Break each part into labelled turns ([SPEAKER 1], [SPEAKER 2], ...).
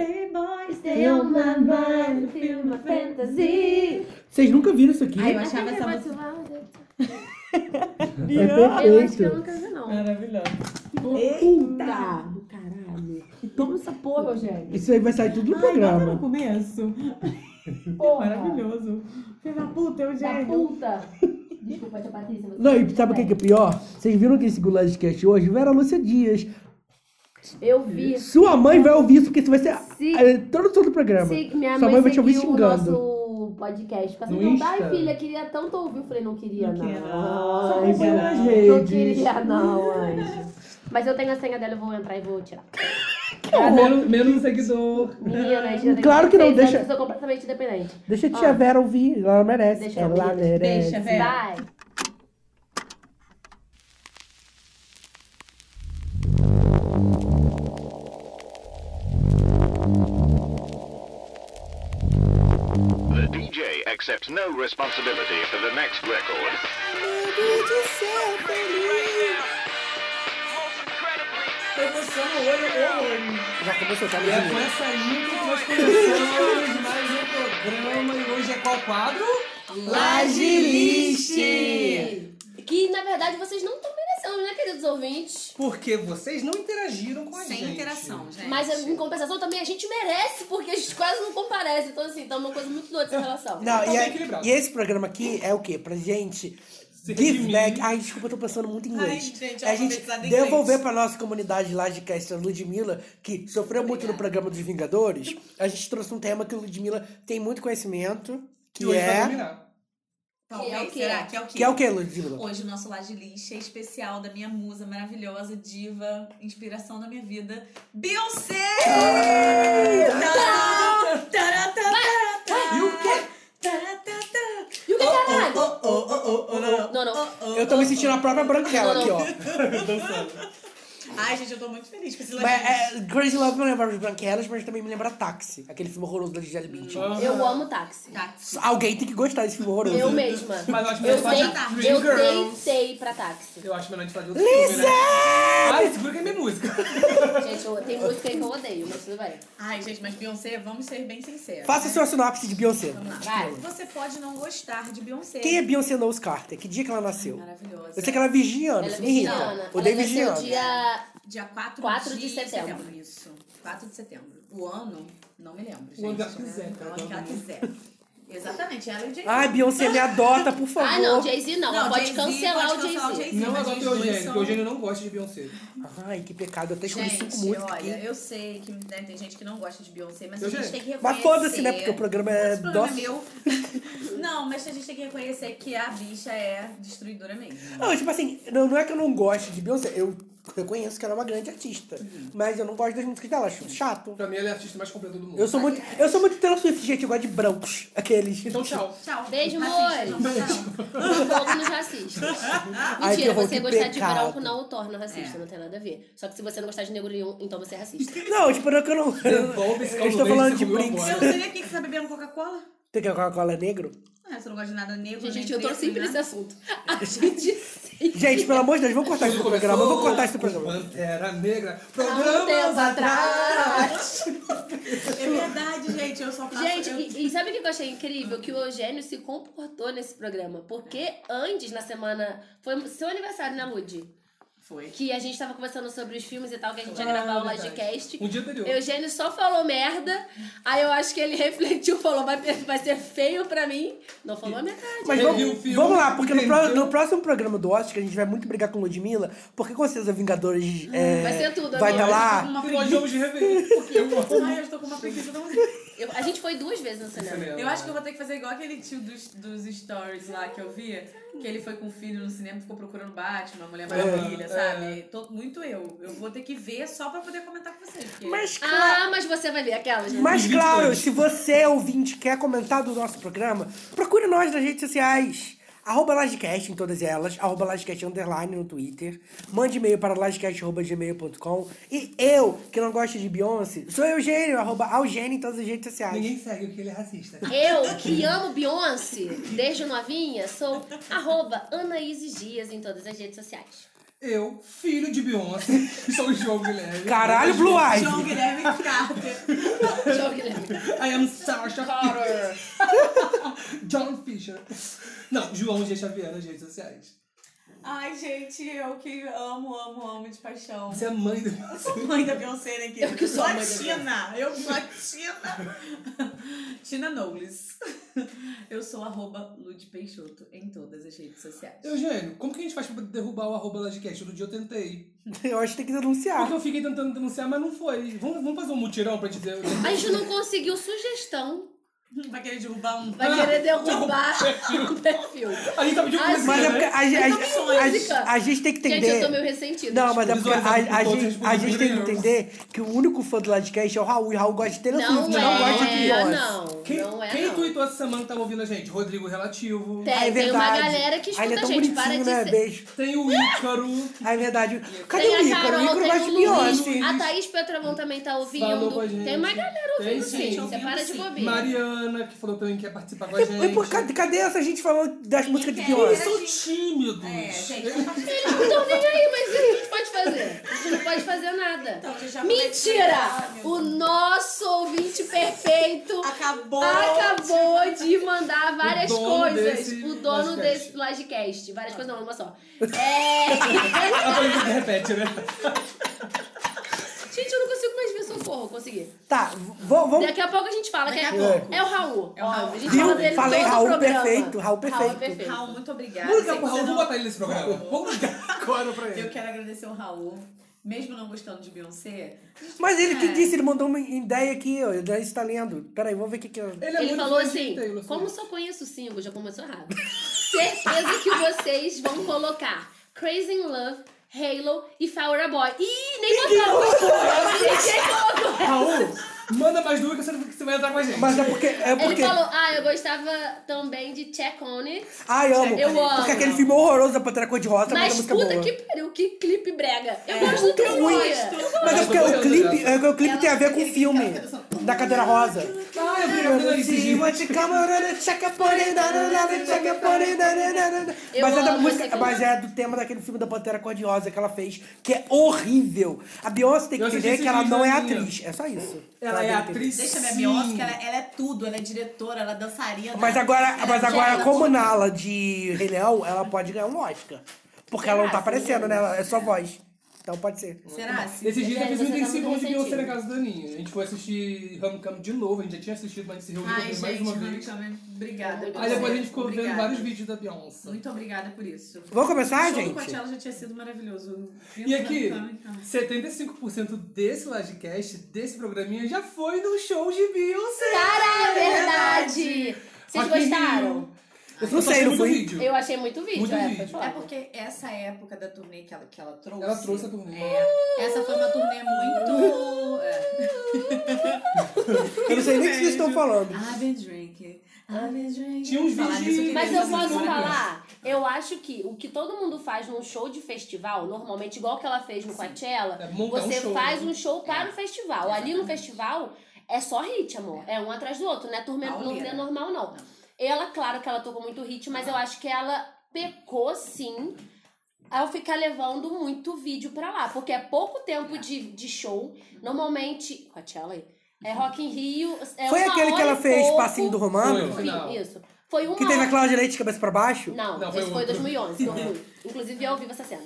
[SPEAKER 1] Playboy, stay on my mind, feel my fantasy.
[SPEAKER 2] Vocês nunca viram isso aqui?
[SPEAKER 3] Ai, eu achava essa música.
[SPEAKER 2] é
[SPEAKER 4] Eu acho que eu
[SPEAKER 2] perfeito.
[SPEAKER 4] nunca vi,
[SPEAKER 1] um.
[SPEAKER 4] não.
[SPEAKER 1] Maravilhoso.
[SPEAKER 3] Puta do caralho. Toma essa porra, Rogério.
[SPEAKER 2] Isso aí vai sair tudo no
[SPEAKER 1] Ai, bota no
[SPEAKER 2] programa.
[SPEAKER 1] começo.
[SPEAKER 2] é
[SPEAKER 4] Porra.
[SPEAKER 1] Maravilhoso. Filho da puta, eu
[SPEAKER 4] Da
[SPEAKER 1] já.
[SPEAKER 4] puta. Desculpa, tia Patrícia. você
[SPEAKER 2] Não,
[SPEAKER 4] tá
[SPEAKER 2] e
[SPEAKER 4] muito
[SPEAKER 2] sabe o que que é
[SPEAKER 4] bem.
[SPEAKER 2] pior? Vocês viram que esse Gulascast hoje? Vera Lúcia Dias.
[SPEAKER 4] Eu vi.
[SPEAKER 2] Sua mãe vai ouvir isso, porque isso vai ser
[SPEAKER 4] Se-
[SPEAKER 2] é, todo todo o programa.
[SPEAKER 4] Se minha
[SPEAKER 2] Sua
[SPEAKER 4] mãe,
[SPEAKER 2] mãe vai te ouvir
[SPEAKER 4] seguiu o
[SPEAKER 2] xingando.
[SPEAKER 4] nosso podcast. Falei,
[SPEAKER 5] No
[SPEAKER 4] não dá,
[SPEAKER 5] Insta?
[SPEAKER 4] filha, queria tanto ouvir. Eu falei, não queria,
[SPEAKER 1] Não
[SPEAKER 4] não.
[SPEAKER 1] queria, não. Só
[SPEAKER 4] Não,
[SPEAKER 1] acompanha nas
[SPEAKER 4] não
[SPEAKER 2] redes.
[SPEAKER 4] queria, não, anjo. Mas eu tenho a senha dela, eu vou entrar e vou tirar.
[SPEAKER 5] Ah, menos, menos um seguidor.
[SPEAKER 4] Menina, a gente já tem
[SPEAKER 2] Ah, Claro que não,
[SPEAKER 4] 16
[SPEAKER 2] deixa-
[SPEAKER 4] anos, Eu sou completamente independente.
[SPEAKER 2] Deixa a tia
[SPEAKER 4] Ah.
[SPEAKER 2] Vera ouvir, ela merece.
[SPEAKER 4] Deixa eu
[SPEAKER 2] ela
[SPEAKER 4] ouvir.
[SPEAKER 2] merece.
[SPEAKER 1] Deixa, Vera.
[SPEAKER 4] Vai.
[SPEAKER 6] The DJ accepts no responsibility for the next record.
[SPEAKER 1] Eu vou só no olho, olho.
[SPEAKER 3] Já começou, tá
[SPEAKER 1] E é com
[SPEAKER 3] ligado?
[SPEAKER 1] essa linha que nós começamos mais um programa e hoje é qual quadro?
[SPEAKER 7] Que na verdade vocês não estão merecendo, né, queridos ouvintes?
[SPEAKER 1] Porque vocês não interagiram com a
[SPEAKER 2] é,
[SPEAKER 1] gente.
[SPEAKER 3] Sem interação, gente.
[SPEAKER 7] Mas em compensação também a gente merece, porque a gente quase não comparece. Então, assim, tá uma coisa muito doida essa relação.
[SPEAKER 2] Não,
[SPEAKER 1] Tá
[SPEAKER 2] e,
[SPEAKER 1] bem
[SPEAKER 2] é-
[SPEAKER 1] equilibrado.
[SPEAKER 2] e esse programa aqui é o quê? Pra gente give
[SPEAKER 1] redimir.
[SPEAKER 2] back. Ai, desculpa, eu tô pensando muito em inglês.
[SPEAKER 1] Ai, gente,
[SPEAKER 2] é a gente
[SPEAKER 1] alfabetizada em
[SPEAKER 2] devolver
[SPEAKER 1] inglês.
[SPEAKER 2] pra nossa comunidade lá de Castro, a Ludmilla, que sofreu muito no programa dos Vingadores, a gente trouxe um tema que a Ludmilla tem muito conhecimento, que
[SPEAKER 1] E hoje vai
[SPEAKER 2] é...
[SPEAKER 1] dominar.
[SPEAKER 7] Que é o
[SPEAKER 3] Talvez,
[SPEAKER 7] quê?
[SPEAKER 3] será que é o quê?
[SPEAKER 2] Que é o quê, Ludmilla?
[SPEAKER 3] Hoje o nosso Laje Lixa é especial da minha musa maravilhosa, diva, inspiração da minha vida, Beyoncé! Tará, tará, tará, tará.
[SPEAKER 1] E o quê?
[SPEAKER 3] Tará, tará, tará.
[SPEAKER 7] E o que é caralho?
[SPEAKER 1] Oh, oh, oh, oh, oh, não, não.
[SPEAKER 7] Não, não.
[SPEAKER 2] Eu tô me sentindo a própria Branquela aqui, ó.
[SPEAKER 3] Ai, gente, eu tô muito feliz com esse Laje
[SPEAKER 2] Mas,
[SPEAKER 3] Lixa.
[SPEAKER 2] é, Crazy Love me lembra os Branquelas, mas também me lembra Táxi, aquele filme horroroso da Gisele Bündchen.
[SPEAKER 7] Eu amo táxi.
[SPEAKER 3] Tá.
[SPEAKER 2] Alguém tem que gostar desse filme horroroso.
[SPEAKER 7] Eu mesma.
[SPEAKER 1] Mas eu acho
[SPEAKER 7] Eu
[SPEAKER 1] melhor falar de
[SPEAKER 7] dei, eu
[SPEAKER 1] Dreamgirls.
[SPEAKER 7] deitei pra táxi.
[SPEAKER 1] Eu acho melhor a gente fazer outro Lisa! Ai, né? segura que é minha música.
[SPEAKER 7] Gente, eu, tem música aí que eu odeio, mas tudo bem.
[SPEAKER 3] Ai, gente, mas Beyoncé, vamos ser bem sinceros.
[SPEAKER 2] Faça sua sinopse de Beyoncé.
[SPEAKER 3] Vamos lá.
[SPEAKER 7] Vai.
[SPEAKER 3] Você pode não gostar de Beyoncé.
[SPEAKER 2] Quem é Beyoncé Knowles Carter? Que dia que ela nasceu?
[SPEAKER 3] Maravilhosa.
[SPEAKER 2] Eu sei que ela é virginiana,
[SPEAKER 7] Ela é
[SPEAKER 2] isso me irrita.
[SPEAKER 7] virginiana.
[SPEAKER 2] Odeio
[SPEAKER 7] Ela nasceu
[SPEAKER 2] virginiana.
[SPEAKER 7] dia...
[SPEAKER 3] Dia 4,
[SPEAKER 7] 4
[SPEAKER 3] de,
[SPEAKER 7] de setembro.
[SPEAKER 3] Isso. 4 de setembro. O ano, não me lembro, gente.
[SPEAKER 1] ano que
[SPEAKER 3] né?
[SPEAKER 1] ela quiser,
[SPEAKER 3] O
[SPEAKER 1] cada
[SPEAKER 3] ano que ela
[SPEAKER 1] um.
[SPEAKER 3] quiser. Exatamente, ela e o Jay-Z.
[SPEAKER 2] Ai, Beyoncé, me adota, por favor.
[SPEAKER 7] Ah, não, Jay-Z não. Ela pode
[SPEAKER 3] Jay-Z,
[SPEAKER 7] cancelar
[SPEAKER 3] pode
[SPEAKER 7] o Jay-Z.
[SPEAKER 3] Jay-Z,
[SPEAKER 1] Não é
[SPEAKER 3] mas
[SPEAKER 1] adota
[SPEAKER 3] os
[SPEAKER 1] o
[SPEAKER 3] dois
[SPEAKER 1] Eugênio,
[SPEAKER 3] são-
[SPEAKER 1] porque o Eugênio não gosta de Beyoncé.
[SPEAKER 2] Ai, que pecado. Eu até escolhi cinco
[SPEAKER 3] Gente,
[SPEAKER 2] músicas
[SPEAKER 3] olha,
[SPEAKER 2] aqui.
[SPEAKER 3] eu sei que né, tem gente que não gosta de Beyoncé, mas a
[SPEAKER 1] Eugênio.
[SPEAKER 3] gente tem que reconhecer...
[SPEAKER 2] Mas foda-se, né? Porque o programa é
[SPEAKER 3] Esse programa é
[SPEAKER 2] dócil.
[SPEAKER 3] meu. não, mas a gente tem que reconhecer que a bicha é destruidora mesmo.
[SPEAKER 2] Não, tipo assim, não, não é que eu não gosto de Beyoncé. Eu reconheço que ela é uma grande artista. Mas eu não gosto das músicas dela. Acho chato.
[SPEAKER 1] Pra mim, ela é a artista mais completa do mundo.
[SPEAKER 2] Eu sou muito, eu sou muito Taylor Swift, gente. Eu gosto de brancos. Aqueles.
[SPEAKER 1] Então, tchau.
[SPEAKER 3] Tchau.
[SPEAKER 7] Beijo,
[SPEAKER 3] Racista,
[SPEAKER 7] amores.
[SPEAKER 3] não, não.
[SPEAKER 7] O povo nos racistas.
[SPEAKER 2] Ai, que
[SPEAKER 7] Mentira,
[SPEAKER 2] horror,
[SPEAKER 7] você
[SPEAKER 2] que
[SPEAKER 7] gostar de
[SPEAKER 2] pecado.
[SPEAKER 7] branco não o torna racista,
[SPEAKER 3] É.
[SPEAKER 7] não tem nada a ver. Só que se você não gostar de negro nenhum, então você é racista.
[SPEAKER 2] Não, tipo, não é que eu não.
[SPEAKER 1] Devolve esse
[SPEAKER 2] Eu
[SPEAKER 1] caldo
[SPEAKER 2] estou
[SPEAKER 1] verde
[SPEAKER 2] falando
[SPEAKER 1] que
[SPEAKER 2] de
[SPEAKER 1] você comeu
[SPEAKER 2] brinks.
[SPEAKER 1] agora.
[SPEAKER 3] Eu sei aqui que você tá bebendo Coca-cola.
[SPEAKER 2] Tem que a Coca-Cola é negro?
[SPEAKER 3] Ah, você não gosta de nada negro,
[SPEAKER 7] Gente,
[SPEAKER 3] nem
[SPEAKER 7] gente, eu tô
[SPEAKER 3] preto,
[SPEAKER 7] sempre
[SPEAKER 3] né?
[SPEAKER 7] nesse assunto. A gente sempre.
[SPEAKER 2] Gente, pelo amor de Deus, vamos cortar esse
[SPEAKER 1] Tudo começou
[SPEAKER 2] programa. Vamos cortar esse
[SPEAKER 1] com
[SPEAKER 2] programa.
[SPEAKER 1] Pantera Negra.
[SPEAKER 7] Há um
[SPEAKER 1] Programas
[SPEAKER 7] tempo
[SPEAKER 1] atrás.
[SPEAKER 7] atrás.
[SPEAKER 3] É verdade, gente. Eu só faço.
[SPEAKER 7] Gente,
[SPEAKER 3] eu...
[SPEAKER 7] e, e sabe o que eu achei incrível? Que o Eugênio se comportou nesse programa. Porque antes, na semana. Foi seu aniversário, né, Lud?
[SPEAKER 3] Foi.
[SPEAKER 7] Que a gente tava conversando sobre os filmes e tal, que a gente ia gravar o livecast.
[SPEAKER 1] Um dia anterior.
[SPEAKER 7] Eugênio só falou merda. Aí eu acho que ele refletiu, falou: vai, ter- vai ser feio pra mim. Não falou a metade.
[SPEAKER 2] Mas
[SPEAKER 1] Ele
[SPEAKER 2] vamos,
[SPEAKER 1] viu o filme,
[SPEAKER 2] vamos lá, porque no, pro-
[SPEAKER 1] entendeu?
[SPEAKER 2] no próximo programa do Oscar a gente vai muito brigar com Ludmilla, porque com certeza Vingadores é,
[SPEAKER 7] Hum, vai ser tudo,
[SPEAKER 2] vai
[SPEAKER 7] amiga.
[SPEAKER 2] estar lá.
[SPEAKER 3] Uma
[SPEAKER 1] E nós vamos de rever.
[SPEAKER 3] Ai, eu tô com uma preguiça tão
[SPEAKER 7] Eu- a gente foi duas vezes no cinema.
[SPEAKER 3] Eu acho que eu vou ter que fazer igual aquele tio dos, dos stories lá que eu via. Que ele foi com o filho no cinema e ficou procurando Batman, Mulher Maravilha,
[SPEAKER 1] É,
[SPEAKER 3] sabe? Tô, muito eu. Eu vou ter que ver só pra poder comentar com vocês. Porque...
[SPEAKER 2] Mas, cla-
[SPEAKER 7] Ah, mas você vai ver aquelas, né?
[SPEAKER 2] mas
[SPEAKER 1] Os
[SPEAKER 2] claro,
[SPEAKER 1] Vingadores.
[SPEAKER 2] se você é ouvinte quer comentar do nosso programa, procure nós nas redes sociais. Arroba Lajecast em todas elas, arroba Lajecast underline no Twitter, mande e-mail para lajecast.gmail.com e eu, que não gosto de Beyoncé, sou Eugênio, arroba Eugênio em todas as redes sociais.
[SPEAKER 1] Ninguém segue porque ele é racista.
[SPEAKER 7] Eu, que amo Beyoncé, desde novinha, sou arroba Anaíses Dias em todas as redes sociais.
[SPEAKER 1] Eu, filho de Beyoncé, sou o João Guilherme.
[SPEAKER 2] Caralho, Blue Eyes!
[SPEAKER 3] João Guilherme Carter.
[SPEAKER 1] I am Sasha
[SPEAKER 7] é.
[SPEAKER 1] Carter. John Fisher. Não, João G. Xavier nas redes sociais.
[SPEAKER 3] Ai, gente, eu que amo, amo, amo de paixão.
[SPEAKER 1] Você é mãe do...
[SPEAKER 3] Eu sou mãe da Beyoncé, né, querida?
[SPEAKER 7] Eu que sou a mãe da
[SPEAKER 3] Latina! Eu que sou a Tina! Tina Knowles. Eu sou arroba Lud Peixoto em todas as redes sociais.
[SPEAKER 1] Eugênio, como que a gente faz pra derrubar o arroba Lodcast? Outro dia eu tentei.
[SPEAKER 2] Eu acho que tem que denunciar.
[SPEAKER 1] Porque eu fiquei tentando denunciar, mas não foi. Vamos, vamos fazer um mutirão pra te der.
[SPEAKER 7] A gente não conseguiu sugestão.
[SPEAKER 3] Vai querer derrubar um.
[SPEAKER 7] Vai
[SPEAKER 1] Ah,
[SPEAKER 7] querer derrubar o perfil.
[SPEAKER 1] A gente tá pedindo
[SPEAKER 7] Ah,
[SPEAKER 1] música,
[SPEAKER 2] Mas é
[SPEAKER 1] né?
[SPEAKER 2] porque a, gente- a,
[SPEAKER 7] Então
[SPEAKER 2] gente-
[SPEAKER 7] música.
[SPEAKER 2] a gente- a gente tem que entender.
[SPEAKER 7] Gente, eu tô meio ressentida.
[SPEAKER 2] Não, mas é porque a, a,
[SPEAKER 1] Visualizar com
[SPEAKER 2] gente,
[SPEAKER 1] todos
[SPEAKER 2] a
[SPEAKER 1] os
[SPEAKER 2] gente tem que
[SPEAKER 1] brasileiros.
[SPEAKER 2] entender que o único fã do Ladcast é o Raul. E o Raul gosta de Taylor
[SPEAKER 7] não,
[SPEAKER 2] Swift,
[SPEAKER 7] é,
[SPEAKER 2] não gosta de Beyoncé.
[SPEAKER 7] não.
[SPEAKER 1] Quem,
[SPEAKER 7] não é,
[SPEAKER 1] quem
[SPEAKER 7] não.
[SPEAKER 1] tweetou essa semana que tava ouvindo a gente? Rodrigo Relativo.
[SPEAKER 7] Tem,
[SPEAKER 2] Ah, é
[SPEAKER 7] tem uma
[SPEAKER 2] verdade.
[SPEAKER 7] galera que
[SPEAKER 2] Ah,
[SPEAKER 7] escuta
[SPEAKER 2] ele é
[SPEAKER 7] a
[SPEAKER 2] tão
[SPEAKER 7] gente. Para
[SPEAKER 2] bonitinho,
[SPEAKER 7] de
[SPEAKER 2] né?
[SPEAKER 7] ser...
[SPEAKER 2] Beijo.
[SPEAKER 1] Tem o Ícaro.
[SPEAKER 2] Ah, é verdade. Cadê o
[SPEAKER 7] tem a
[SPEAKER 2] Ícaro? O
[SPEAKER 7] Carol,
[SPEAKER 2] Ícaro gosta de
[SPEAKER 7] tem o Luiz,
[SPEAKER 2] Beyoncé.
[SPEAKER 7] a Thaís Petrovão também tá
[SPEAKER 1] Falou com a
[SPEAKER 7] ouvindo.
[SPEAKER 1] gente.
[SPEAKER 7] Tem uma galera ouvindo,
[SPEAKER 1] Tem, gente,
[SPEAKER 7] sim. Você
[SPEAKER 3] ouvindo,
[SPEAKER 7] para de
[SPEAKER 3] sim.
[SPEAKER 7] bobeira.
[SPEAKER 1] Mariana, que falou também que ia participar com a gente.
[SPEAKER 2] E, e por, cadê, cadê essa gente falando das músicas de
[SPEAKER 8] quer,
[SPEAKER 1] Eles
[SPEAKER 2] Beyoncé?
[SPEAKER 1] são tímidos.
[SPEAKER 8] É, gente, vamos partir.
[SPEAKER 7] Eles não estão nem aí, mas o que a gente pode fazer? A gente não pode fazer
[SPEAKER 2] Tá,
[SPEAKER 7] nada.
[SPEAKER 8] Então, já começa a explicar,
[SPEAKER 7] Mentira!
[SPEAKER 8] meu
[SPEAKER 7] O nosso ouvinte perfeito
[SPEAKER 8] Acabou.
[SPEAKER 7] acabou de mandar várias
[SPEAKER 1] O dono
[SPEAKER 7] coisas.
[SPEAKER 1] desse
[SPEAKER 7] O dono
[SPEAKER 1] Lodcast.
[SPEAKER 7] desse Lodcast. Várias coisas, não, uma só. É...
[SPEAKER 1] A polícia repete, né?
[SPEAKER 7] Gente, eu não consigo mais ver socorro, consegui.
[SPEAKER 2] Tá, v- vamos.
[SPEAKER 7] Daqui a pouco a gente fala que é,
[SPEAKER 2] a pouco.
[SPEAKER 7] é o Raul.
[SPEAKER 3] É o Raul.
[SPEAKER 7] Ó, A gente
[SPEAKER 2] Viu?
[SPEAKER 7] fala dele
[SPEAKER 2] Falei
[SPEAKER 7] todo
[SPEAKER 2] Raul
[SPEAKER 7] o programa. é
[SPEAKER 2] perfeito, Raul perfeito.
[SPEAKER 3] Raul, muito obrigada.
[SPEAKER 1] Vamos ligar
[SPEAKER 3] Sei
[SPEAKER 1] pro
[SPEAKER 3] que
[SPEAKER 1] Raul,
[SPEAKER 3] você
[SPEAKER 1] vou
[SPEAKER 3] não-
[SPEAKER 1] botar ele nesse programa. Vamos ligar agora pra
[SPEAKER 3] Eu
[SPEAKER 1] ele.
[SPEAKER 3] quero agradecer o Raul. Mesmo não gostando de Beyoncé,
[SPEAKER 2] Mas ele que
[SPEAKER 3] É.
[SPEAKER 2] disse, ele mandou uma ideia aqui, ó. Ele está lendo. Peraí, vamos ver o que que é.
[SPEAKER 1] Ele é
[SPEAKER 7] Ele
[SPEAKER 1] muito
[SPEAKER 7] falou
[SPEAKER 1] fã de
[SPEAKER 7] assim,
[SPEAKER 1] Taylor Swift.
[SPEAKER 7] como só conheço cinco, já começou errado. Certeza que vocês vão colocar Crazy in Love, Halo e Flower Boy. Ih, nem botamos! Ninguém colocou!
[SPEAKER 1] Raul, manda mais duas que você- que você vai entrar com a gente.
[SPEAKER 2] Mas é porque. É
[SPEAKER 7] Ele
[SPEAKER 2] porque...
[SPEAKER 7] falou, ah, eu gostava também de Check On It.
[SPEAKER 2] Ai, amo.
[SPEAKER 7] Eu amo.
[SPEAKER 2] Porque aquele filme horroroso da Pantera Cor-de-Rosa, mas a
[SPEAKER 7] Mas
[SPEAKER 2] música é
[SPEAKER 7] puta
[SPEAKER 2] boa.
[SPEAKER 7] que pariu, que clipe brega.
[SPEAKER 1] É,
[SPEAKER 7] Eu gosto do
[SPEAKER 2] Muito
[SPEAKER 7] que eu
[SPEAKER 2] ruim.
[SPEAKER 7] gosto.
[SPEAKER 2] Mas é porque
[SPEAKER 1] Mas eu
[SPEAKER 2] o
[SPEAKER 1] tô
[SPEAKER 2] clipe,
[SPEAKER 1] olhando.
[SPEAKER 2] é que o clipe tem a ver com o
[SPEAKER 3] Ele-
[SPEAKER 2] filme
[SPEAKER 3] aquela canção.
[SPEAKER 2] da cadeira rosa.
[SPEAKER 1] Ah, eu queria ver esse
[SPEAKER 2] See
[SPEAKER 1] vídeo.
[SPEAKER 2] what you come around and check up on it, da, da, da, da, check up on it, da, da, da, da, da.
[SPEAKER 7] Eu
[SPEAKER 2] Mas é da
[SPEAKER 7] amo essa
[SPEAKER 2] música,
[SPEAKER 7] canção.
[SPEAKER 2] mas é do tema daquele filme da Pantera Cor-de-Rosa que ela fez, que é horrível. A Beyoncé tem que
[SPEAKER 1] Eu assisti
[SPEAKER 2] entender que
[SPEAKER 1] esse
[SPEAKER 2] ela
[SPEAKER 1] vídeo
[SPEAKER 2] não é
[SPEAKER 1] da minha.
[SPEAKER 2] atriz. É só isso.
[SPEAKER 1] Ela é
[SPEAKER 2] tem que entender.
[SPEAKER 1] atriz.
[SPEAKER 8] Deixa eu ver a
[SPEAKER 1] sim.
[SPEAKER 8] Beyoncé, que ela, ela é tudo. Ela é diretora, ela é dançarina.
[SPEAKER 2] Mas agora,
[SPEAKER 8] ela
[SPEAKER 2] mas
[SPEAKER 8] é
[SPEAKER 2] agora
[SPEAKER 8] ela-
[SPEAKER 2] como Nala de Rei Leão, ela pode ganhar um Oscar. Porque ela não
[SPEAKER 7] Ah,
[SPEAKER 2] tá aparecendo, né? Ela É só voz. Então pode ser.
[SPEAKER 8] Será? assim?
[SPEAKER 1] Esses dias eu fiz um
[SPEAKER 7] Você tá
[SPEAKER 1] intensivão
[SPEAKER 7] muito
[SPEAKER 1] de Beyoncé na
[SPEAKER 7] ressentido.
[SPEAKER 1] casa da Aninha. A gente foi assistir Homecoming de novo, a gente já tinha assistido, mas a gente se reuniu pra
[SPEAKER 3] Ai,
[SPEAKER 1] ver
[SPEAKER 3] gente,
[SPEAKER 1] mais uma
[SPEAKER 3] Mami
[SPEAKER 1] vez.
[SPEAKER 3] Chame, obrigada.
[SPEAKER 1] Aí depois a gente ficou
[SPEAKER 3] Obrigada.
[SPEAKER 1] vendo vários vídeos da Beyoncé.
[SPEAKER 3] Muito obrigada por isso.
[SPEAKER 2] Vamos começar,
[SPEAKER 3] o show do
[SPEAKER 2] gente?
[SPEAKER 3] Coachella já tinha sido maravilhoso.
[SPEAKER 1] E aqui,
[SPEAKER 3] Então, então.
[SPEAKER 1] 75% desse livecast, desse programinha, já foi num show de Beyoncé.
[SPEAKER 7] Cara, é verdade! Vocês
[SPEAKER 1] Aqui em Rio.
[SPEAKER 7] gostaram?
[SPEAKER 1] Eu
[SPEAKER 2] Não
[SPEAKER 1] só
[SPEAKER 2] sei,
[SPEAKER 1] achei
[SPEAKER 2] não
[SPEAKER 1] muito
[SPEAKER 2] fui.
[SPEAKER 1] vídeo.
[SPEAKER 7] Eu achei muito vídeo,
[SPEAKER 1] Muito
[SPEAKER 7] é,
[SPEAKER 1] vídeo.
[SPEAKER 7] pode falar.
[SPEAKER 8] É porque essa época da turnê que ela, que ela trouxe.
[SPEAKER 1] Ela trouxe a turnê.
[SPEAKER 8] É, essa foi uma turnê muito. É.
[SPEAKER 2] Eu não sei nem o que vocês estão falando.
[SPEAKER 3] I've been drinking, I've been drinking.
[SPEAKER 1] Tinha uns
[SPEAKER 3] Falar
[SPEAKER 1] vídeos
[SPEAKER 3] nisso,
[SPEAKER 1] de-
[SPEAKER 3] queria
[SPEAKER 7] Mas
[SPEAKER 1] Eles
[SPEAKER 7] eu
[SPEAKER 1] não
[SPEAKER 7] posso
[SPEAKER 1] são
[SPEAKER 7] falar, eu acho que o que todo mundo faz num show de festival, normalmente igual que ela fez no Coachella,
[SPEAKER 1] É montar um
[SPEAKER 7] você
[SPEAKER 1] show,
[SPEAKER 7] faz
[SPEAKER 1] né?
[SPEAKER 7] um show
[SPEAKER 2] É.
[SPEAKER 7] para o festival. Ali no festival é só hit, amor. É um atrás do outro, não é turnê,
[SPEAKER 8] Pauleira.
[SPEAKER 7] turnê normal, não. Ela, claro que ela tocou muito hit, mas eu acho que ela pecou sim ao ficar levando muito vídeo pra lá. Porque é pouco tempo de, de show. Normalmente. Coachella aí. É Rock in Rio. é
[SPEAKER 2] Foi
[SPEAKER 7] uma
[SPEAKER 2] aquele que
[SPEAKER 7] hora
[SPEAKER 2] ela
[SPEAKER 7] e
[SPEAKER 2] fez,
[SPEAKER 7] pouco.
[SPEAKER 2] Passinho do Romano?
[SPEAKER 1] Foi. Final.
[SPEAKER 7] Isso. Foi uma
[SPEAKER 2] Que teve
[SPEAKER 7] hora.
[SPEAKER 2] a Cláudia Leite de cabeça pra baixo?
[SPEAKER 7] Não,
[SPEAKER 1] Não, foi
[SPEAKER 7] esse foi
[SPEAKER 1] outro.
[SPEAKER 7] 2011, que eu fui. Inclusive, eu ao vivo essa cena.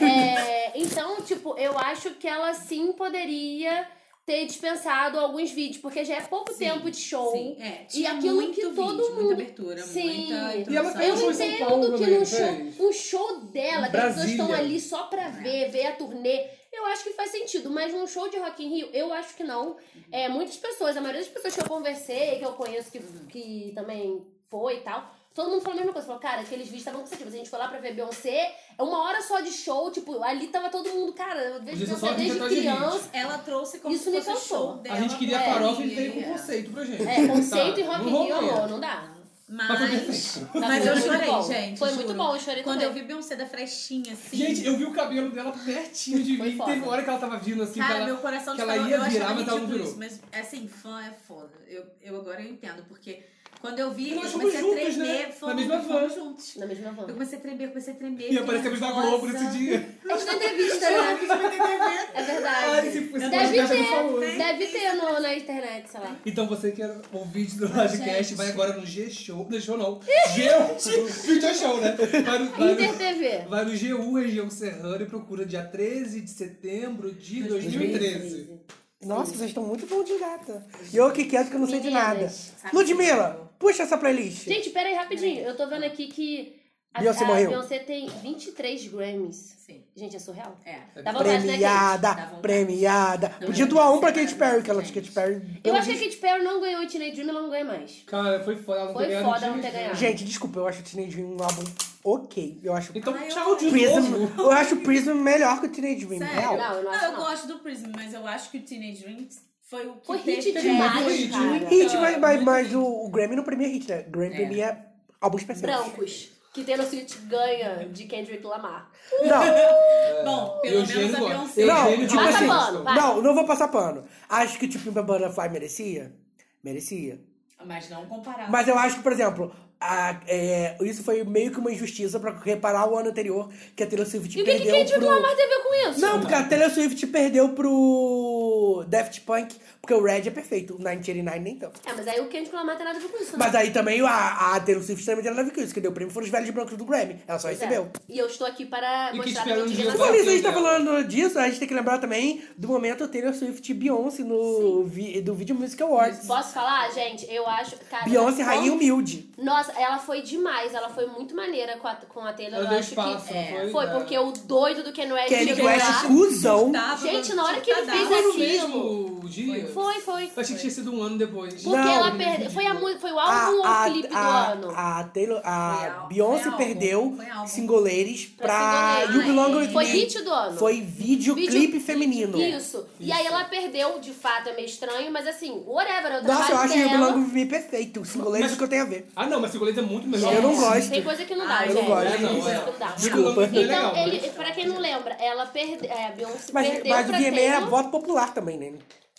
[SPEAKER 7] É, então, tipo, eu acho que ela sim poderia ter dispensado alguns vídeos, porque já é pouco tempo de show.
[SPEAKER 3] Sim, é, tinha
[SPEAKER 7] aquilo em
[SPEAKER 3] muito
[SPEAKER 7] que todo
[SPEAKER 3] vídeo,
[SPEAKER 7] mundo-
[SPEAKER 3] Muita abertura,
[SPEAKER 7] Sim.
[SPEAKER 3] muita
[SPEAKER 1] E ela
[SPEAKER 3] introdução.
[SPEAKER 1] fez um show
[SPEAKER 7] Eu
[SPEAKER 1] em São
[SPEAKER 7] entendo
[SPEAKER 1] Paulo
[SPEAKER 7] que
[SPEAKER 1] também,
[SPEAKER 7] num
[SPEAKER 1] não
[SPEAKER 7] show,
[SPEAKER 1] fez?
[SPEAKER 7] um show dela, que as pessoas
[SPEAKER 1] Brasília.
[SPEAKER 7] estão ali só pra ver, ver a turnê, eu acho que faz sentido. Mas num show de Rock in Rio, eu acho que não. É, muitas pessoas, a maioria das pessoas que eu conversei, que eu conheço, que, que também foi e tal, todo mundo falou a mesma coisa. Falou, cara, aqueles vídeos estavam cansativos. A gente foi lá pra ver Beyoncé, é uma hora só de show, tipo, ali tava todo mundo, cara, eu vejo
[SPEAKER 1] Podia ser só
[SPEAKER 7] Beyoncé
[SPEAKER 1] vídeo
[SPEAKER 7] desde
[SPEAKER 1] atrás de
[SPEAKER 7] criança.
[SPEAKER 8] Ela trouxe como
[SPEAKER 7] Isso
[SPEAKER 8] se
[SPEAKER 7] me
[SPEAKER 8] fosse o
[SPEAKER 7] cansou.
[SPEAKER 8] show
[SPEAKER 1] A
[SPEAKER 8] dela.
[SPEAKER 1] gente queria
[SPEAKER 8] pra
[SPEAKER 1] farofa e
[SPEAKER 8] ele.
[SPEAKER 1] veio com conceito pra gente.
[SPEAKER 7] É, conceito
[SPEAKER 1] Tá,
[SPEAKER 7] e Rock in
[SPEAKER 1] não
[SPEAKER 7] Rio,
[SPEAKER 1] rolou.
[SPEAKER 7] amor, não dá.
[SPEAKER 1] Mas foi
[SPEAKER 3] Mas,
[SPEAKER 1] perfeito.
[SPEAKER 3] mas eu
[SPEAKER 7] Foi muito
[SPEAKER 3] chorei,
[SPEAKER 7] bom.
[SPEAKER 3] gente.
[SPEAKER 7] Foi muito
[SPEAKER 3] juro.
[SPEAKER 7] bom, eu chorei
[SPEAKER 3] Quando
[SPEAKER 7] também.
[SPEAKER 3] eu vi Beyoncé da frestinha, assim.
[SPEAKER 1] Gente, eu vi o cabelo dela pertinho de
[SPEAKER 7] Foi
[SPEAKER 1] mim.
[SPEAKER 7] foda.
[SPEAKER 1] Teve uma hora que ela tava vindo assim.
[SPEAKER 3] Cara,
[SPEAKER 1] que ela...
[SPEAKER 3] meu coração
[SPEAKER 1] que
[SPEAKER 3] de
[SPEAKER 1] ela
[SPEAKER 3] calor,
[SPEAKER 1] ia
[SPEAKER 3] eu
[SPEAKER 1] virar,
[SPEAKER 3] achava
[SPEAKER 1] mas ela não
[SPEAKER 3] ridículo
[SPEAKER 1] virou.
[SPEAKER 3] isso, mas assim, fã é foda. Eu, eu agora eu entendo, porque quando eu vi,
[SPEAKER 1] E nós
[SPEAKER 3] eu
[SPEAKER 1] fomos
[SPEAKER 3] comecei a
[SPEAKER 1] juntos, né?
[SPEAKER 3] tremer,
[SPEAKER 1] Na
[SPEAKER 3] fomos,
[SPEAKER 1] mesma van.
[SPEAKER 3] fomos juntos.
[SPEAKER 7] Na mesma
[SPEAKER 3] Eu
[SPEAKER 7] van.
[SPEAKER 3] comecei a tremer, comecei a tremer.
[SPEAKER 1] E aparecemos na Globo nesse dia.
[SPEAKER 7] A gente deu entrevista, né? É
[SPEAKER 1] Ai,
[SPEAKER 7] verdade.
[SPEAKER 1] Ah, esse, esse
[SPEAKER 7] Deve
[SPEAKER 1] podcast é muito famoso.
[SPEAKER 7] ter, deve ter no, na internet, sei lá.
[SPEAKER 1] Então você que era ouvinte do podcast, vai agora no G-Show. Não, G-Show não. G Video Show, né? Vai no, vai
[SPEAKER 7] Inter
[SPEAKER 1] no,
[SPEAKER 7] TV.
[SPEAKER 1] vai no GU Região Serrana e procura dia 13 de setembro de 2013.
[SPEAKER 2] Nossa, vocês estão muito bons de gata. E eu que quieto que eu não sei de nada.
[SPEAKER 7] Meninas. Ah,
[SPEAKER 2] Ludmilla, puxa essa playlist.
[SPEAKER 7] Gente, pera aí rapidinho. Eu tô vendo aqui que a,
[SPEAKER 2] Beyoncé
[SPEAKER 7] a
[SPEAKER 2] morreu.
[SPEAKER 7] Beyoncé tem 23 Grammys.
[SPEAKER 3] Sim,
[SPEAKER 7] Gente, é surreal.
[SPEAKER 3] é.
[SPEAKER 7] Dá vontade, né, Kate?
[SPEAKER 2] Premiada,
[SPEAKER 3] Dá vontade.
[SPEAKER 2] premiada. Podia doar um pra Katy Perry, que ela de Katy Perry.
[SPEAKER 7] Eu acho que a Katy Perry não ganhou o Teenage Dream, ela não ganha mais.
[SPEAKER 1] Cara, foi foda. Ela não
[SPEAKER 7] Foi
[SPEAKER 1] tem
[SPEAKER 7] foda não ter ganhado.
[SPEAKER 2] Gente, desculpa, eu acho o Teenage Dream um álbum ok. Eu acho
[SPEAKER 1] Então,
[SPEAKER 3] Ai, eu
[SPEAKER 1] tchau de
[SPEAKER 2] Prism.
[SPEAKER 1] novo.
[SPEAKER 2] Eu acho o Prism melhor que o Teenage Dream.
[SPEAKER 3] Sério?
[SPEAKER 2] Real.
[SPEAKER 7] Não, eu não acho não.
[SPEAKER 3] gosto do Prism, mas eu acho que o Teenage Dream foi o que
[SPEAKER 7] Foi
[SPEAKER 3] teve
[SPEAKER 7] hit
[SPEAKER 3] pegada.
[SPEAKER 1] Mas foi
[SPEAKER 7] demais,
[SPEAKER 1] hit.
[SPEAKER 7] cara.
[SPEAKER 2] Hit, mas, mas, mas o, o Grammy não premia hit, né?
[SPEAKER 7] É.
[SPEAKER 2] Grammy premia álbuns especiais.
[SPEAKER 7] Brancos. Que Taylor Swift ganha de Kendrick Lamar.
[SPEAKER 2] Não,
[SPEAKER 3] Bom, pelo
[SPEAKER 1] Eugênio
[SPEAKER 3] menos a
[SPEAKER 1] gosta.
[SPEAKER 3] Beyoncé.
[SPEAKER 1] Eugênio
[SPEAKER 2] não,
[SPEAKER 1] de
[SPEAKER 2] tipo
[SPEAKER 7] Passa
[SPEAKER 2] assim,
[SPEAKER 7] pano, vai.
[SPEAKER 2] não, não vou passar pano. Acho que tipo Pimpa Butterfly merecia. Merecia.
[SPEAKER 9] Mas não comparado.
[SPEAKER 2] Mas eu acho que, por exemplo, a- é, isso foi meio que uma injustiça pra reparar o ano anterior que a Taylor Swift
[SPEAKER 7] E o que, que
[SPEAKER 2] perdeu
[SPEAKER 7] Kendrick
[SPEAKER 2] pro...
[SPEAKER 7] Lamar tem a ver com isso?
[SPEAKER 2] Não, porque a Taylor Swift perdeu pro Daft Punk, porque o Red é perfeito, o 989 nem tanto.
[SPEAKER 7] É, mas aí o Kendrick Lamar tem nada a ver com isso, né?
[SPEAKER 2] Mas aí também a, a Taylor Swift também tem nada a ver com isso, que deu o prêmio foram os velhos brancos do Grammy, ela só
[SPEAKER 7] Pois é.
[SPEAKER 2] recebeu.
[SPEAKER 7] E eu estou aqui para
[SPEAKER 1] E que
[SPEAKER 7] mostrar
[SPEAKER 1] espera
[SPEAKER 7] minha
[SPEAKER 1] um dia
[SPEAKER 7] indignação.
[SPEAKER 2] Por isso a gente tá
[SPEAKER 1] dela.
[SPEAKER 2] falando disso, a gente tem que lembrar também do momento Taylor Swift e Beyoncé no vi- do Video Music Awards.
[SPEAKER 7] Posso falar, gente? Eu acho. Cara,
[SPEAKER 2] Beyoncé,
[SPEAKER 7] quanto-
[SPEAKER 2] rainha humilde.
[SPEAKER 7] Nossa, ela foi demais. Ela foi muito maneira com a, com a Taylor.
[SPEAKER 1] Ela
[SPEAKER 7] eu
[SPEAKER 1] deu
[SPEAKER 7] acho
[SPEAKER 1] espaço,
[SPEAKER 7] que.
[SPEAKER 1] não
[SPEAKER 7] é,
[SPEAKER 1] foi?
[SPEAKER 7] foi,
[SPEAKER 1] Né?
[SPEAKER 7] porque o doido do Ken West
[SPEAKER 2] Kenny
[SPEAKER 7] chegou
[SPEAKER 2] West,
[SPEAKER 7] lá.
[SPEAKER 2] é cuzão.
[SPEAKER 3] Tava-
[SPEAKER 7] Gente, na hora que ele fez
[SPEAKER 3] Tava-
[SPEAKER 1] Foi no
[SPEAKER 7] aqui-
[SPEAKER 1] mesmo dia?
[SPEAKER 7] assim, Foi, foi.
[SPEAKER 1] Eu achei que tinha sido um ano depois.
[SPEAKER 7] Porque
[SPEAKER 2] Não.
[SPEAKER 7] ela perdeu. Foi, a, mu- foi o álbum ou o clipe do
[SPEAKER 2] a-
[SPEAKER 7] ano?
[SPEAKER 2] A, Taylor,
[SPEAKER 3] Foi
[SPEAKER 2] a
[SPEAKER 3] álbum,
[SPEAKER 2] Beyoncé
[SPEAKER 3] foi álbum,
[SPEAKER 2] perdeu
[SPEAKER 3] foi álbum.
[SPEAKER 2] singoleiros
[SPEAKER 7] Foi
[SPEAKER 2] pra
[SPEAKER 7] singoleiro.
[SPEAKER 2] You Belong With
[SPEAKER 7] Foi
[SPEAKER 2] Me.
[SPEAKER 7] hit do ano.
[SPEAKER 2] Foi videoclipe feminino.
[SPEAKER 7] Isso. E aí ela perdeu, de fato, é meio estranho, mas assim, whatever, é o trabalho
[SPEAKER 2] Nossa, eu acho You
[SPEAKER 7] dela.
[SPEAKER 2] Belong With Me perfeito. Singoleiros
[SPEAKER 1] Mas-
[SPEAKER 2] que eu tenho a ver.
[SPEAKER 1] Ah, não, mas Segureza é muito melhor.
[SPEAKER 2] Eu não gosto.
[SPEAKER 7] Tem coisa que não dá,
[SPEAKER 3] Ah, eu
[SPEAKER 7] gente.
[SPEAKER 3] não
[SPEAKER 1] gosto.
[SPEAKER 7] Tem
[SPEAKER 1] Não,
[SPEAKER 7] coisa
[SPEAKER 1] é.
[SPEAKER 7] que não dá.
[SPEAKER 2] Desculpa.
[SPEAKER 1] Não é legal,
[SPEAKER 7] Então,
[SPEAKER 1] mas-
[SPEAKER 7] ele, pra quem não lembra, ela perde, é, a Beyoncé
[SPEAKER 2] Mas,
[SPEAKER 7] perdeu
[SPEAKER 2] mas o é
[SPEAKER 7] pra
[SPEAKER 2] VMA era
[SPEAKER 7] Taylor.
[SPEAKER 2] voto popular também, né?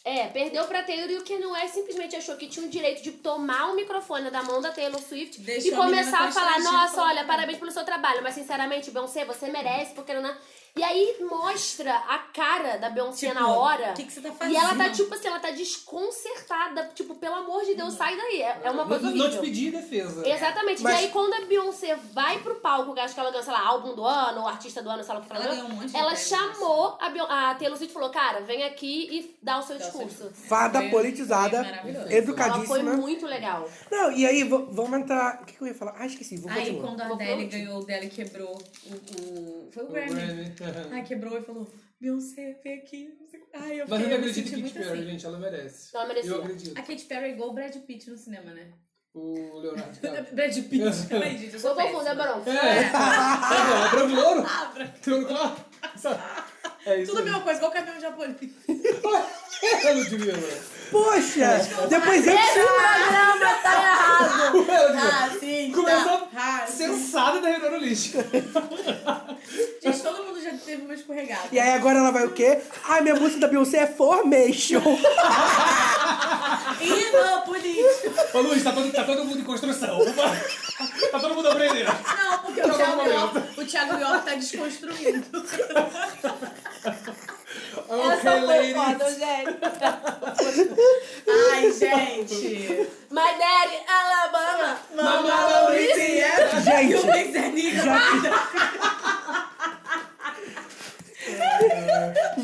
[SPEAKER 7] É, perdeu pra Taylor e o Kanye West simplesmente achou que tinha o direito de tomar o microfone da mão da Taylor Swift
[SPEAKER 3] Deixou
[SPEAKER 7] e
[SPEAKER 3] a menina
[SPEAKER 7] começar a falar,
[SPEAKER 3] constrangida
[SPEAKER 7] nossa,
[SPEAKER 3] falando.
[SPEAKER 7] olha, parabéns pelo seu trabalho, mas sinceramente, Beyoncé, você merece, porque não... não-" E aí mostra a cara da Beyoncé
[SPEAKER 3] Tipo,
[SPEAKER 7] na hora.
[SPEAKER 3] "Que que você tá
[SPEAKER 7] E ela tá,
[SPEAKER 3] fazendo?"
[SPEAKER 7] tipo assim, ela tá desconcertada, tipo, pelo amor de Deus, sai daí. É, é uma
[SPEAKER 1] Não,
[SPEAKER 7] coisa
[SPEAKER 1] não te
[SPEAKER 7] horrível.
[SPEAKER 1] pedi defesa.
[SPEAKER 7] Exatamente.
[SPEAKER 2] Mas-
[SPEAKER 7] E aí, quando a Beyoncé vai pro palco, que acho que ela ganha, sei lá, álbum do ano, ou artista do ano, sei lá o que ela
[SPEAKER 3] Ela
[SPEAKER 7] ganhou,
[SPEAKER 3] ganhou um monte de
[SPEAKER 7] ela
[SPEAKER 3] prêmio,
[SPEAKER 7] chamou a, Beyon- a Taylor Swift e falou, cara, vem aqui e dá o seu
[SPEAKER 3] Dá o seu
[SPEAKER 7] discurso.
[SPEAKER 2] Fada
[SPEAKER 1] É,
[SPEAKER 3] Foi- foi
[SPEAKER 2] politizada,
[SPEAKER 3] maravilhoso.
[SPEAKER 7] Ela foi
[SPEAKER 2] educadíssima.
[SPEAKER 7] muito legal.
[SPEAKER 2] Não, e aí, v- vamos entrar... O que, que eu ia falar? Ah, esqueci, vou
[SPEAKER 3] Aí
[SPEAKER 2] continuar.
[SPEAKER 3] quando a
[SPEAKER 7] Vou
[SPEAKER 3] Adele
[SPEAKER 7] pro
[SPEAKER 3] ganhou, o dela quebrou o, o- Foi o
[SPEAKER 1] O
[SPEAKER 3] Grammy.
[SPEAKER 1] Grammy. aham.
[SPEAKER 3] Ai, quebrou e falou, Beyoncé, vem aqui. não sei o quê." Ai, eu
[SPEAKER 1] Mas eu
[SPEAKER 3] fiquei-
[SPEAKER 1] não
[SPEAKER 3] eu me
[SPEAKER 1] acredito
[SPEAKER 3] senti
[SPEAKER 1] que Kit
[SPEAKER 3] muito
[SPEAKER 1] Perry,
[SPEAKER 3] assim.
[SPEAKER 1] gente, ela merece.
[SPEAKER 7] Ela merecia.
[SPEAKER 1] Eu acredito.
[SPEAKER 3] A Katy Perry é igual o Brad Pitt no cinema, né?
[SPEAKER 1] O Leonardo. cara.
[SPEAKER 3] Brad Pitt. Ai, gente, eu sou
[SPEAKER 7] Eu confundo, é
[SPEAKER 3] péssima.
[SPEAKER 7] Barão.
[SPEAKER 1] É, é branco de ouro? Tem no carro? É isso.
[SPEAKER 3] Tudo a
[SPEAKER 1] aí.
[SPEAKER 3] mesma coisa, igual o caminhão japonês.
[SPEAKER 1] É Ludmilla.
[SPEAKER 2] Poxa, depois eu...
[SPEAKER 3] programa tá errado.
[SPEAKER 1] Ludmilla.
[SPEAKER 3] Ah, sim.
[SPEAKER 1] Começou
[SPEAKER 3] tá.
[SPEAKER 1] Sensada da Renan Lixo.
[SPEAKER 3] Gente, todo mundo já teve uma escorregada.
[SPEAKER 2] E aí agora ela vai o quê? Ah, minha música da Beyoncé é Formation.
[SPEAKER 3] Ih, não, político.
[SPEAKER 1] Ô Luiz, tá todo, tá todo mundo em construção. Tá todo mundo aprendendo.
[SPEAKER 3] Não, porque o
[SPEAKER 1] Tá bom,
[SPEAKER 3] Thiago,
[SPEAKER 1] momento.
[SPEAKER 3] York, o Thiago York tá desconstruindo.
[SPEAKER 1] Ok, ladies.
[SPEAKER 3] Ai, gente.
[SPEAKER 7] My daddy, Alabama.
[SPEAKER 1] Mamá Louisiana.
[SPEAKER 3] E o
[SPEAKER 2] Gente,
[SPEAKER 3] Big Zernica.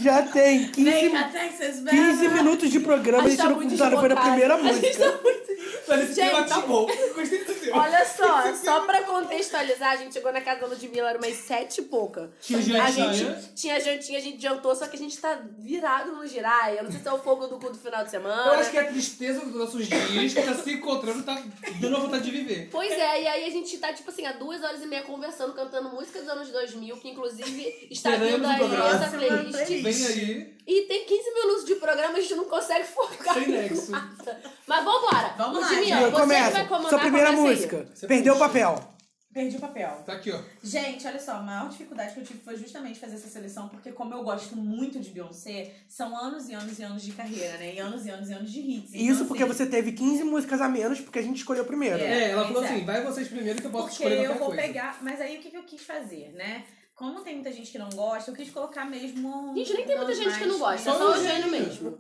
[SPEAKER 2] já tem 15,
[SPEAKER 3] Vem cá, Texas, velho.
[SPEAKER 2] 15 minutos de programa, a gente
[SPEAKER 7] tá
[SPEAKER 2] não
[SPEAKER 7] muito
[SPEAKER 2] contaram, foi na
[SPEAKER 7] desbocado.
[SPEAKER 2] primeira
[SPEAKER 7] A gente
[SPEAKER 2] música.
[SPEAKER 1] Mas esse tema
[SPEAKER 7] Gente,
[SPEAKER 1] tá bom. Gostei do tema.
[SPEAKER 7] Olha só,
[SPEAKER 1] é
[SPEAKER 7] só pra contextualizar, a gente chegou na casa da Ludmilla, era umas sete e pouca.
[SPEAKER 1] Tinha jantinha,
[SPEAKER 7] a gente
[SPEAKER 1] né?
[SPEAKER 7] tinha jantinha, a gente jantou, só que a gente tá virado no girai. Eu não sei se é o fogo do cu do final de semana.
[SPEAKER 1] Eu acho que é a tristeza dos nossos dias que tá se encontrando, tá dando a vontade de viver.
[SPEAKER 7] Pois é, e aí a gente tá, tipo assim, há duas horas e meia conversando, cantando música dos anos 2000, que inclusive está vindo
[SPEAKER 1] Teremos um
[SPEAKER 7] aí
[SPEAKER 1] programa.
[SPEAKER 7] essa playlist.
[SPEAKER 1] Vem aí.
[SPEAKER 7] E tem 15 minutos de programa, a gente não consegue focar
[SPEAKER 1] Sem
[SPEAKER 7] em
[SPEAKER 1] nexo.
[SPEAKER 7] nada. Mas vambora.
[SPEAKER 3] né? Vamos lá,
[SPEAKER 7] Ludmilla, você
[SPEAKER 2] Eu
[SPEAKER 7] que
[SPEAKER 2] começo.
[SPEAKER 7] vai comandar
[SPEAKER 2] Sua primeira
[SPEAKER 10] começa aí.
[SPEAKER 2] música.
[SPEAKER 1] Você
[SPEAKER 2] Perdeu o
[SPEAKER 1] puxa.
[SPEAKER 2] papel.
[SPEAKER 3] Perdi o papel.
[SPEAKER 1] Tá aqui, ó.
[SPEAKER 3] Gente, olha só, a maior dificuldade que eu tive foi justamente fazer essa seleção, porque como eu gosto muito de Beyoncé, são anos e anos e anos de carreira, né? E anos e anos e anos de hits.
[SPEAKER 2] E Isso
[SPEAKER 3] Então,
[SPEAKER 2] porque
[SPEAKER 3] assim,
[SPEAKER 2] você teve 15 músicas a menos, porque a gente escolheu primeiro.
[SPEAKER 3] É,
[SPEAKER 1] É, ela
[SPEAKER 3] pois
[SPEAKER 1] falou
[SPEAKER 3] é.
[SPEAKER 1] assim, vai vocês primeiro que eu posso
[SPEAKER 3] Porque
[SPEAKER 1] escolher
[SPEAKER 3] eu
[SPEAKER 1] qualquer
[SPEAKER 3] vou
[SPEAKER 1] coisa.
[SPEAKER 3] pegar. Mas aí o que, que eu quis fazer, né? Como tem muita gente que não gosta, eu quis colocar mesmo. um-
[SPEAKER 10] Gente, nem tem muita
[SPEAKER 3] uns
[SPEAKER 10] gente que
[SPEAKER 3] mais-
[SPEAKER 10] não gosta, é
[SPEAKER 1] Só
[SPEAKER 10] só o Eugênio mesmo.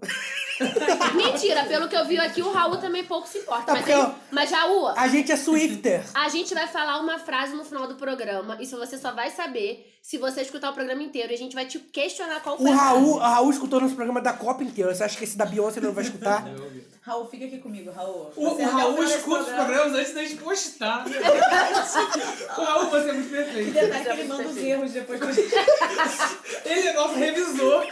[SPEAKER 10] Mentira, pelo que eu vi aqui, o Raul também pouco se importa.
[SPEAKER 2] É
[SPEAKER 10] Mas,
[SPEAKER 2] porque
[SPEAKER 10] ele-
[SPEAKER 2] eu-
[SPEAKER 10] mas Raul,
[SPEAKER 2] A gente é Swifter.
[SPEAKER 10] a gente vai falar uma frase no final do programa. Isso você só vai saber se você escutar o programa inteiro. E a gente vai te questionar qual foi
[SPEAKER 2] O
[SPEAKER 10] a frase.
[SPEAKER 2] Raul, o Raul escutou nosso programa da Copa inteira. Você acha que esse da Beyoncé ele não vai escutar?
[SPEAKER 3] Raul, fica aqui comigo, Raul.
[SPEAKER 1] O,
[SPEAKER 3] Você
[SPEAKER 1] o
[SPEAKER 3] até
[SPEAKER 1] Raul
[SPEAKER 3] final desse
[SPEAKER 1] escuta né? os
[SPEAKER 3] programa-
[SPEAKER 1] programas antes da gente postar. o Raul, você é muito
[SPEAKER 3] E
[SPEAKER 1] perfeito.
[SPEAKER 3] detalhe que ele manda os erros depois pra gente.
[SPEAKER 1] Ele é nosso revisor.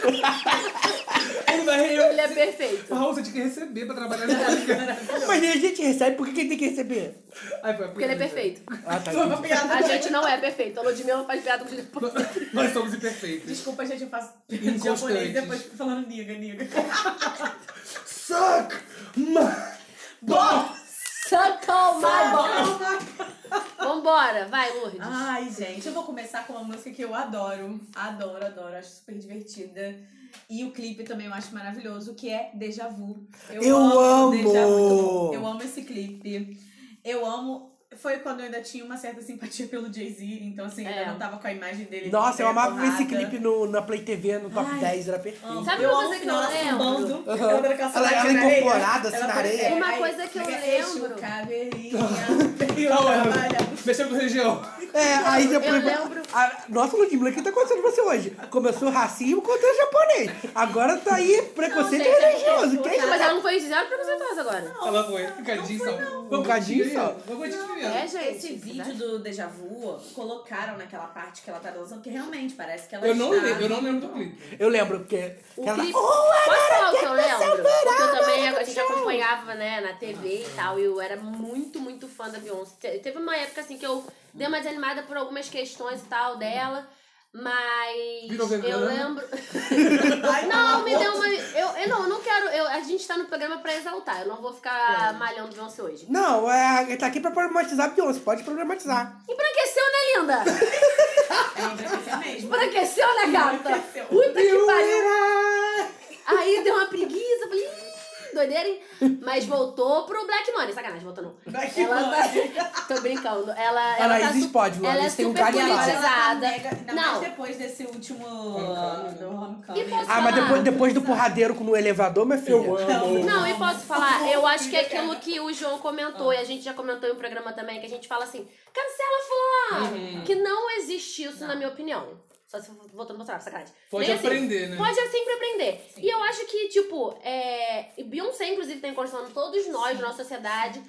[SPEAKER 1] Ele vai
[SPEAKER 7] Ele
[SPEAKER 1] re...
[SPEAKER 7] é perfeito.
[SPEAKER 1] O Raul, você tinha que receber pra trabalhar na música.
[SPEAKER 2] Mas a gente recebe, por que que ele tem que receber?
[SPEAKER 1] Ai, foi,
[SPEAKER 7] Porque ele é perfeito.
[SPEAKER 2] Ah, tá.
[SPEAKER 3] Foi uma
[SPEAKER 2] entendi.
[SPEAKER 3] piada.
[SPEAKER 7] A gente não é perfeito. A Ludmilla faz piada com o
[SPEAKER 1] Nós somos imperfeitos.
[SPEAKER 3] Desculpa, gente, eu faço
[SPEAKER 1] Inconstantes.
[SPEAKER 3] japonês depois fico falando niga, niga.
[SPEAKER 1] Suck! Ma... Bom!
[SPEAKER 7] Suckle my balls. Vambora, vai, Lourdes.
[SPEAKER 3] Ai, gente, eu vou começar com uma música que eu adoro. Adoro, adoro. Acho super divertida. E o clipe também eu acho maravilhoso, que é Deja Vu.
[SPEAKER 2] Eu
[SPEAKER 3] Deja Vu,
[SPEAKER 2] amo!
[SPEAKER 3] muito bom. Eu amo esse clipe. Eu amo... Foi quando eu ainda tinha uma certa simpatia pelo Jay-Z. Então, assim, eu
[SPEAKER 7] É.
[SPEAKER 3] ainda não tava com a imagem dele.
[SPEAKER 2] Nossa, eu
[SPEAKER 3] é,
[SPEAKER 2] amava ver esse
[SPEAKER 3] borrada.
[SPEAKER 2] clipe no, na Play TV, no Top
[SPEAKER 3] Ai.
[SPEAKER 2] 10, era perfeito.
[SPEAKER 3] Amo.
[SPEAKER 7] Sabe
[SPEAKER 3] eu
[SPEAKER 7] uma
[SPEAKER 3] amo
[SPEAKER 7] coisa
[SPEAKER 3] o
[SPEAKER 7] que eu
[SPEAKER 3] final
[SPEAKER 7] lembro?
[SPEAKER 3] sambando.
[SPEAKER 2] Aham.
[SPEAKER 3] Ela dando aquela
[SPEAKER 2] Ela- ela
[SPEAKER 3] saladinha na areia.
[SPEAKER 2] incorporada, assim, na
[SPEAKER 3] parece-
[SPEAKER 2] areia.
[SPEAKER 7] Uma
[SPEAKER 3] aí,
[SPEAKER 7] coisa que eu
[SPEAKER 3] pega, "Eixo,
[SPEAKER 7] lembro-
[SPEAKER 3] Caveirinha,
[SPEAKER 1] Mexendo com região.
[SPEAKER 2] É, aí depois.
[SPEAKER 7] Eu lembro-
[SPEAKER 2] A- nossa, Ludmilla, o que tá acontecendo com você hoje? Começou racismo contra o japonês. Agora tá aí preconceito
[SPEAKER 7] gente,
[SPEAKER 2] religioso. Quem é
[SPEAKER 7] Mas ela não foi zero preconceituosa agora.
[SPEAKER 1] Ela foi. Um cadinho só. Vamos
[SPEAKER 2] Cadinho
[SPEAKER 1] curtir
[SPEAKER 2] só.
[SPEAKER 1] primeiro? Vamos curtir primeiro.
[SPEAKER 7] É, gente.
[SPEAKER 3] Esse vídeo do Deja Vu colocaram naquela parte que ela tá dançando, que realmente parece que ela
[SPEAKER 1] Eu não,
[SPEAKER 3] está...
[SPEAKER 1] lembro, eu não lembro do clipe.
[SPEAKER 2] Eu lembro, porque.
[SPEAKER 7] O
[SPEAKER 2] ela-
[SPEAKER 7] clipe...
[SPEAKER 2] Oh,
[SPEAKER 7] Posso falar o que eu
[SPEAKER 2] agora quer
[SPEAKER 7] lembro?
[SPEAKER 2] perseverar
[SPEAKER 7] Porque eu
[SPEAKER 2] na
[SPEAKER 7] também, a gente
[SPEAKER 2] relação.
[SPEAKER 7] acompanhava, né, na TV e tal, e eu era muito, muito fã da Beyoncé. Te- Teve uma época, assim, que eu dei uma desanimada por algumas questões e tal dela, mas
[SPEAKER 1] Virou vegana?
[SPEAKER 7] eu lembro... não, me deu uma... Eu, eu não, eu não quero... Eu, a gente tá no programa pra exaltar, eu não vou
[SPEAKER 2] É.
[SPEAKER 7] ficar malhando Beyoncé hoje.
[SPEAKER 2] Não, é, ele tá aqui pra problematizar a Beyoncé, pode problematizar.
[SPEAKER 7] Embranqueceu, né, linda?
[SPEAKER 3] Ela envelheceu mesmo.
[SPEAKER 7] Embranqueceu, né, gata?
[SPEAKER 3] Envelheceu.
[SPEAKER 7] Puta que pariu! Aí deu uma preguiça, falei, "Ih, doideira, hein? Mas voltou pro Black Money, sacanagem, voltou não.
[SPEAKER 3] Black
[SPEAKER 7] ela
[SPEAKER 3] Money.
[SPEAKER 7] Tá... Tô brincando. Ela, ela tá
[SPEAKER 2] Anaíses
[SPEAKER 7] su-
[SPEAKER 2] pode, Luana,
[SPEAKER 7] ela é
[SPEAKER 2] isso tem um
[SPEAKER 7] super
[SPEAKER 2] carinho lá.
[SPEAKER 3] Ela tá
[SPEAKER 7] politizada.
[SPEAKER 3] mega... Ainda mais
[SPEAKER 7] Não,
[SPEAKER 3] depois desse último...
[SPEAKER 1] Homecoming, né?
[SPEAKER 3] Do
[SPEAKER 7] E posso-
[SPEAKER 3] Homecoming.
[SPEAKER 2] Ah, mas depois, depois do porradeiro com o elevador, minha filha.
[SPEAKER 7] não, e posso falar, eu acho que é aquilo que o João comentou, e a gente já comentou em um programa também, que a gente fala assim, cancela fulano!
[SPEAKER 1] Uhum.
[SPEAKER 7] Que não existe isso, na minha opinião. Só se voltando pra trás, sacanagem.
[SPEAKER 1] Pode
[SPEAKER 7] Nem assim,
[SPEAKER 1] aprender, né?
[SPEAKER 7] Pode sempre aprender. E eu acho que, tipo, é... e Beyoncé, inclusive, tem construção, todos nós, na nossa sociedade,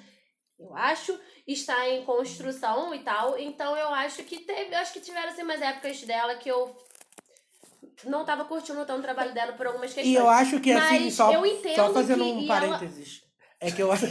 [SPEAKER 7] eu acho, está em construção e tal. Então eu acho que teve. Eu acho que tiveram assim, umas épocas dela que eu não tava curtindo tanto o trabalho dela por algumas questões.
[SPEAKER 2] E eu acho que assim,
[SPEAKER 7] Mas
[SPEAKER 2] só,
[SPEAKER 7] eu entendo
[SPEAKER 2] só fazendo
[SPEAKER 7] que-
[SPEAKER 2] um
[SPEAKER 7] e ela-
[SPEAKER 2] parênteses. É que eu acho.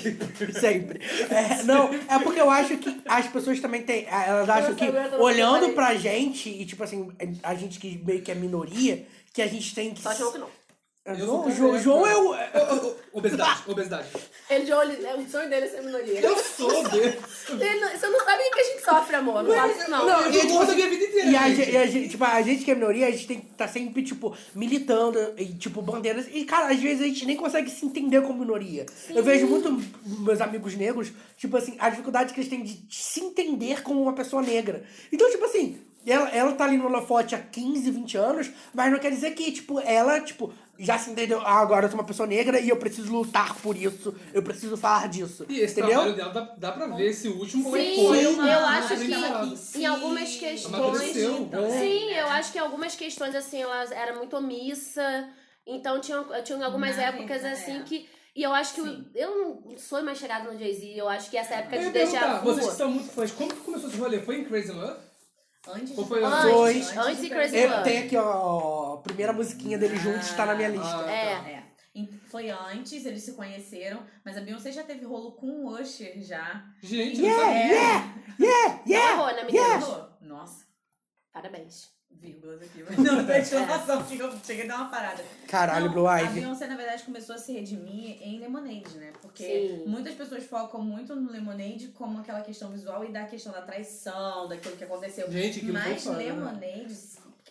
[SPEAKER 2] Sempre. É, não, é porque eu acho que as pessoas também têm. é, Elas acham que
[SPEAKER 7] aguento não é
[SPEAKER 2] olhando
[SPEAKER 7] ter
[SPEAKER 2] pra gente, e tipo assim, a gente que meio que é minoria, que a gente tem que.
[SPEAKER 7] Só
[SPEAKER 2] Ah,
[SPEAKER 7] achou que não.
[SPEAKER 1] Eu
[SPEAKER 2] João,
[SPEAKER 1] sou
[SPEAKER 2] João, João
[SPEAKER 7] né?
[SPEAKER 2] é o.
[SPEAKER 1] Ô, ô, ô, Obesidade, obesidade.
[SPEAKER 7] Ele já olha, o sonho dele é ser minoria.
[SPEAKER 1] Eu sou obeso.
[SPEAKER 7] Ele não- você não sabe o que a gente sofre, amor. Não fala isso, não.
[SPEAKER 2] Não,
[SPEAKER 1] Eu
[SPEAKER 2] e,
[SPEAKER 1] tô
[SPEAKER 2] tipo,
[SPEAKER 1] gordo a minha vida inteira.
[SPEAKER 2] E a
[SPEAKER 1] gente.
[SPEAKER 2] gente, e a gente- tipo, a gente que é minoria, a gente tem que tá sempre, tipo, militando, e, tipo, bandeiras. E, cara, às vezes a gente nem consegue se entender como minoria. Eu vejo muito meus amigos negros, tipo assim, a dificuldade que eles têm de se entender como uma pessoa negra. Então, tipo assim, ela, ela tá ali no holofote há 15, 20 anos, mas não quer dizer que, tipo, ela, tipo, já se entendeu, ah, agora eu sou uma pessoa negra e eu preciso lutar por isso, eu preciso falar disso.
[SPEAKER 1] E esse
[SPEAKER 2] entendeu?
[SPEAKER 1] trabalho dela dá, dá pra ver esse último como é que
[SPEAKER 7] Sim,
[SPEAKER 1] foi.
[SPEAKER 7] eu,
[SPEAKER 1] Uma-
[SPEAKER 7] eu
[SPEAKER 1] uma
[SPEAKER 7] acho
[SPEAKER 1] aprendizado.
[SPEAKER 7] que em algumas questões. então,
[SPEAKER 1] Amadureceu, bom.
[SPEAKER 7] Sim, eu acho que algumas questões, assim, ela era muito omissa. Então, tinha, tinha algumas
[SPEAKER 3] Na
[SPEAKER 7] épocas,
[SPEAKER 3] verdade,
[SPEAKER 7] assim,
[SPEAKER 3] é.
[SPEAKER 7] que. E eu acho que.
[SPEAKER 3] Sim.
[SPEAKER 7] Eu não sou mais chegada no Jay-Z. Eu acho que essa época
[SPEAKER 1] Eu
[SPEAKER 7] de
[SPEAKER 1] ia
[SPEAKER 7] Deja
[SPEAKER 1] perguntar,
[SPEAKER 7] Vu.
[SPEAKER 1] vocês que são muito fãs, como que começou esse rolê? Foi em Crazy Love?
[SPEAKER 3] Antes
[SPEAKER 1] Ou foi
[SPEAKER 7] Antes,
[SPEAKER 2] Foi.
[SPEAKER 7] antes, de Crazy
[SPEAKER 2] Eu
[SPEAKER 7] Love.
[SPEAKER 2] tenho aqui, ó, a primeira musiquinha dele juntos tá na minha lista.
[SPEAKER 1] Ah,
[SPEAKER 7] É.
[SPEAKER 3] É. Em- Foi antes, eles se conheceram, mas a Beyoncé já teve rolo com o Usher já.
[SPEAKER 7] é.
[SPEAKER 1] Gente, eu não
[SPEAKER 2] Yeah,
[SPEAKER 1] sabia.
[SPEAKER 2] yeah, yeah, yeah.
[SPEAKER 7] Errou, né, menina?
[SPEAKER 2] Yeah.
[SPEAKER 3] Rolou? Nossa,
[SPEAKER 7] Parabéns.
[SPEAKER 3] vírgulas aqui. mas Não, não
[SPEAKER 2] É.
[SPEAKER 3] exclamação, que eu cheguei a dar uma parada.
[SPEAKER 2] Caralho,
[SPEAKER 3] Não,
[SPEAKER 2] Blue
[SPEAKER 3] A
[SPEAKER 2] Ivy.
[SPEAKER 3] Beyoncé, na verdade, começou a se redimir em Lemonade, né? Porque Porque
[SPEAKER 7] Sim.
[SPEAKER 3] muitas pessoas focam muito no Lemonade como aquela questão visual e da questão da traição, daquilo que aconteceu.
[SPEAKER 1] Gente, que
[SPEAKER 3] Mas
[SPEAKER 1] fofa, né?
[SPEAKER 3] Lemonade,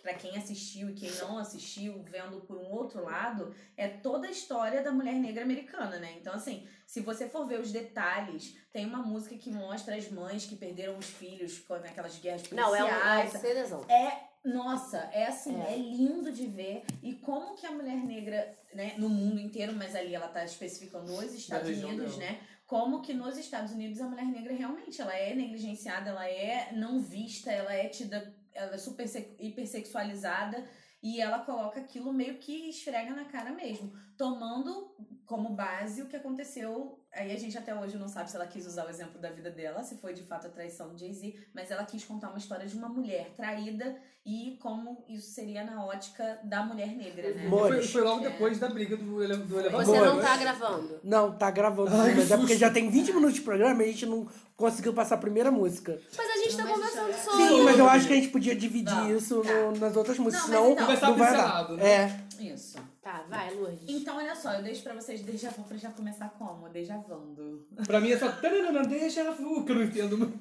[SPEAKER 3] pra quem assistiu e quem não assistiu, vendo por um outro lado, é toda a história da mulher negra americana, né? Então, assim, se você for ver os detalhes, tem uma música que mostra as mães que perderam os filhos com- naquelas guerras policiais.
[SPEAKER 7] Não, é um, é um CDzão.
[SPEAKER 3] É, nossa, é assim, é. lindo de ver. E como que a mulher negra, né, no mundo inteiro, mas ali ela tá especificando os Estados
[SPEAKER 1] região
[SPEAKER 3] Unidos,
[SPEAKER 1] dela.
[SPEAKER 3] né? Como que nos Estados Unidos a mulher negra realmente ela é negligenciada, ela é não vista, ela é tida, ela é super se- hipersexualizada e ela coloca aquilo meio que esfrega na cara mesmo, tomando como base o que aconteceu. Aí a gente até hoje não sabe se ela quis usar o exemplo da vida dela, se foi de fato a traição do Jay-Z, mas ela quis contar uma história de uma mulher traída e como isso seria na ótica da mulher negra, né?
[SPEAKER 1] Foi,
[SPEAKER 2] Mores.
[SPEAKER 1] foi logo depois da briga do, ele- do elevador.
[SPEAKER 7] É. Você não
[SPEAKER 1] né?
[SPEAKER 7] tá gravando.
[SPEAKER 2] Não, tá gravando,
[SPEAKER 1] Ai,
[SPEAKER 2] mas
[SPEAKER 1] que
[SPEAKER 2] é porque
[SPEAKER 1] susto.
[SPEAKER 2] já tem 20 minutos de programa e a gente não conseguiu passar a primeira música.
[SPEAKER 7] Mas a gente tá conversando sobre.
[SPEAKER 2] Sim, mas eu acho que a gente podia dividir
[SPEAKER 3] Não,
[SPEAKER 2] isso
[SPEAKER 3] tá.
[SPEAKER 2] no- nas outras músicas,
[SPEAKER 3] Não, mas
[SPEAKER 2] senão não
[SPEAKER 3] então-
[SPEAKER 2] vai dar.
[SPEAKER 1] Conversar pincelado, né?
[SPEAKER 2] É,
[SPEAKER 3] Isso.
[SPEAKER 7] Tá, vai, Lourdes.
[SPEAKER 3] Então, olha só, eu deixo pra vocês déjà vu pra já começar como? Déjà vando.
[SPEAKER 1] Pra mim é só tananana, déjà vu, que eu não entendo muito.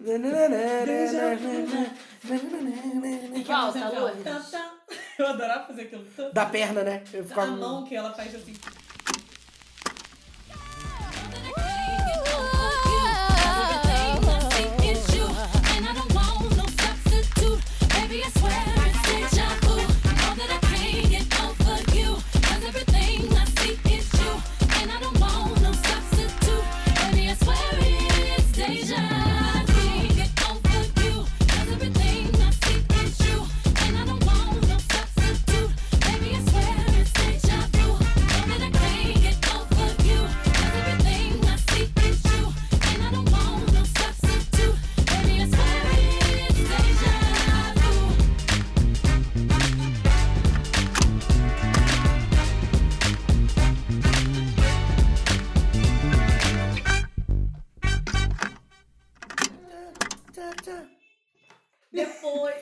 [SPEAKER 7] Volta,
[SPEAKER 3] Tan,
[SPEAKER 7] Lourdes.
[SPEAKER 3] tan. Eu adorava fazer aquilo. Tan,
[SPEAKER 2] da perna, né? Eu
[SPEAKER 3] tan.
[SPEAKER 2] ficava-
[SPEAKER 3] A mão que ela faz assim. Depois.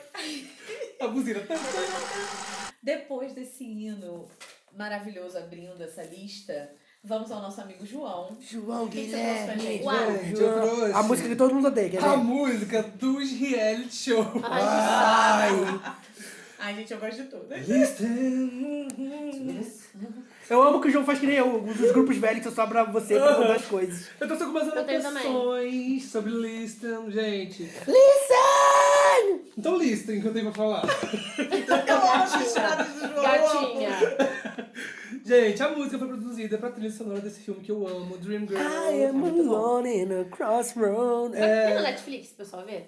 [SPEAKER 1] A buzina.
[SPEAKER 3] Depois desse hino maravilhoso abrindo essa lista, vamos ao nosso amigo João.
[SPEAKER 2] João
[SPEAKER 3] O que é que você trouxe pra
[SPEAKER 2] Guilherme.
[SPEAKER 3] gente?
[SPEAKER 7] Uau.
[SPEAKER 1] Gente, eu trouxe.
[SPEAKER 2] A música que todo mundo odeia, quer
[SPEAKER 1] A
[SPEAKER 2] ver?
[SPEAKER 1] música dos reality shows.
[SPEAKER 3] Ai, gente, eu gosto de tudo.
[SPEAKER 2] Eu amo que o João faz que nem eu, um dos grupos velhos que eu sobra você pra contar as coisas.
[SPEAKER 1] Eu trouxe algumas
[SPEAKER 7] Eu tenho também.
[SPEAKER 1] anotações sobre Listen, gente.
[SPEAKER 2] Listen!
[SPEAKER 1] Então Listen, que eu tenho pra falar.
[SPEAKER 7] Gatinha.
[SPEAKER 1] gente, a música foi produzida pra trilha sonora desse filme que eu amo, Dream Girl.
[SPEAKER 2] I am Ah, é alone in a crossroad.
[SPEAKER 1] É.
[SPEAKER 2] É,
[SPEAKER 7] Tem no Netflix, pessoal, vê?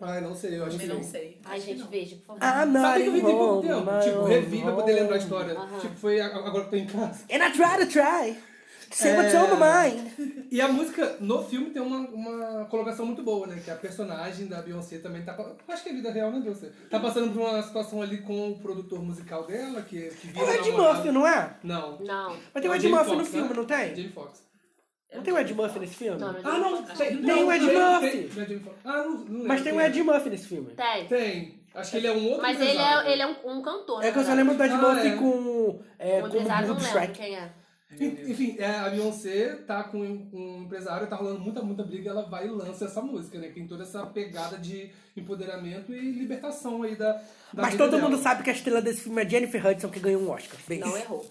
[SPEAKER 1] Ai, não sei, eu acho que
[SPEAKER 3] Também não sei.
[SPEAKER 7] Ai, gente, veja, por favor.
[SPEAKER 2] I'm
[SPEAKER 1] Sabe
[SPEAKER 2] not
[SPEAKER 1] que eu
[SPEAKER 2] in
[SPEAKER 1] vivi pouco
[SPEAKER 2] home,
[SPEAKER 1] tempo?
[SPEAKER 2] my
[SPEAKER 1] Tipo,
[SPEAKER 2] own
[SPEAKER 1] revi pra poder lembrar a
[SPEAKER 2] home.
[SPEAKER 1] história. Tipo, foi a- agora que eu tô em casa.
[SPEAKER 2] And I try to try. to Say what's
[SPEAKER 1] É.
[SPEAKER 2] on my mind.
[SPEAKER 1] E a música no filme tem uma, uma colocação muito boa, né? Que a personagem da Beyoncé também tá. pa- Acho que é vida real, né, Beyoncé? Tá passando por uma situação ali com o produtor musical dela, que, que vira.
[SPEAKER 2] É o Ed
[SPEAKER 1] namorado.
[SPEAKER 2] Murphy, não é?
[SPEAKER 1] Não.
[SPEAKER 7] Não.
[SPEAKER 2] Mas tem o
[SPEAKER 1] É
[SPEAKER 2] Ed
[SPEAKER 1] Jamie
[SPEAKER 2] Murphy no
[SPEAKER 1] Foxx,
[SPEAKER 2] filme,
[SPEAKER 1] né?
[SPEAKER 2] não tem?
[SPEAKER 1] Jamie Fox.
[SPEAKER 2] Não tem o Ed Murphy nesse filme?
[SPEAKER 7] Não, não.
[SPEAKER 1] Ah, não! Tem,
[SPEAKER 2] Tem o Ed Murphy.
[SPEAKER 1] Tem, tem o Jamie Foxx. Ah, não, não
[SPEAKER 2] Mas
[SPEAKER 1] lembro
[SPEAKER 2] tem
[SPEAKER 1] quem
[SPEAKER 2] o
[SPEAKER 1] é.
[SPEAKER 2] Ed Murphy nesse filme.
[SPEAKER 7] Tem.
[SPEAKER 1] Tem. Acho que ele é um outro
[SPEAKER 7] Mas ele
[SPEAKER 1] empresário.
[SPEAKER 7] é, ele é um, um cantor.
[SPEAKER 2] É que eu só
[SPEAKER 7] na
[SPEAKER 2] lembro do Ed
[SPEAKER 1] Ah,
[SPEAKER 2] Murphy
[SPEAKER 1] é.
[SPEAKER 2] com, é,
[SPEAKER 7] verdade.
[SPEAKER 2] com
[SPEAKER 7] Um
[SPEAKER 2] o
[SPEAKER 7] empresário,
[SPEAKER 2] do
[SPEAKER 7] não lembro
[SPEAKER 2] Shrek.
[SPEAKER 7] quem é.
[SPEAKER 1] Enfim, é, a Beyoncé tá com um- um empresário, tá rolando muita, muita briga, ela vai e lança essa música, né? Que Tem toda essa pegada de empoderamento e libertação aí da. da
[SPEAKER 2] Mas
[SPEAKER 1] vida
[SPEAKER 2] todo mundo
[SPEAKER 1] dela.
[SPEAKER 2] sabe que a estrela desse filme é Jennifer Hudson, que ganhou um Oscar. Beijo.
[SPEAKER 7] Não é. errou.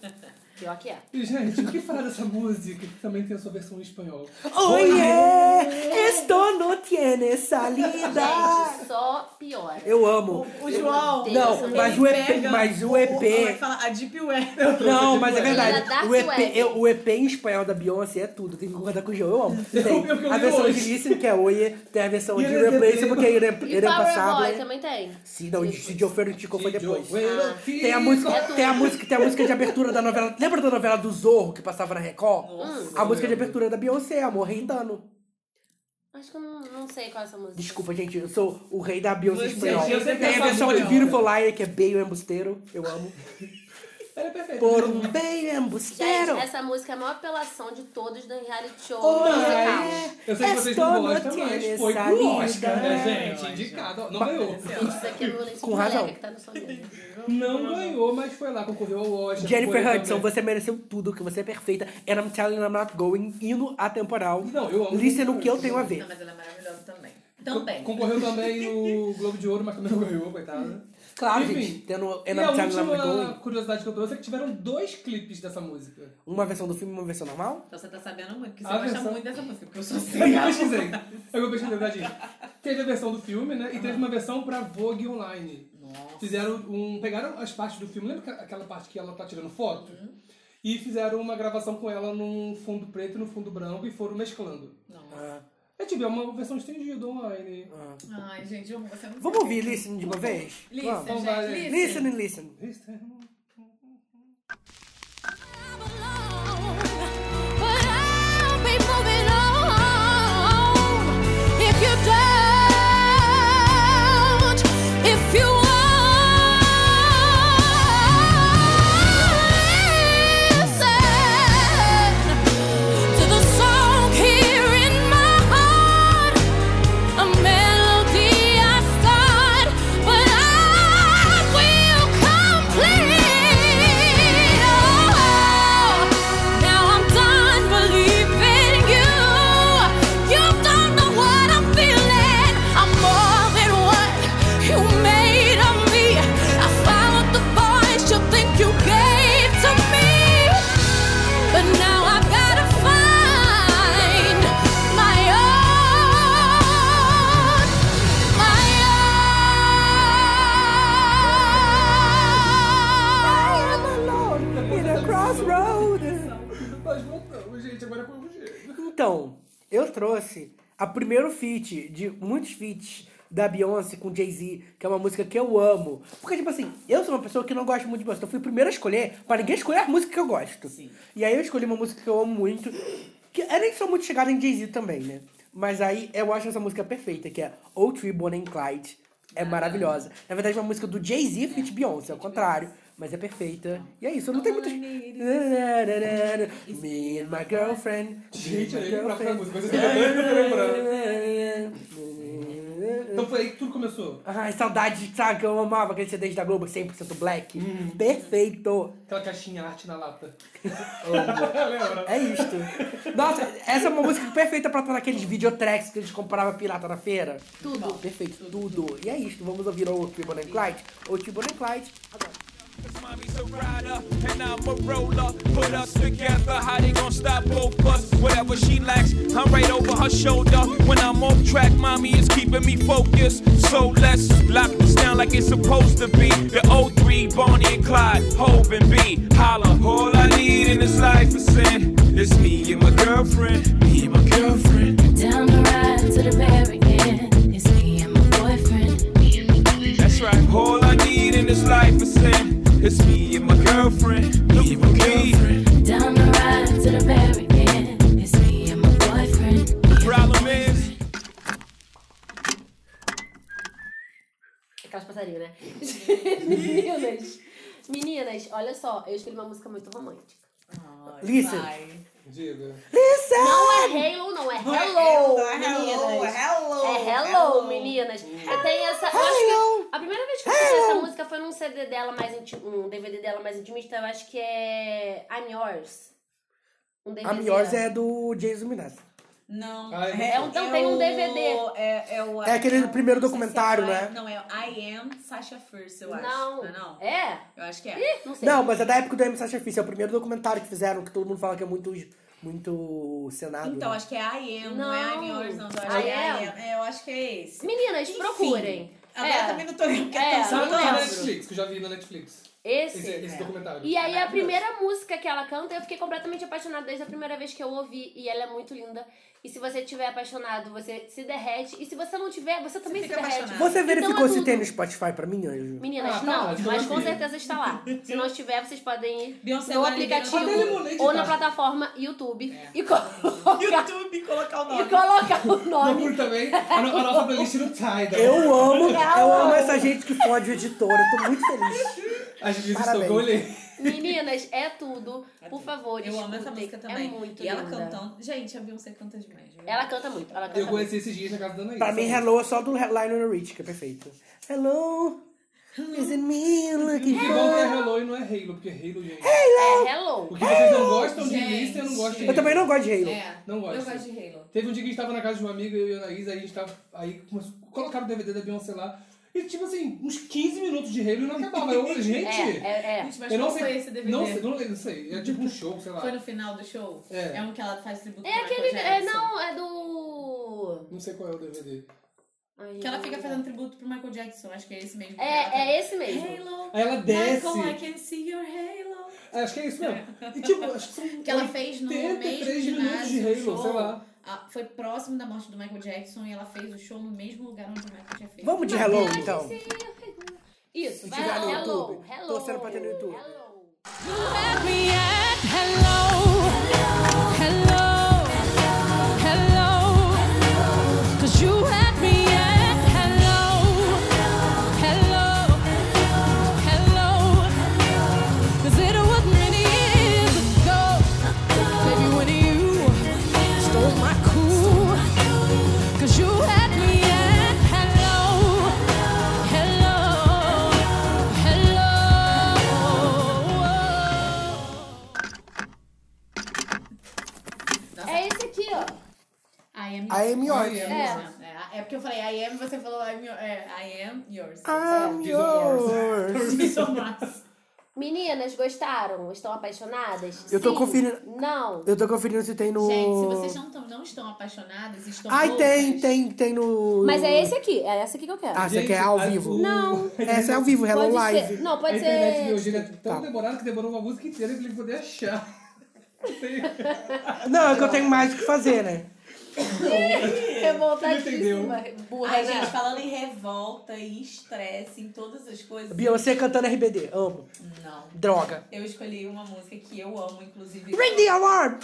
[SPEAKER 7] Pior que é.
[SPEAKER 1] E, gente, o que falar dessa música que também tem a sua versão em espanhol?
[SPEAKER 2] Oh yeah! Esto no tiene salida!
[SPEAKER 7] Gente, só piora.
[SPEAKER 2] Eu amo.
[SPEAKER 3] O João.
[SPEAKER 2] Não,
[SPEAKER 7] Ele
[SPEAKER 2] mas o EP,
[SPEAKER 3] pega
[SPEAKER 2] mas o
[SPEAKER 3] Vai
[SPEAKER 2] EP.
[SPEAKER 3] falar a Deep Web.
[SPEAKER 2] Não, mas é
[SPEAKER 1] Ele
[SPEAKER 7] é da
[SPEAKER 2] verdade. O EP,
[SPEAKER 7] Suécia.
[SPEAKER 2] eu- o EP em espanhol da Beyoncé é tudo. Tem que concordar com o João. Eu amo. Tem
[SPEAKER 1] eu- eu
[SPEAKER 2] a
[SPEAKER 1] vi
[SPEAKER 2] versão
[SPEAKER 1] hoje.
[SPEAKER 2] de Listen, que é Oye. Tem a versão
[SPEAKER 1] E
[SPEAKER 2] de
[SPEAKER 1] ele é
[SPEAKER 2] Replaceable, que é
[SPEAKER 7] E
[SPEAKER 2] Irem Passado. né?
[SPEAKER 7] Fireboy também tem.
[SPEAKER 2] Sim, não, e se Joe Ferrutico foi depois.
[SPEAKER 1] Ah.
[SPEAKER 2] Tem a
[SPEAKER 7] É
[SPEAKER 2] música, tem a música, tem a música de abertura da novela. Lembra da novela do Zorro que passava na Record?
[SPEAKER 7] Hum,
[SPEAKER 2] a música de abertura é da Beyoncé, Amor Reindano.
[SPEAKER 7] Acho que eu não, não sei qual é essa música.
[SPEAKER 2] Desculpa, gente, eu sou o rei da Beyoncé
[SPEAKER 1] Gente,
[SPEAKER 2] espanhol.
[SPEAKER 1] eu sempre
[SPEAKER 2] Tem a
[SPEAKER 1] essa
[SPEAKER 2] versão de
[SPEAKER 1] música.
[SPEAKER 2] Beautiful Liar, que é Bale Embusteiro, eu amo.
[SPEAKER 1] Ela é perfeita.
[SPEAKER 2] Por um bem
[SPEAKER 7] Gente,
[SPEAKER 2] embusteiro.
[SPEAKER 7] essa música é a maior apelação de todos do reality show
[SPEAKER 2] Oh,
[SPEAKER 7] musical.
[SPEAKER 2] é.
[SPEAKER 1] Eu sei que vocês não
[SPEAKER 2] Estou
[SPEAKER 1] gostam, mas foi pro
[SPEAKER 2] interessada.
[SPEAKER 1] Oscar,
[SPEAKER 2] É.
[SPEAKER 1] né, gente?
[SPEAKER 11] Não,
[SPEAKER 1] Indicado. Não ganhou.
[SPEAKER 7] Gente, isso aqui é violência
[SPEAKER 2] Com
[SPEAKER 7] com
[SPEAKER 2] razão.
[SPEAKER 7] que tá no sonho dele.
[SPEAKER 1] Não ganhou, mas foi lá, concorreu ao Oscar.
[SPEAKER 2] Jennifer
[SPEAKER 1] foi
[SPEAKER 2] Hudson,
[SPEAKER 1] também.
[SPEAKER 2] você mereceu tudo, que você é perfeita. And I'm telling you I'm not going, hino atemporal.
[SPEAKER 1] Não, eu amo.
[SPEAKER 2] Listen o que eu tenho a ver.
[SPEAKER 11] Não, mas ela é maravilhosa também. Também.
[SPEAKER 1] Concorreu também no Globo de Ouro, mas também não ganhou, coitada.
[SPEAKER 2] Claro,
[SPEAKER 1] Enfim.
[SPEAKER 2] gente, tendo And
[SPEAKER 1] E
[SPEAKER 2] I'm
[SPEAKER 1] a
[SPEAKER 2] telling you I'm not
[SPEAKER 1] última
[SPEAKER 2] going.
[SPEAKER 1] curiosidade que eu trouxe é que tiveram dois clipes dessa música.
[SPEAKER 2] Uma versão do filme e uma versão normal?
[SPEAKER 11] Então você tá sabendo muito, porque
[SPEAKER 1] A
[SPEAKER 11] você gosta
[SPEAKER 1] versão-
[SPEAKER 11] muito dessa música, porque eu sou
[SPEAKER 1] Eu
[SPEAKER 11] assim.
[SPEAKER 1] pesquisei. Eu pesquisei, verdade. Teve a versão do filme, né? E teve uma versão pra Vogue Online.
[SPEAKER 11] Nossa.
[SPEAKER 1] Fizeram um. Pegaram as partes do filme, lembra aqua- aquela parte que ela tá tirando foto? E fizeram uma gravação com ela num fundo preto e no fundo branco e foram mesclando.
[SPEAKER 11] Não.
[SPEAKER 2] Ah,
[SPEAKER 1] É tipo, é uma versão estendida online.
[SPEAKER 2] ah.
[SPEAKER 11] Ai, gente, eu amo
[SPEAKER 3] é
[SPEAKER 11] você não.
[SPEAKER 2] Vamos ouvir Listen de uma vez?
[SPEAKER 11] Listen,
[SPEAKER 2] Vamos.
[SPEAKER 1] Então
[SPEAKER 11] gente,
[SPEAKER 1] vai.
[SPEAKER 11] listen.
[SPEAKER 2] Listen and listen.
[SPEAKER 12] But I'll be moving on if you don't, if you won't listen to the song here in my heart, a melody I start, but I will complete. Oh, now I'm done believing you. You don't know what I'm feeling. I'm more than what you made of me. I followed the voice you think you gave to me, but now I gotta find my own, my own.
[SPEAKER 2] In a crossroad.
[SPEAKER 1] Nós voltamos, gente, agora é com você.
[SPEAKER 2] Então, eu trouxe a primeiro feat de muitos feats da Beyoncé com Jay-Z, que é uma música que eu amo. Porque, tipo assim, eu sou uma pessoa que não gosta muito de Beyoncé. Então, eu fui o primeiro a escolher, pra ninguém escolher a música que eu gosto. E aí eu escolhi uma música que eu amo muito, que eu nem sou muito chegada em Jay-Z também, né? Mas aí eu acho essa música perfeita, que é Old Tree, Bonnie and Clyde. É maravilhosa. Na verdade, é uma música do Jay-Z feat Beyoncé, ao contrário. Mas é perfeita. E é isso, eu não tenho muitas... Me and my girlfriend...
[SPEAKER 1] Gente, eu ia lembrar pra música, mas eu tô lembrando, eu tô lembrando.
[SPEAKER 2] Então,
[SPEAKER 1] Então foi aí que tudo começou.
[SPEAKER 2] Ai, saudade, sabe, que eu amava aquele CD da Globo 100% black. Perfeito.
[SPEAKER 1] Aquela caixinha arte na lata.
[SPEAKER 2] É isto. Nossa, essa é uma música perfeita pra estar naqueles videotracks que a gente comprava pirata na feira. Tudo. Perfeito, tudo. E é isto. Vamos ouvir o Tibon and Clyde. O Tibon and Clyde. Agora.
[SPEAKER 13] Mommy's a rider, and I'm a roller. Put us together, how they gonna stop both us? Whatever she lacks, I'm right over her shoulder. When I'm off track, mommy is keeping me focused. So let's lock this down like it's supposed to be. The O3, Bonnie and Clyde, Hove and B. Holla, all I need in this life is sin. It's me and my girlfriend, me and my girlfriend.
[SPEAKER 12] Down the ride to the barricade. It's me and my boyfriend. Me and my boyfriend.
[SPEAKER 13] That's right. All I need in this life is sin. It's me and my girlfriend, me and my girlfriend.
[SPEAKER 12] Down the ride to the barricade. It's me and my boyfriend.
[SPEAKER 13] Problem is.
[SPEAKER 7] Aquelas passarinhas, né? Meninas, meninas, olha só, eu escolhi uma música muito romântica.
[SPEAKER 2] Listen.
[SPEAKER 1] Diga.
[SPEAKER 7] Não é Halo, não, é Hello, meninas.
[SPEAKER 11] hello,
[SPEAKER 7] É Hello, meninas. É, tem essa. eu acho que a primeira vez que eu escutei essa música foi num CD dela mais inti- um DVD dela mais intimista, eu acho que é I'm Yours. Um DVD.
[SPEAKER 2] A Miors é do Jason Minas.
[SPEAKER 11] Não,
[SPEAKER 1] Ah,
[SPEAKER 11] é,
[SPEAKER 1] é
[SPEAKER 11] o-
[SPEAKER 7] Então tem um
[SPEAKER 11] o-
[SPEAKER 7] DVD.
[SPEAKER 11] É, é, o,
[SPEAKER 2] É aquele
[SPEAKER 11] o-
[SPEAKER 2] primeiro
[SPEAKER 11] não sei se é
[SPEAKER 2] documentário,
[SPEAKER 11] I-
[SPEAKER 2] né?
[SPEAKER 11] Não, é o I Am Sasha Fierce, eu acho.
[SPEAKER 7] Não.
[SPEAKER 11] Não, é não.
[SPEAKER 7] É?
[SPEAKER 11] Eu acho que é.
[SPEAKER 7] Ih, não sei.
[SPEAKER 2] Não, mas é da época do M. Sacha Fist. É o primeiro documentário que fizeram, que todo mundo fala que é muito, muito cenado.
[SPEAKER 11] Então,
[SPEAKER 2] né?
[SPEAKER 11] acho que é I Am, não, é I'm Yours, não. Eu acho
[SPEAKER 7] I
[SPEAKER 11] que é
[SPEAKER 7] am.
[SPEAKER 11] I Am. É, eu acho que é esse.
[SPEAKER 7] Meninas,
[SPEAKER 11] Enfim.
[SPEAKER 7] procurem.
[SPEAKER 11] Agora
[SPEAKER 7] É.
[SPEAKER 11] também não tô lembrando, porque
[SPEAKER 7] É,
[SPEAKER 11] é,
[SPEAKER 1] Sabe
[SPEAKER 11] tão
[SPEAKER 1] que tá na
[SPEAKER 11] não
[SPEAKER 1] Netflix, que eu já vi na Netflix. Esse,
[SPEAKER 7] Esse. é.
[SPEAKER 1] esse documentário.
[SPEAKER 7] E aí a primeira música que ela canta, eu fiquei completamente apaixonada desde a primeira vez que eu ouvi. E ela é muito linda. E se você tiver apaixonado, você se derrete. E se você não tiver, você também se
[SPEAKER 11] fica
[SPEAKER 7] derrete.
[SPEAKER 11] apaixonado.
[SPEAKER 2] Você verificou
[SPEAKER 7] Então é
[SPEAKER 2] se
[SPEAKER 7] tudo.
[SPEAKER 2] tem no Spotify pra mim, Anjo?
[SPEAKER 7] Meninas,
[SPEAKER 1] Ah, tá,
[SPEAKER 7] não,
[SPEAKER 1] mas eu
[SPEAKER 7] mas
[SPEAKER 1] não
[SPEAKER 7] com
[SPEAKER 1] vi.
[SPEAKER 7] certeza está lá. Se não estiver, vocês podem ir
[SPEAKER 11] Beyoncé tá
[SPEAKER 7] no
[SPEAKER 11] vai
[SPEAKER 7] aplicativo
[SPEAKER 1] liberar. Mas ele é moleque,
[SPEAKER 7] ou na
[SPEAKER 1] cara.
[SPEAKER 7] plataforma YouTube e, colocar,
[SPEAKER 11] YouTube, colocar o
[SPEAKER 7] e
[SPEAKER 11] nome.
[SPEAKER 7] colocar o nome.
[SPEAKER 1] Procure também a, no- a nossa playlist no Tidal.
[SPEAKER 2] Eu amo, eu
[SPEAKER 7] Calma.
[SPEAKER 2] amo essa gente que fode o editor. Eu tô muito feliz.
[SPEAKER 1] As vezes
[SPEAKER 2] Parabéns.
[SPEAKER 1] estão com ele.
[SPEAKER 7] Meninas, é tudo. Por favor,
[SPEAKER 3] Eu amo essa
[SPEAKER 7] escutem.
[SPEAKER 3] música também.
[SPEAKER 7] É muito
[SPEAKER 3] e ela
[SPEAKER 7] linda.
[SPEAKER 3] cantando. Gente, a Beyoncé canta demais. viu?
[SPEAKER 7] Ela canta muito. Ela canta
[SPEAKER 1] Eu
[SPEAKER 7] muito.
[SPEAKER 1] conheci esses dias na casa da Anaís.
[SPEAKER 2] Pra mim, Hello é só do Lionel Rich, que é perfeito. Hello, is it me
[SPEAKER 1] Que
[SPEAKER 2] looking
[SPEAKER 1] bom que é
[SPEAKER 2] for...
[SPEAKER 1] Hello e não é Halo, porque Halo, gente.
[SPEAKER 7] É Hello.
[SPEAKER 1] Porque vocês não gostam de
[SPEAKER 11] Gente.
[SPEAKER 1] Lista, eu não gosto de
[SPEAKER 2] Eu também não gosto de Halo.
[SPEAKER 11] É.
[SPEAKER 1] Não gosto.
[SPEAKER 11] Eu gosto de Halo.
[SPEAKER 1] Teve um dia que a gente tava na casa de um amigo, eu e a Anaís, aí a gente tava. Aí começou- colocaram o DVD da Beyoncé lá. E tipo assim, uns 15 minutos de Halo e não acabava. Eu, gente,
[SPEAKER 7] É, é, é.
[SPEAKER 11] Gente, mas
[SPEAKER 1] eu não
[SPEAKER 11] qual
[SPEAKER 1] sei.
[SPEAKER 11] foi esse DVD?
[SPEAKER 1] Não sei, não, lembro, não sei. É tipo um show, sei lá.
[SPEAKER 11] Foi no final do show?
[SPEAKER 1] É.
[SPEAKER 11] um que ela faz tributo
[SPEAKER 7] É
[SPEAKER 11] pro Michael
[SPEAKER 7] aquele. É,
[SPEAKER 11] Jackson.
[SPEAKER 7] não, é do.
[SPEAKER 1] Não sei qual é o DVD.
[SPEAKER 7] Ai,
[SPEAKER 11] Que ela fica
[SPEAKER 7] não.
[SPEAKER 11] fazendo tributo pro Michael Jackson. Acho que é esse mesmo.
[SPEAKER 7] É, é esse mesmo.
[SPEAKER 11] Halo.
[SPEAKER 1] Aí ela desce.
[SPEAKER 11] Michael, I can see your halo.
[SPEAKER 1] Acho que é isso mesmo. E tipo, acho que são
[SPEAKER 11] Que ela fez no
[SPEAKER 1] 83
[SPEAKER 11] mesmo
[SPEAKER 1] minutos de
[SPEAKER 11] ginásio,
[SPEAKER 1] Halo,
[SPEAKER 11] o show.
[SPEAKER 1] sei lá.
[SPEAKER 11] Ah, foi próximo da morte do Michael Jackson e ela fez o show no mesmo lugar onde o Michael tinha feito.
[SPEAKER 2] Vamos de
[SPEAKER 7] É.
[SPEAKER 2] Hello, então.
[SPEAKER 7] Isso,
[SPEAKER 2] Se
[SPEAKER 7] vai
[SPEAKER 2] tiver
[SPEAKER 7] lá.
[SPEAKER 2] no
[SPEAKER 7] Hello,
[SPEAKER 2] YouTube.
[SPEAKER 7] hello.
[SPEAKER 2] Torcendo pra ter no YouTube.
[SPEAKER 7] Hello.
[SPEAKER 12] Cause you had me at hello, hello, hello.
[SPEAKER 7] É esse aqui, ó.
[SPEAKER 11] I am
[SPEAKER 2] I am yours.
[SPEAKER 11] I am yours. É. é porque eu falei I am, você falou I am, your- é, I am yours.
[SPEAKER 2] I'm
[SPEAKER 7] É,
[SPEAKER 2] yours.
[SPEAKER 11] yours.
[SPEAKER 7] Meninas, gostaram? Estão apaixonadas?
[SPEAKER 2] Eu tô
[SPEAKER 7] Sim?
[SPEAKER 2] conferindo-
[SPEAKER 7] Não.
[SPEAKER 2] Eu tô conferindo se tem no...
[SPEAKER 11] Gente, se vocês não, tão- não estão apaixonadas, estão
[SPEAKER 2] Ai,
[SPEAKER 11] loucas,
[SPEAKER 2] tem, tem, tem no...
[SPEAKER 7] Mas é esse aqui. É essa aqui que eu quero.
[SPEAKER 2] Ah, você
[SPEAKER 1] Gente,
[SPEAKER 2] quer ao
[SPEAKER 1] a-
[SPEAKER 2] vivo?
[SPEAKER 1] o-
[SPEAKER 7] Não.
[SPEAKER 2] Essa é ao vivo, Hello
[SPEAKER 7] pode
[SPEAKER 2] Live.
[SPEAKER 7] Ser... Não,
[SPEAKER 1] A
[SPEAKER 7] pode
[SPEAKER 1] internet de
[SPEAKER 7] ser.
[SPEAKER 1] hoje é tão
[SPEAKER 2] Tá.
[SPEAKER 1] demorada que demorou uma música inteira pra ele poder achar. Não sei.
[SPEAKER 2] Não, é que eu tenho mais o que fazer, né?
[SPEAKER 7] Revoltadíssima. Burra,
[SPEAKER 3] Ai,
[SPEAKER 7] né?
[SPEAKER 3] gente, falando em revolta e estresse, em todas as coisas.
[SPEAKER 2] Beyoncé cantando RBD, amo.
[SPEAKER 3] Não.
[SPEAKER 2] Droga.
[SPEAKER 3] Eu escolhi uma música que eu amo, inclusive.
[SPEAKER 2] Ring the alarm!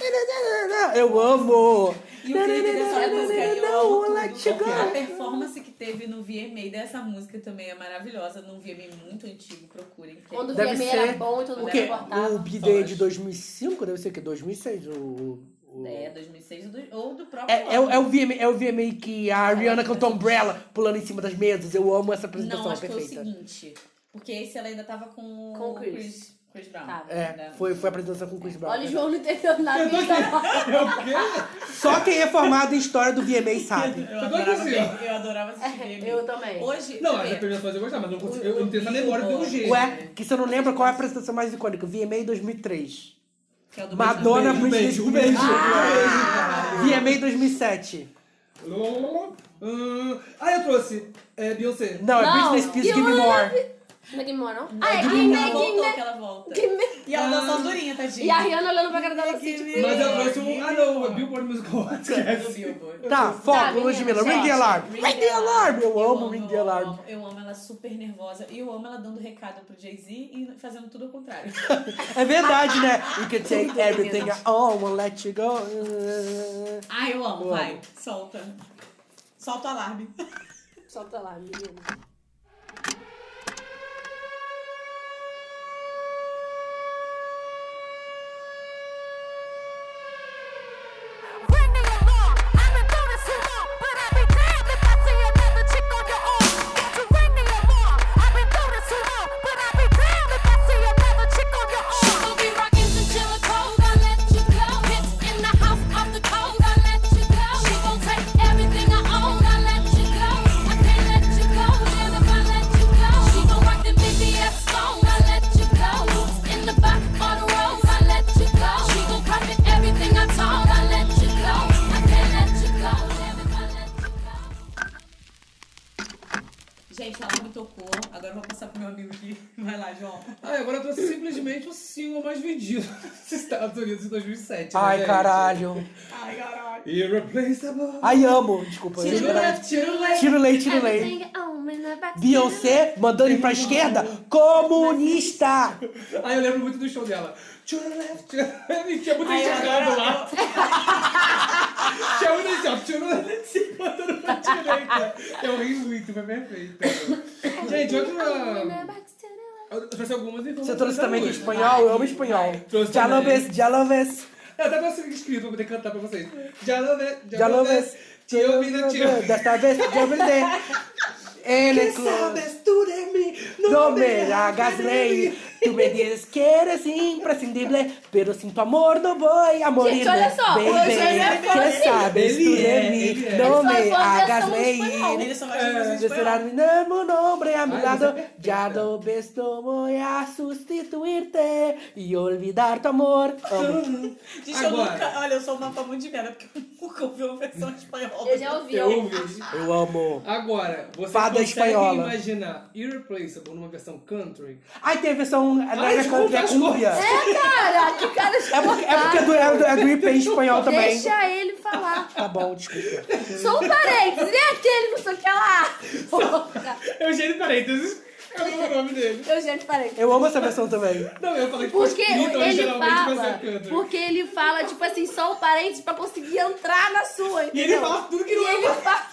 [SPEAKER 2] Eu amo!
[SPEAKER 3] E o clipe dessa música, eu
[SPEAKER 2] Não,
[SPEAKER 3] amo
[SPEAKER 2] let you
[SPEAKER 3] tudo. A
[SPEAKER 2] go!
[SPEAKER 3] performance que teve no VMA dessa música também é maravilhosa. Num VMA muito antigo, procurem. é
[SPEAKER 7] Quando o
[SPEAKER 2] Deve
[SPEAKER 7] VMA era
[SPEAKER 2] ser-
[SPEAKER 7] bom e todo
[SPEAKER 2] O
[SPEAKER 7] mundo
[SPEAKER 2] quê?
[SPEAKER 7] cortava.
[SPEAKER 2] O BD de 2005? Deve ser o quê? 2006? O... o-
[SPEAKER 3] É, 2006 ou do- ou do próprio
[SPEAKER 2] É, é, o- é o VMA, é o VMA que a Ariana cantou Umbrella pulando em cima das mesas. Eu amo essa apresentação,
[SPEAKER 3] Não, acho que foi
[SPEAKER 2] perfeita.
[SPEAKER 3] o seguinte. Porque esse ela ainda tava com,
[SPEAKER 7] Com o Chris. Tá.
[SPEAKER 3] Chris, Chris Brown. né?
[SPEAKER 7] Tava.
[SPEAKER 2] É, foi, foi a apresentação com o Chris Brown.
[SPEAKER 7] Olha, o João não entendeu nada.
[SPEAKER 1] Eu tô aqui. É o quê?
[SPEAKER 2] Só quem é formado em história do VMA sabe.
[SPEAKER 3] Eu
[SPEAKER 1] Eu tô aqui
[SPEAKER 3] adorava,
[SPEAKER 1] assim,
[SPEAKER 3] ver- eu adorava assistir VMA.
[SPEAKER 7] É, Eu também.
[SPEAKER 3] Hoje,
[SPEAKER 1] Não, é
[SPEAKER 3] você
[SPEAKER 1] as
[SPEAKER 3] vê,
[SPEAKER 1] apresentações eu gostava, mas não consigo, eu não tenho essa memória um pelo jeito.
[SPEAKER 2] Ué, que se eu não lembro qual é a apresentação mais icônica. VMA 2003.
[SPEAKER 3] que é o do
[SPEAKER 2] Madonna
[SPEAKER 1] Um
[SPEAKER 2] Britney
[SPEAKER 1] beijo, um
[SPEAKER 2] Spears. Ah!
[SPEAKER 1] beijo.
[SPEAKER 2] VMA 2007.
[SPEAKER 1] Hum, Ah, eu trouxe é, Beyoncé.
[SPEAKER 2] Não, é
[SPEAKER 7] Não,
[SPEAKER 2] Britney Spears
[SPEAKER 7] you
[SPEAKER 2] Give Me More.
[SPEAKER 7] Não é Game More, não?
[SPEAKER 3] Ah,
[SPEAKER 7] Ah, é
[SPEAKER 3] que
[SPEAKER 7] Game
[SPEAKER 3] ela
[SPEAKER 7] More.
[SPEAKER 3] voltou, que ela volta.
[SPEAKER 7] Give me-
[SPEAKER 3] E ela dançou durinha, tadinha.
[SPEAKER 7] E a Rihanna olhando pra cara dela assim, tipo...
[SPEAKER 1] Mas eu trouxe um. Ah, não, é Billboard Music Awards.
[SPEAKER 3] Do Billboard.
[SPEAKER 2] Tá,
[SPEAKER 7] Tá,
[SPEAKER 2] foco, Ludmilla. Ring the alarm.
[SPEAKER 3] Ring
[SPEAKER 2] Ring
[SPEAKER 3] the
[SPEAKER 2] the alarm. Eu
[SPEAKER 3] Eu
[SPEAKER 2] amo Ring the
[SPEAKER 3] Eu
[SPEAKER 2] alarm.
[SPEAKER 3] amo, eu amo ela super nervosa. E eu amo ela dando recado pro Jay-Z e fazendo tudo ao contrário.
[SPEAKER 2] É verdade, né? You can take everything I own, won't let you go.
[SPEAKER 3] Ah, eu amo,
[SPEAKER 2] Eu
[SPEAKER 3] vai. Solta. Solta o alarme.
[SPEAKER 7] Solta lá, menina.
[SPEAKER 12] Ring the alarm. I've been doing this too long, but I'd be damned if I see another chick on your arm. Won't you ring the alarm? I've been doing this too long, but I'd be damned if I see another chick on your arm. We'll be rocking chinchilla cold. I let you go. Hits in the house off the cold. I let you go. She gon' take everything I own. I let you go. I can't let you go. And if I let you go, she gon' rock the big ass stone. I let you go. In the back on the road. I let you go. She gon' copy everything I told. I let you go. I can't let you go. And if I let you go.
[SPEAKER 3] Gente, ela me tocou. Agora eu vou passar pro meu amigo aqui. Vai lá, João.
[SPEAKER 1] Ah, e agora eu trouxe simplesmente o single mais vendido dos Estados Unidos em 2007. né,
[SPEAKER 2] Ai,
[SPEAKER 1] gente?
[SPEAKER 2] caralho.
[SPEAKER 3] Ai, caralho.
[SPEAKER 1] Irreplaceable.
[SPEAKER 2] Ai, amo. Desculpa.
[SPEAKER 1] Tiro left, tiro left.
[SPEAKER 2] Tiro leite, tiro leite.
[SPEAKER 10] Everything on in the
[SPEAKER 7] assim, tipo,
[SPEAKER 10] back.
[SPEAKER 2] Beyoncé mandando ir pra esquerda. Comunista.
[SPEAKER 1] Ah, eu lembro muito do show dela. Tiro left, tiro left. Tinha muito
[SPEAKER 3] Ai, eu
[SPEAKER 1] enxergado
[SPEAKER 3] adoro.
[SPEAKER 1] lá. Tinha muito assim, ó. Tiro left, se botando pra direita. Eu ri muito, foi perfeito. Gente, outra...
[SPEAKER 10] Back to the left.
[SPEAKER 1] Eu trouxe algumas e
[SPEAKER 2] Você trouxe também de espanhol? Eu amo espanhol.
[SPEAKER 1] Trouxe
[SPEAKER 2] Já
[SPEAKER 1] também.
[SPEAKER 2] loves, já loves.
[SPEAKER 1] Eu até trouxe escrito pra poder cantar pra vocês. Já
[SPEAKER 2] Ya lo ves.
[SPEAKER 1] Te ouvindo, te ouvindo.
[SPEAKER 2] Ya sabes, yo me sé.
[SPEAKER 1] ¿Qué
[SPEAKER 2] Eres
[SPEAKER 1] sabes tú de mí?
[SPEAKER 2] No, me hagas reír. Tú me dices que eres imprescindible, pero sin tu amor no voy a morir.
[SPEAKER 12] olha só,
[SPEAKER 2] Baby,
[SPEAKER 12] hoje ele é fã
[SPEAKER 2] ¿qué
[SPEAKER 12] dele.
[SPEAKER 2] sabes tú
[SPEAKER 12] Ele
[SPEAKER 2] de
[SPEAKER 12] é,
[SPEAKER 2] mí?
[SPEAKER 12] ele é.
[SPEAKER 2] No
[SPEAKER 12] Ele só é
[SPEAKER 2] me
[SPEAKER 12] fã da
[SPEAKER 2] hagas
[SPEAKER 12] versão
[SPEAKER 2] reír.
[SPEAKER 12] espanhol. Ele só gosta da versão
[SPEAKER 2] Eh,
[SPEAKER 12] espanhol.
[SPEAKER 2] será mi nuevo nombre a mi
[SPEAKER 12] Ai,
[SPEAKER 2] lado.
[SPEAKER 12] essa é
[SPEAKER 2] Ya lo ves, no voy a sustituirte y olvidar tu amor. Amo.
[SPEAKER 14] Gente, eu nunca. Olha, eu sou uma fã muito de merda, porque eu nunca ouvi uma versão espanhola.
[SPEAKER 10] Eu já
[SPEAKER 1] Você ouve?
[SPEAKER 2] Eu amo.
[SPEAKER 1] Agora, você
[SPEAKER 2] Fada
[SPEAKER 1] consegue
[SPEAKER 2] espanhola.
[SPEAKER 1] imaginar Irreplaceable numa versão country?
[SPEAKER 2] Ai, tem a versão
[SPEAKER 1] Ai,
[SPEAKER 2] da
[SPEAKER 1] desculpa,
[SPEAKER 2] da
[SPEAKER 1] desculpa.
[SPEAKER 2] Cúmbia.
[SPEAKER 1] É,
[SPEAKER 7] Cara, que cara
[SPEAKER 2] É porque, é porque é do, é do, é do IP em espanhol também.
[SPEAKER 7] Deixa ele falar.
[SPEAKER 2] Tá bom, desculpa.
[SPEAKER 7] Só um parênteses, nem aquele, não sei o que lá.
[SPEAKER 1] Eugênio Parênteses. Eu não sei o nome dele.
[SPEAKER 7] Eugênio Parênteses.
[SPEAKER 2] Eu amo essa versão também.
[SPEAKER 1] Não, eu falei que foi
[SPEAKER 7] Porque
[SPEAKER 1] escrito
[SPEAKER 7] ele
[SPEAKER 1] originalmente pra
[SPEAKER 7] fala,
[SPEAKER 1] Então, ser country.
[SPEAKER 7] porque ele fala, tipo assim, só um parênteses pra conseguir entrar na sua,
[SPEAKER 1] E
[SPEAKER 7] entendeu?
[SPEAKER 1] ele fala tudo que
[SPEAKER 7] E
[SPEAKER 1] não é
[SPEAKER 7] ele
[SPEAKER 1] uma...
[SPEAKER 7] fala-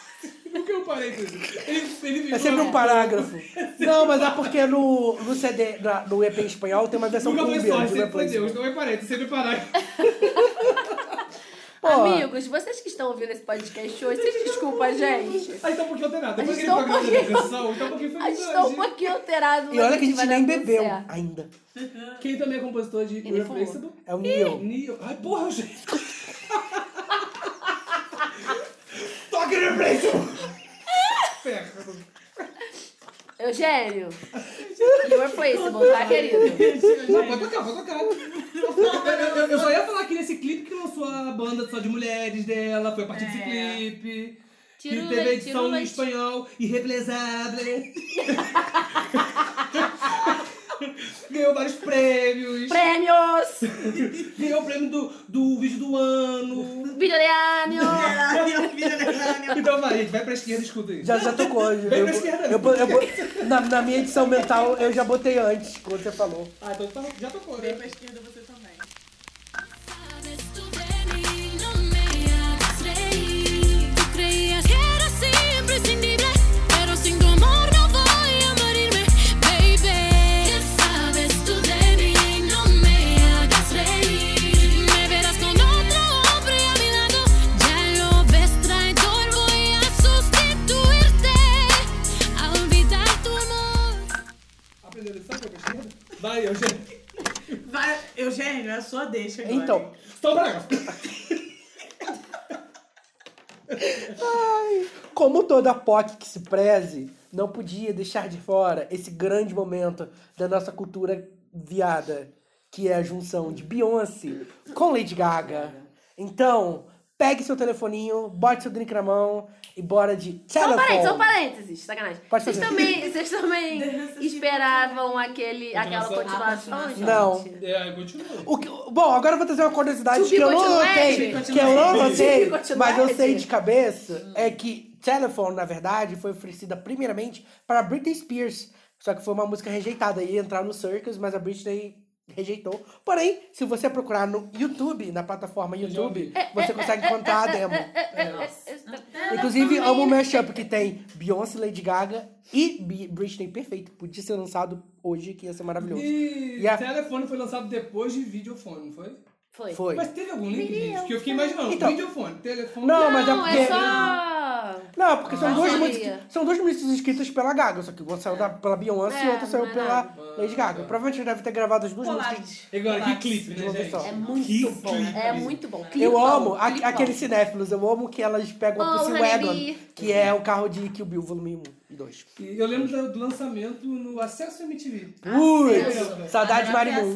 [SPEAKER 1] Tudo que é um parênteses. Ele, ele
[SPEAKER 2] É sempre um parágrafo. Não, mas é porque no, no CD, na- no EP em espanhol, tem uma versão
[SPEAKER 1] Nunca foi
[SPEAKER 2] cúmbia
[SPEAKER 1] sorte,
[SPEAKER 2] de
[SPEAKER 1] sempre foi
[SPEAKER 2] Replace.
[SPEAKER 1] Deus. Não é parênteses, sempre parágrafo.
[SPEAKER 2] Porra.
[SPEAKER 7] Amigos, vocês que estão ouvindo esse podcast hoje, vocês desculpa, gente.
[SPEAKER 1] Ah, então um pouquinho alterado.
[SPEAKER 7] A
[SPEAKER 1] Depois
[SPEAKER 7] gente
[SPEAKER 1] que
[SPEAKER 7] tá
[SPEAKER 1] ele
[SPEAKER 7] um
[SPEAKER 1] pagou a
[SPEAKER 7] pouquinho...
[SPEAKER 1] canção, então um pouquinho foi
[SPEAKER 7] A gente tá um
[SPEAKER 1] verdade.
[SPEAKER 7] pouquinho alterado.
[SPEAKER 2] E
[SPEAKER 7] mas
[SPEAKER 2] olha que a gente
[SPEAKER 7] vai
[SPEAKER 2] nem
[SPEAKER 7] dar tudo
[SPEAKER 2] bebeu
[SPEAKER 7] certo.
[SPEAKER 2] ainda.
[SPEAKER 1] Quem também é compositor de
[SPEAKER 7] Ele falou.
[SPEAKER 1] Irreplaceable?
[SPEAKER 2] É o Neil.
[SPEAKER 1] Neil. Ai, porra, gente. Toca Irreplaceable. Ferro.
[SPEAKER 7] Eugênio. Irreplaceable, tá, querido?
[SPEAKER 1] Não, pode tocar, pode tocar. Eu, eu- eu só ia falar que nesse clipe que lançou a banda só de mulheres dela, foi a partir desse
[SPEAKER 7] É.
[SPEAKER 1] clipe.
[SPEAKER 7] Tira
[SPEAKER 1] que
[SPEAKER 7] o
[SPEAKER 1] teve a
[SPEAKER 7] leite, tira o
[SPEAKER 1] edição em
[SPEAKER 7] leite.
[SPEAKER 1] espanhol, irreplazável. Ganhou vários prêmios.
[SPEAKER 7] Prêmios!
[SPEAKER 1] Ganhou o prêmio do, do vídeo do ano.
[SPEAKER 7] Videolânio!
[SPEAKER 1] então vai, gente, vai pra esquerda e escuta isso.
[SPEAKER 2] Já, já tocou. Eu,
[SPEAKER 1] Vem pra esquerda.
[SPEAKER 2] eu, eu, eu- na, na minha edição mental, eu já botei antes, quando você falou.
[SPEAKER 1] Ah, então tá- já tocou, né?
[SPEAKER 14] Vem pra esquerda você também.
[SPEAKER 12] Tú creías que eras imprescindible, pero sin tu amor no voy a morirme, baby. ¿Qué sabes tú de mí? No me hagas reír. Me verás con otro hombre a mi lado. Ya lo ves, traidor. Voy a sustituirte, a olvidar tu amor.
[SPEAKER 1] Aprendeu a lição? Foi pra esquerda? Vai, Então, Eugênio.
[SPEAKER 14] Vai, Eugênio, é a sua deixa agora.
[SPEAKER 2] Então.
[SPEAKER 1] Só um parágrafo.
[SPEAKER 2] Ai, como toda POC que se preze, não podia deixar de fora esse grande momento da nossa cultura viada, que é a junção de Beyoncé com Lady Gaga. Então, pegue seu telefoninho, bote seu drink na mão e bora de
[SPEAKER 7] Só um parênteses, só um
[SPEAKER 2] telephone.
[SPEAKER 7] parênteses, sacanagem.
[SPEAKER 2] Pode
[SPEAKER 7] vocês
[SPEAKER 2] fazer.
[SPEAKER 7] também, vocês também esperavam aquele, aquela continuação? gente?
[SPEAKER 2] Não.
[SPEAKER 1] É, continua.
[SPEAKER 2] O que- bom, agora eu vou trazer uma curiosidade
[SPEAKER 7] Tubi
[SPEAKER 2] que eu não
[SPEAKER 7] continuete.
[SPEAKER 2] notei,
[SPEAKER 7] Tubi
[SPEAKER 2] que eu não
[SPEAKER 7] continuete.
[SPEAKER 2] notei,
[SPEAKER 7] Tubi continuete.
[SPEAKER 2] mas eu sei de cabeça, é que Telephone, na verdade, foi oferecida primeiramente para Britney Spears, só que foi uma música rejeitada, ia entrar no Circus, mas a Britney rejeitou. Porém, se você procurar no YouTube, na plataforma YouTube, você consegue encontrar a demo.
[SPEAKER 7] É, tá.
[SPEAKER 2] Inclusive, amo o mashup que tem Beyoncé, Lady Gaga e Bi- Britney perfeito. Podia ser lançado hoje, que ia ser maravilhoso.
[SPEAKER 1] E
[SPEAKER 2] E a-
[SPEAKER 1] telefone foi lançado depois de videofone, não foi?
[SPEAKER 7] Foi.
[SPEAKER 2] Foi.
[SPEAKER 1] Mas teve algum link disso? Porque eu fiquei imaginando,
[SPEAKER 2] Então-
[SPEAKER 1] videofone, telefone...
[SPEAKER 2] Não, mas é
[SPEAKER 7] Não,
[SPEAKER 2] porque-
[SPEAKER 7] é só...
[SPEAKER 2] Não, porque são
[SPEAKER 7] Ah,
[SPEAKER 2] duas
[SPEAKER 7] Maria.
[SPEAKER 2] músicas. São duas músicas escritas pela Gaga, só que uma saiu da- pela Beyoncé e
[SPEAKER 7] É,
[SPEAKER 2] outra saiu
[SPEAKER 7] não é
[SPEAKER 2] pela Lady Gaga. Provavelmente deve ter gravado as duas músicas.
[SPEAKER 1] Agora, que clipe, né, gente?
[SPEAKER 2] só.
[SPEAKER 7] É muito bom. É muito bom.
[SPEAKER 2] eu
[SPEAKER 7] Clipão,
[SPEAKER 2] amo a-
[SPEAKER 7] clipão.
[SPEAKER 2] aqueles cinéfilos, eu amo que elas pegam
[SPEAKER 7] Oh,
[SPEAKER 2] o Pussy
[SPEAKER 7] Honeybee.
[SPEAKER 2] Wagon, que é o carro de Kill Bill, volume 1 e 2.
[SPEAKER 1] E Eu lembro do- do lançamento no Acesso MTV.
[SPEAKER 7] Ah,
[SPEAKER 2] Putz,
[SPEAKER 3] Ah,
[SPEAKER 2] saudade de Marimun.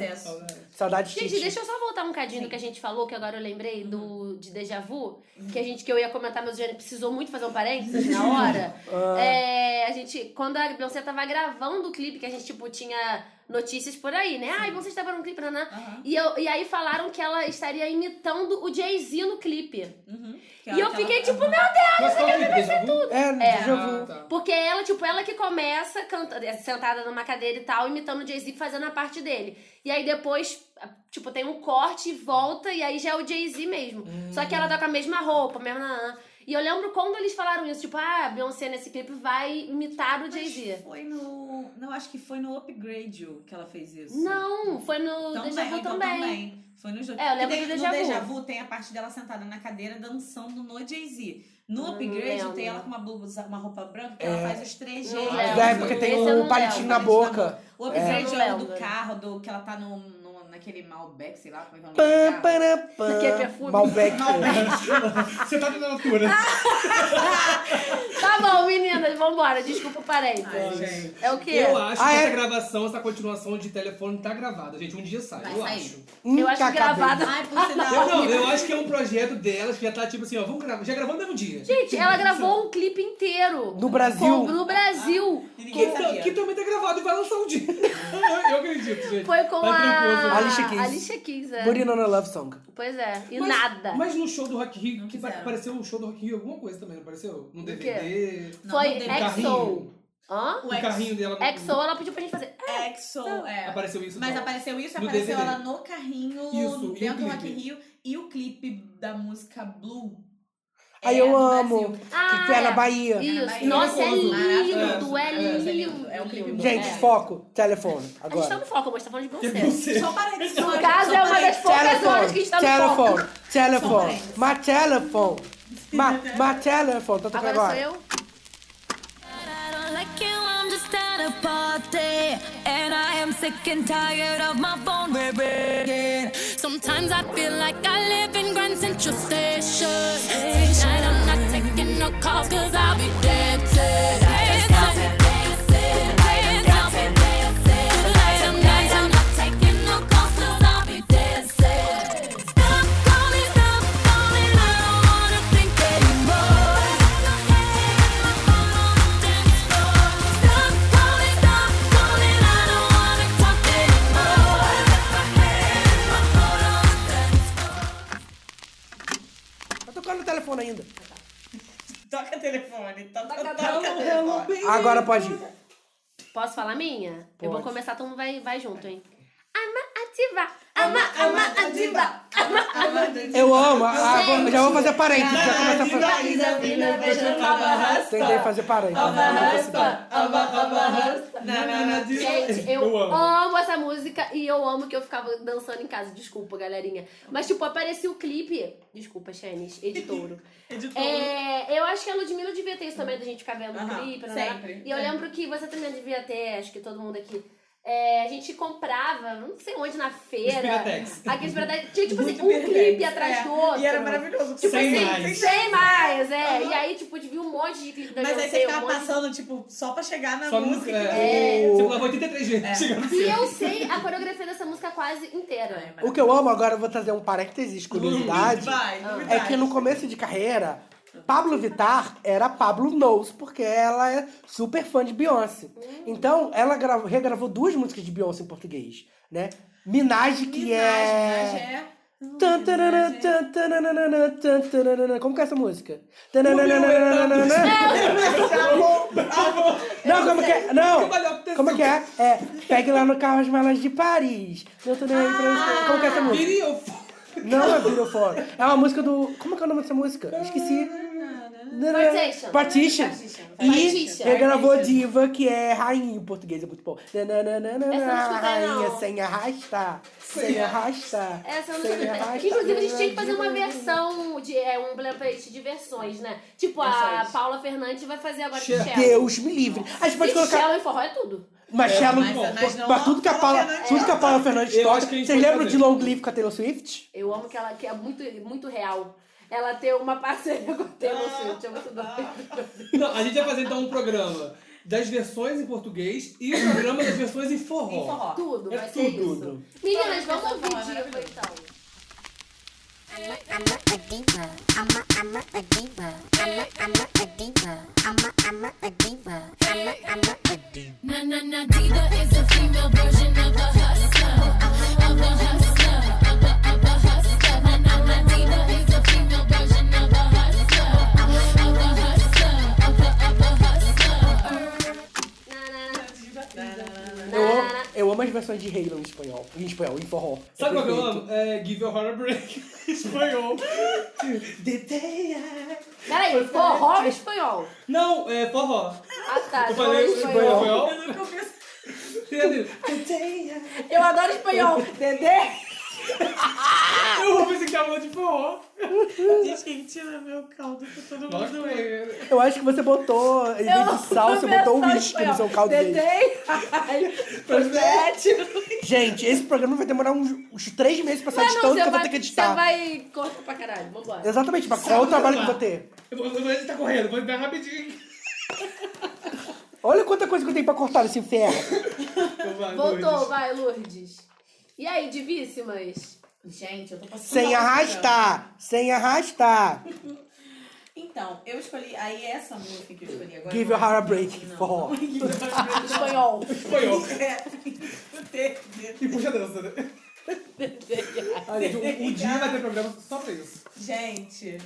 [SPEAKER 2] Saudade de
[SPEAKER 7] Gente, deixa eu só voltar um cadinho do que a gente falou, que agora eu lembrei do de déjà vu, que a gente que eu ia comentar, mas o Jane precisou muito fazer um parênteses na hora.
[SPEAKER 10] Ah.
[SPEAKER 7] É, a gente, quando a Beyoncé tava gravando o clipe, que a gente, tipo, tinha notícias por aí, né? Ai, vocês estavam no clipe, naná. E, eu, e aí falaram que ela estaria imitando o Jay-Z no clipe. E eu fiquei tipo, meu Deus,
[SPEAKER 1] Mas
[SPEAKER 7] isso
[SPEAKER 1] qual
[SPEAKER 7] aqui
[SPEAKER 1] clipe?
[SPEAKER 7] vai
[SPEAKER 1] Déjà
[SPEAKER 7] vencer
[SPEAKER 1] vu?
[SPEAKER 7] tudo.
[SPEAKER 1] É, no Déjà vu. Ah, tá.
[SPEAKER 7] Porque ela, tipo, ela que começa canta, é, sentada numa cadeira e tal, imitando o Jay-Z, fazendo a parte dele. E aí depois, tipo, é
[SPEAKER 2] Uhum.
[SPEAKER 7] tem um corte e volta, e aí já é o Jay-Z mesmo. Só que ela tá com a mesma roupa, a mesma. nanã. E eu lembro quando eles falaram isso, tipo, ah, a Beyoncé nesse clipe vai imitar o
[SPEAKER 3] Mas
[SPEAKER 7] Jay-Z.
[SPEAKER 3] Foi no. Não, acho que foi no Upgrade You que ela fez isso.
[SPEAKER 7] Não, foi no
[SPEAKER 3] Também,
[SPEAKER 7] Deja Vu
[SPEAKER 3] então
[SPEAKER 7] também.
[SPEAKER 3] também. Foi no
[SPEAKER 7] É, eu lembro
[SPEAKER 3] Porque
[SPEAKER 7] do
[SPEAKER 3] no
[SPEAKER 7] Deja Vu.
[SPEAKER 3] Vu tem a parte dela sentada na cadeira dançando no Jay-Z. No
[SPEAKER 7] Não
[SPEAKER 3] Upgrade
[SPEAKER 7] Hum, lembro.
[SPEAKER 3] tem ela com uma blusa, uma roupa branca, que
[SPEAKER 2] É.
[SPEAKER 3] ela faz os três
[SPEAKER 7] Não
[SPEAKER 3] jeitos.
[SPEAKER 7] lembro.
[SPEAKER 1] É,
[SPEAKER 2] Da época tem
[SPEAKER 7] Esse eu
[SPEAKER 2] um
[SPEAKER 7] não lembro,
[SPEAKER 2] palitinho na boca.
[SPEAKER 3] O Upgrade
[SPEAKER 7] Eu
[SPEAKER 3] é
[SPEAKER 7] não
[SPEAKER 3] o do
[SPEAKER 7] lembro.
[SPEAKER 3] carro, do, que ela tá no, no- naquele Malbec, sei lá como é que é o nome
[SPEAKER 2] Pam,
[SPEAKER 3] do carro.
[SPEAKER 2] param, pam.
[SPEAKER 3] Que é perfume?
[SPEAKER 2] Malbec.
[SPEAKER 1] Você tá na altura.
[SPEAKER 2] Ah!
[SPEAKER 7] Tá bom, meninas, vambora. Desculpa o parênteses. É o quê?
[SPEAKER 1] Eu acho
[SPEAKER 7] Ah,
[SPEAKER 1] que
[SPEAKER 7] é?
[SPEAKER 1] essa gravação, essa continuação de telefone tá gravada, gente. Um dia sai,
[SPEAKER 7] Vai
[SPEAKER 1] eu
[SPEAKER 7] sair. Tá
[SPEAKER 1] acho.
[SPEAKER 7] Eu acho que gravada.
[SPEAKER 3] Ai, por
[SPEAKER 1] Eu, não, eu acho que é um projeto delas que já tá tipo assim, ó, vamos gravar. Já gravamos mesmo dia.
[SPEAKER 7] Gente, ela gravou um clipe inteiro.
[SPEAKER 2] No Brasil.
[SPEAKER 7] Com- no Brasil.
[SPEAKER 1] Que,
[SPEAKER 7] Com-
[SPEAKER 1] ta- que também tá gravado e vai lançar um dia. eu, eu acredito,
[SPEAKER 2] Ah,
[SPEAKER 1] gente.
[SPEAKER 7] Foi com
[SPEAKER 1] Tá
[SPEAKER 7] a
[SPEAKER 1] tranquilo.
[SPEAKER 2] Alicia Keys.
[SPEAKER 7] Alicia Keys, é.
[SPEAKER 2] Burino na Love Song.
[SPEAKER 7] Pois é, e
[SPEAKER 1] Mas-
[SPEAKER 7] nada.
[SPEAKER 1] Mas no show do Rock in Rio, que pa-
[SPEAKER 7] fizeram.
[SPEAKER 1] apareceu o show do Rock in Rio alguma coisa também, não apareceu? No
[SPEAKER 7] quê?
[SPEAKER 1] DVD.
[SPEAKER 7] Não, Foi
[SPEAKER 1] no
[SPEAKER 7] no
[SPEAKER 1] DVD.
[SPEAKER 7] EXO.
[SPEAKER 1] um Carrinho.
[SPEAKER 7] Hã?
[SPEAKER 1] O carrinho dela. no-
[SPEAKER 7] EXO, ela pediu pra gente fazer.
[SPEAKER 3] EXO, é.
[SPEAKER 1] Apareceu isso, então.
[SPEAKER 3] Mas
[SPEAKER 1] não.
[SPEAKER 3] apareceu isso,
[SPEAKER 1] No
[SPEAKER 3] apareceu
[SPEAKER 1] DVD.
[SPEAKER 3] ela no carrinho,
[SPEAKER 1] Isso, e o
[SPEAKER 3] dentro do Rock in
[SPEAKER 1] clipe?
[SPEAKER 3] Rio. E o clipe da música Blue.
[SPEAKER 2] Aí
[SPEAKER 3] É,
[SPEAKER 2] eu
[SPEAKER 3] no
[SPEAKER 2] amo.
[SPEAKER 3] Brasil.
[SPEAKER 7] Ah,
[SPEAKER 2] que foi na Bahia.
[SPEAKER 7] Isso.
[SPEAKER 3] Bahia.
[SPEAKER 7] Nossa, é lindo,
[SPEAKER 3] Maravilhoso.
[SPEAKER 7] é lindo.
[SPEAKER 3] É,
[SPEAKER 7] É,
[SPEAKER 3] é um clipe
[SPEAKER 7] lindo.
[SPEAKER 2] Gente, foco, telefone.
[SPEAKER 7] A gente tá
[SPEAKER 2] Agora.
[SPEAKER 7] no foco, mas tá falando de
[SPEAKER 2] Beyoncé.
[SPEAKER 7] Beyoncé.
[SPEAKER 3] Só para
[SPEAKER 7] Isso, no caso, é uma das poucas horas que a gente tá no
[SPEAKER 2] telefone,
[SPEAKER 7] foco.
[SPEAKER 2] telefone, my telephone, my, my telephone, tá tocando
[SPEAKER 12] Agora
[SPEAKER 2] agora.
[SPEAKER 12] sou eu. I don't like you, I'm just at a party. And I am sick and tired of my phone ringing. Sometimes I feel like I live in Grand Central Station. Tonight I'm not taking no calls cause I'll be dancing. Dancing. Dancing. Tonight I'm dancing, I'm not taking no calls 'cause I'll be dancing. Stop calling, stop calling, I don't wanna think anymore. Stop calling, stop calling. I don't wanna talk anymore.
[SPEAKER 2] Tá tocando o telefone ainda.
[SPEAKER 3] Toca telefone, toca, toca,
[SPEAKER 2] Agora pode ir.
[SPEAKER 7] Posso falar minha? Eu vou
[SPEAKER 2] Pode.
[SPEAKER 7] começar, todo mundo vai, vai junto, hein? Ama ativa, ama, ama ativa, ama, ama ativa.
[SPEAKER 2] Eu amo, ah,
[SPEAKER 7] Gente.
[SPEAKER 2] agora- já vou fazer parênteses, já começa a
[SPEAKER 7] Isa, Isa, Isa, Isa,
[SPEAKER 2] fazer.
[SPEAKER 7] Isa,
[SPEAKER 2] Tentei fazer parênteses.
[SPEAKER 7] Gente, eu, amo. essa música e eu amo que eu ficava dançando em casa. Desculpa, galerinha. Mas, tipo, aparecia o clipe. Desculpa, Xenis, editouro.
[SPEAKER 3] Editor.
[SPEAKER 7] É, eu acho que a Ludmilla devia ter isso também, da gente ficar vendo o
[SPEAKER 3] Aham,
[SPEAKER 7] clipe. né?
[SPEAKER 3] sempre.
[SPEAKER 7] E eu
[SPEAKER 3] É.
[SPEAKER 7] lembro que você também devia ter, acho que todo mundo aqui. é, a gente comprava, não sei onde, na feira.
[SPEAKER 3] Os Piratex.
[SPEAKER 7] Aqueles Piratex. Tinha, tipo assim,
[SPEAKER 3] Muito
[SPEAKER 7] um
[SPEAKER 3] Piratex,
[SPEAKER 7] clipe atrás
[SPEAKER 3] é.
[SPEAKER 7] do outro.
[SPEAKER 3] E era maravilhoso,
[SPEAKER 7] Tipo
[SPEAKER 3] sem
[SPEAKER 7] assim,
[SPEAKER 3] mais.
[SPEAKER 7] sem mais, é.
[SPEAKER 3] Aham.
[SPEAKER 7] E aí, tipo, eu devia um monte de clipe da
[SPEAKER 3] Mas aí
[SPEAKER 7] Beyoncé,
[SPEAKER 3] você ficava
[SPEAKER 7] um monte de-
[SPEAKER 3] passando, tipo, só pra chegar na
[SPEAKER 1] Só
[SPEAKER 3] música.
[SPEAKER 1] música. É.
[SPEAKER 7] É.
[SPEAKER 1] Você pulava 83 vezes. chegando
[SPEAKER 7] E
[SPEAKER 1] cedo.
[SPEAKER 7] eu
[SPEAKER 3] assim.
[SPEAKER 7] sei a coreografia dessa música quase
[SPEAKER 3] É,
[SPEAKER 7] inteira.
[SPEAKER 2] O que eu amo, agora eu vou trazer um parênteses, curiosidade,
[SPEAKER 7] Vai,
[SPEAKER 2] é
[SPEAKER 7] novidade.
[SPEAKER 2] que no começo de carreira, Pablo Vittar era Pablo Knows, porque ela é super fã de Beyoncé. Então, ela gra- regravou duas músicas de Beyoncé em português, né? Minaj, que
[SPEAKER 3] Minaj,
[SPEAKER 2] é...
[SPEAKER 3] Minaj
[SPEAKER 2] Tan, tarana, tan, taranana, tan, taranana. Como que é essa música? Não, como que é? Não! Como que é? É, pegue lá no carro as malas de Paris. Eu tô nem aí pra você. Como que é essa música? Não é Beautiful. É uma música do. Como que é o nome dessa música? Esqueci.
[SPEAKER 7] Partition.
[SPEAKER 2] Partition. E
[SPEAKER 7] Partition.
[SPEAKER 2] ele gravou Diva, que é rainha em português, é muito bom. Nananana,
[SPEAKER 7] Essa eu não escutei, não.
[SPEAKER 2] Rainha sem arrastar, sem
[SPEAKER 7] Sem
[SPEAKER 2] arrastar.
[SPEAKER 7] Essa eu não
[SPEAKER 2] sem
[SPEAKER 7] sei.
[SPEAKER 2] arrastar.
[SPEAKER 7] Inclusive, a gente tinha que fazer uma versão de é, um template de versões, né? Tipo, a
[SPEAKER 2] Versões.
[SPEAKER 7] Paula Fernandes vai fazer agora de Shell.
[SPEAKER 2] Deus me livre. A gente pode
[SPEAKER 7] E
[SPEAKER 2] colocar.
[SPEAKER 7] Shell e forró é tudo.
[SPEAKER 2] Mas Shell,
[SPEAKER 7] Mas-
[SPEAKER 1] É,
[SPEAKER 7] mas não
[SPEAKER 2] mas tudo que a Paula, tudo que a Paula Fernandes
[SPEAKER 1] Eu
[SPEAKER 2] toca.
[SPEAKER 1] acho que a gente
[SPEAKER 2] Vocês
[SPEAKER 1] pode
[SPEAKER 2] lembram de
[SPEAKER 1] fazer.
[SPEAKER 2] Long Live com a Taylor Swift?
[SPEAKER 7] Eu amo que ela que é muito, muito real. Ela tem uma parceria com o Taylor Swift. Eu muito
[SPEAKER 1] Não, a gente vai fazer então um programa das versões em português e um programa das versões em forró.
[SPEAKER 7] Tudo,
[SPEAKER 1] É
[SPEAKER 7] vai ser
[SPEAKER 1] tudo.
[SPEAKER 7] isso.
[SPEAKER 2] Tá,
[SPEAKER 7] Meninas, vamos ouvir
[SPEAKER 12] Forró é
[SPEAKER 7] Diva, então.
[SPEAKER 12] I'm a diva. I'm a, I'm a, a diva. I'm a, I'm a, a diva. I'm a, I'm a, a diva. I'm a, I'm a, a diva. Na na na diva is a female version of a hustler. Of a hustler. Of a, of a hustler. Na na na diva is a female version of a hustler. Of a hustler. Of a, of a hustler.
[SPEAKER 2] Eu amo, eu amo as versões de Halo em espanhol. Em espanhol, em forró.
[SPEAKER 1] Sabe
[SPEAKER 2] o
[SPEAKER 1] qual que é eu amo? É Give Your Heart a Break. Espanhol. The day I-
[SPEAKER 7] Peraí, forró ou espanhol?
[SPEAKER 1] Não, é forró.
[SPEAKER 7] Ah, tá.
[SPEAKER 1] Eu falei
[SPEAKER 7] forró
[SPEAKER 1] espanhol.
[SPEAKER 7] espanhol.
[SPEAKER 1] Eu nunca ouvi Entendeu?
[SPEAKER 7] Eu adoro espanhol. Dedê.
[SPEAKER 1] Eu vou musicar um monte de forró.
[SPEAKER 3] Gente, quem tira meu caldo pra todo mundo.
[SPEAKER 1] Nossa,
[SPEAKER 3] ver.
[SPEAKER 2] Eu acho que você botou, em
[SPEAKER 3] Eu
[SPEAKER 2] vez
[SPEAKER 3] não
[SPEAKER 2] de sal, você
[SPEAKER 3] sou
[SPEAKER 2] botou um
[SPEAKER 3] versão
[SPEAKER 2] whisky no seu
[SPEAKER 3] espanhol.
[SPEAKER 2] caldo dele.
[SPEAKER 7] Dedê.
[SPEAKER 2] Gente, esse programa vai demorar uns, uns três meses pra sair
[SPEAKER 7] Mas
[SPEAKER 2] de
[SPEAKER 7] não,
[SPEAKER 2] tanto que
[SPEAKER 7] você
[SPEAKER 2] eu vou
[SPEAKER 7] vai,
[SPEAKER 2] ter que
[SPEAKER 7] você
[SPEAKER 2] editar.
[SPEAKER 7] vai corta pra caralho, vambora.
[SPEAKER 2] Exatamente, mas qual é o trabalho que eu vou ter?
[SPEAKER 1] Eu vou, eu vou ele tá correndo, vou dar rapidinho.
[SPEAKER 2] Olha quanta coisa que eu tenho pra cortar nesse inferno.
[SPEAKER 1] Eu vou-
[SPEAKER 7] Voltou,
[SPEAKER 1] Lourdes.
[SPEAKER 7] vai, Lourdes. E aí, divíssimas?
[SPEAKER 3] Gente, eu tô passando.
[SPEAKER 2] Sem arrastar, sem arrastar.
[SPEAKER 3] Então, eu escolhi. Aí essa música que eu escolhi agora. é
[SPEAKER 2] Give your heart a break, forró.
[SPEAKER 7] Espanhol.
[SPEAKER 1] Espanhol.
[SPEAKER 3] É.
[SPEAKER 1] E puxa a dança, né? Ai, gente, um, um dia vai ter programa só pra isso.
[SPEAKER 3] Gente,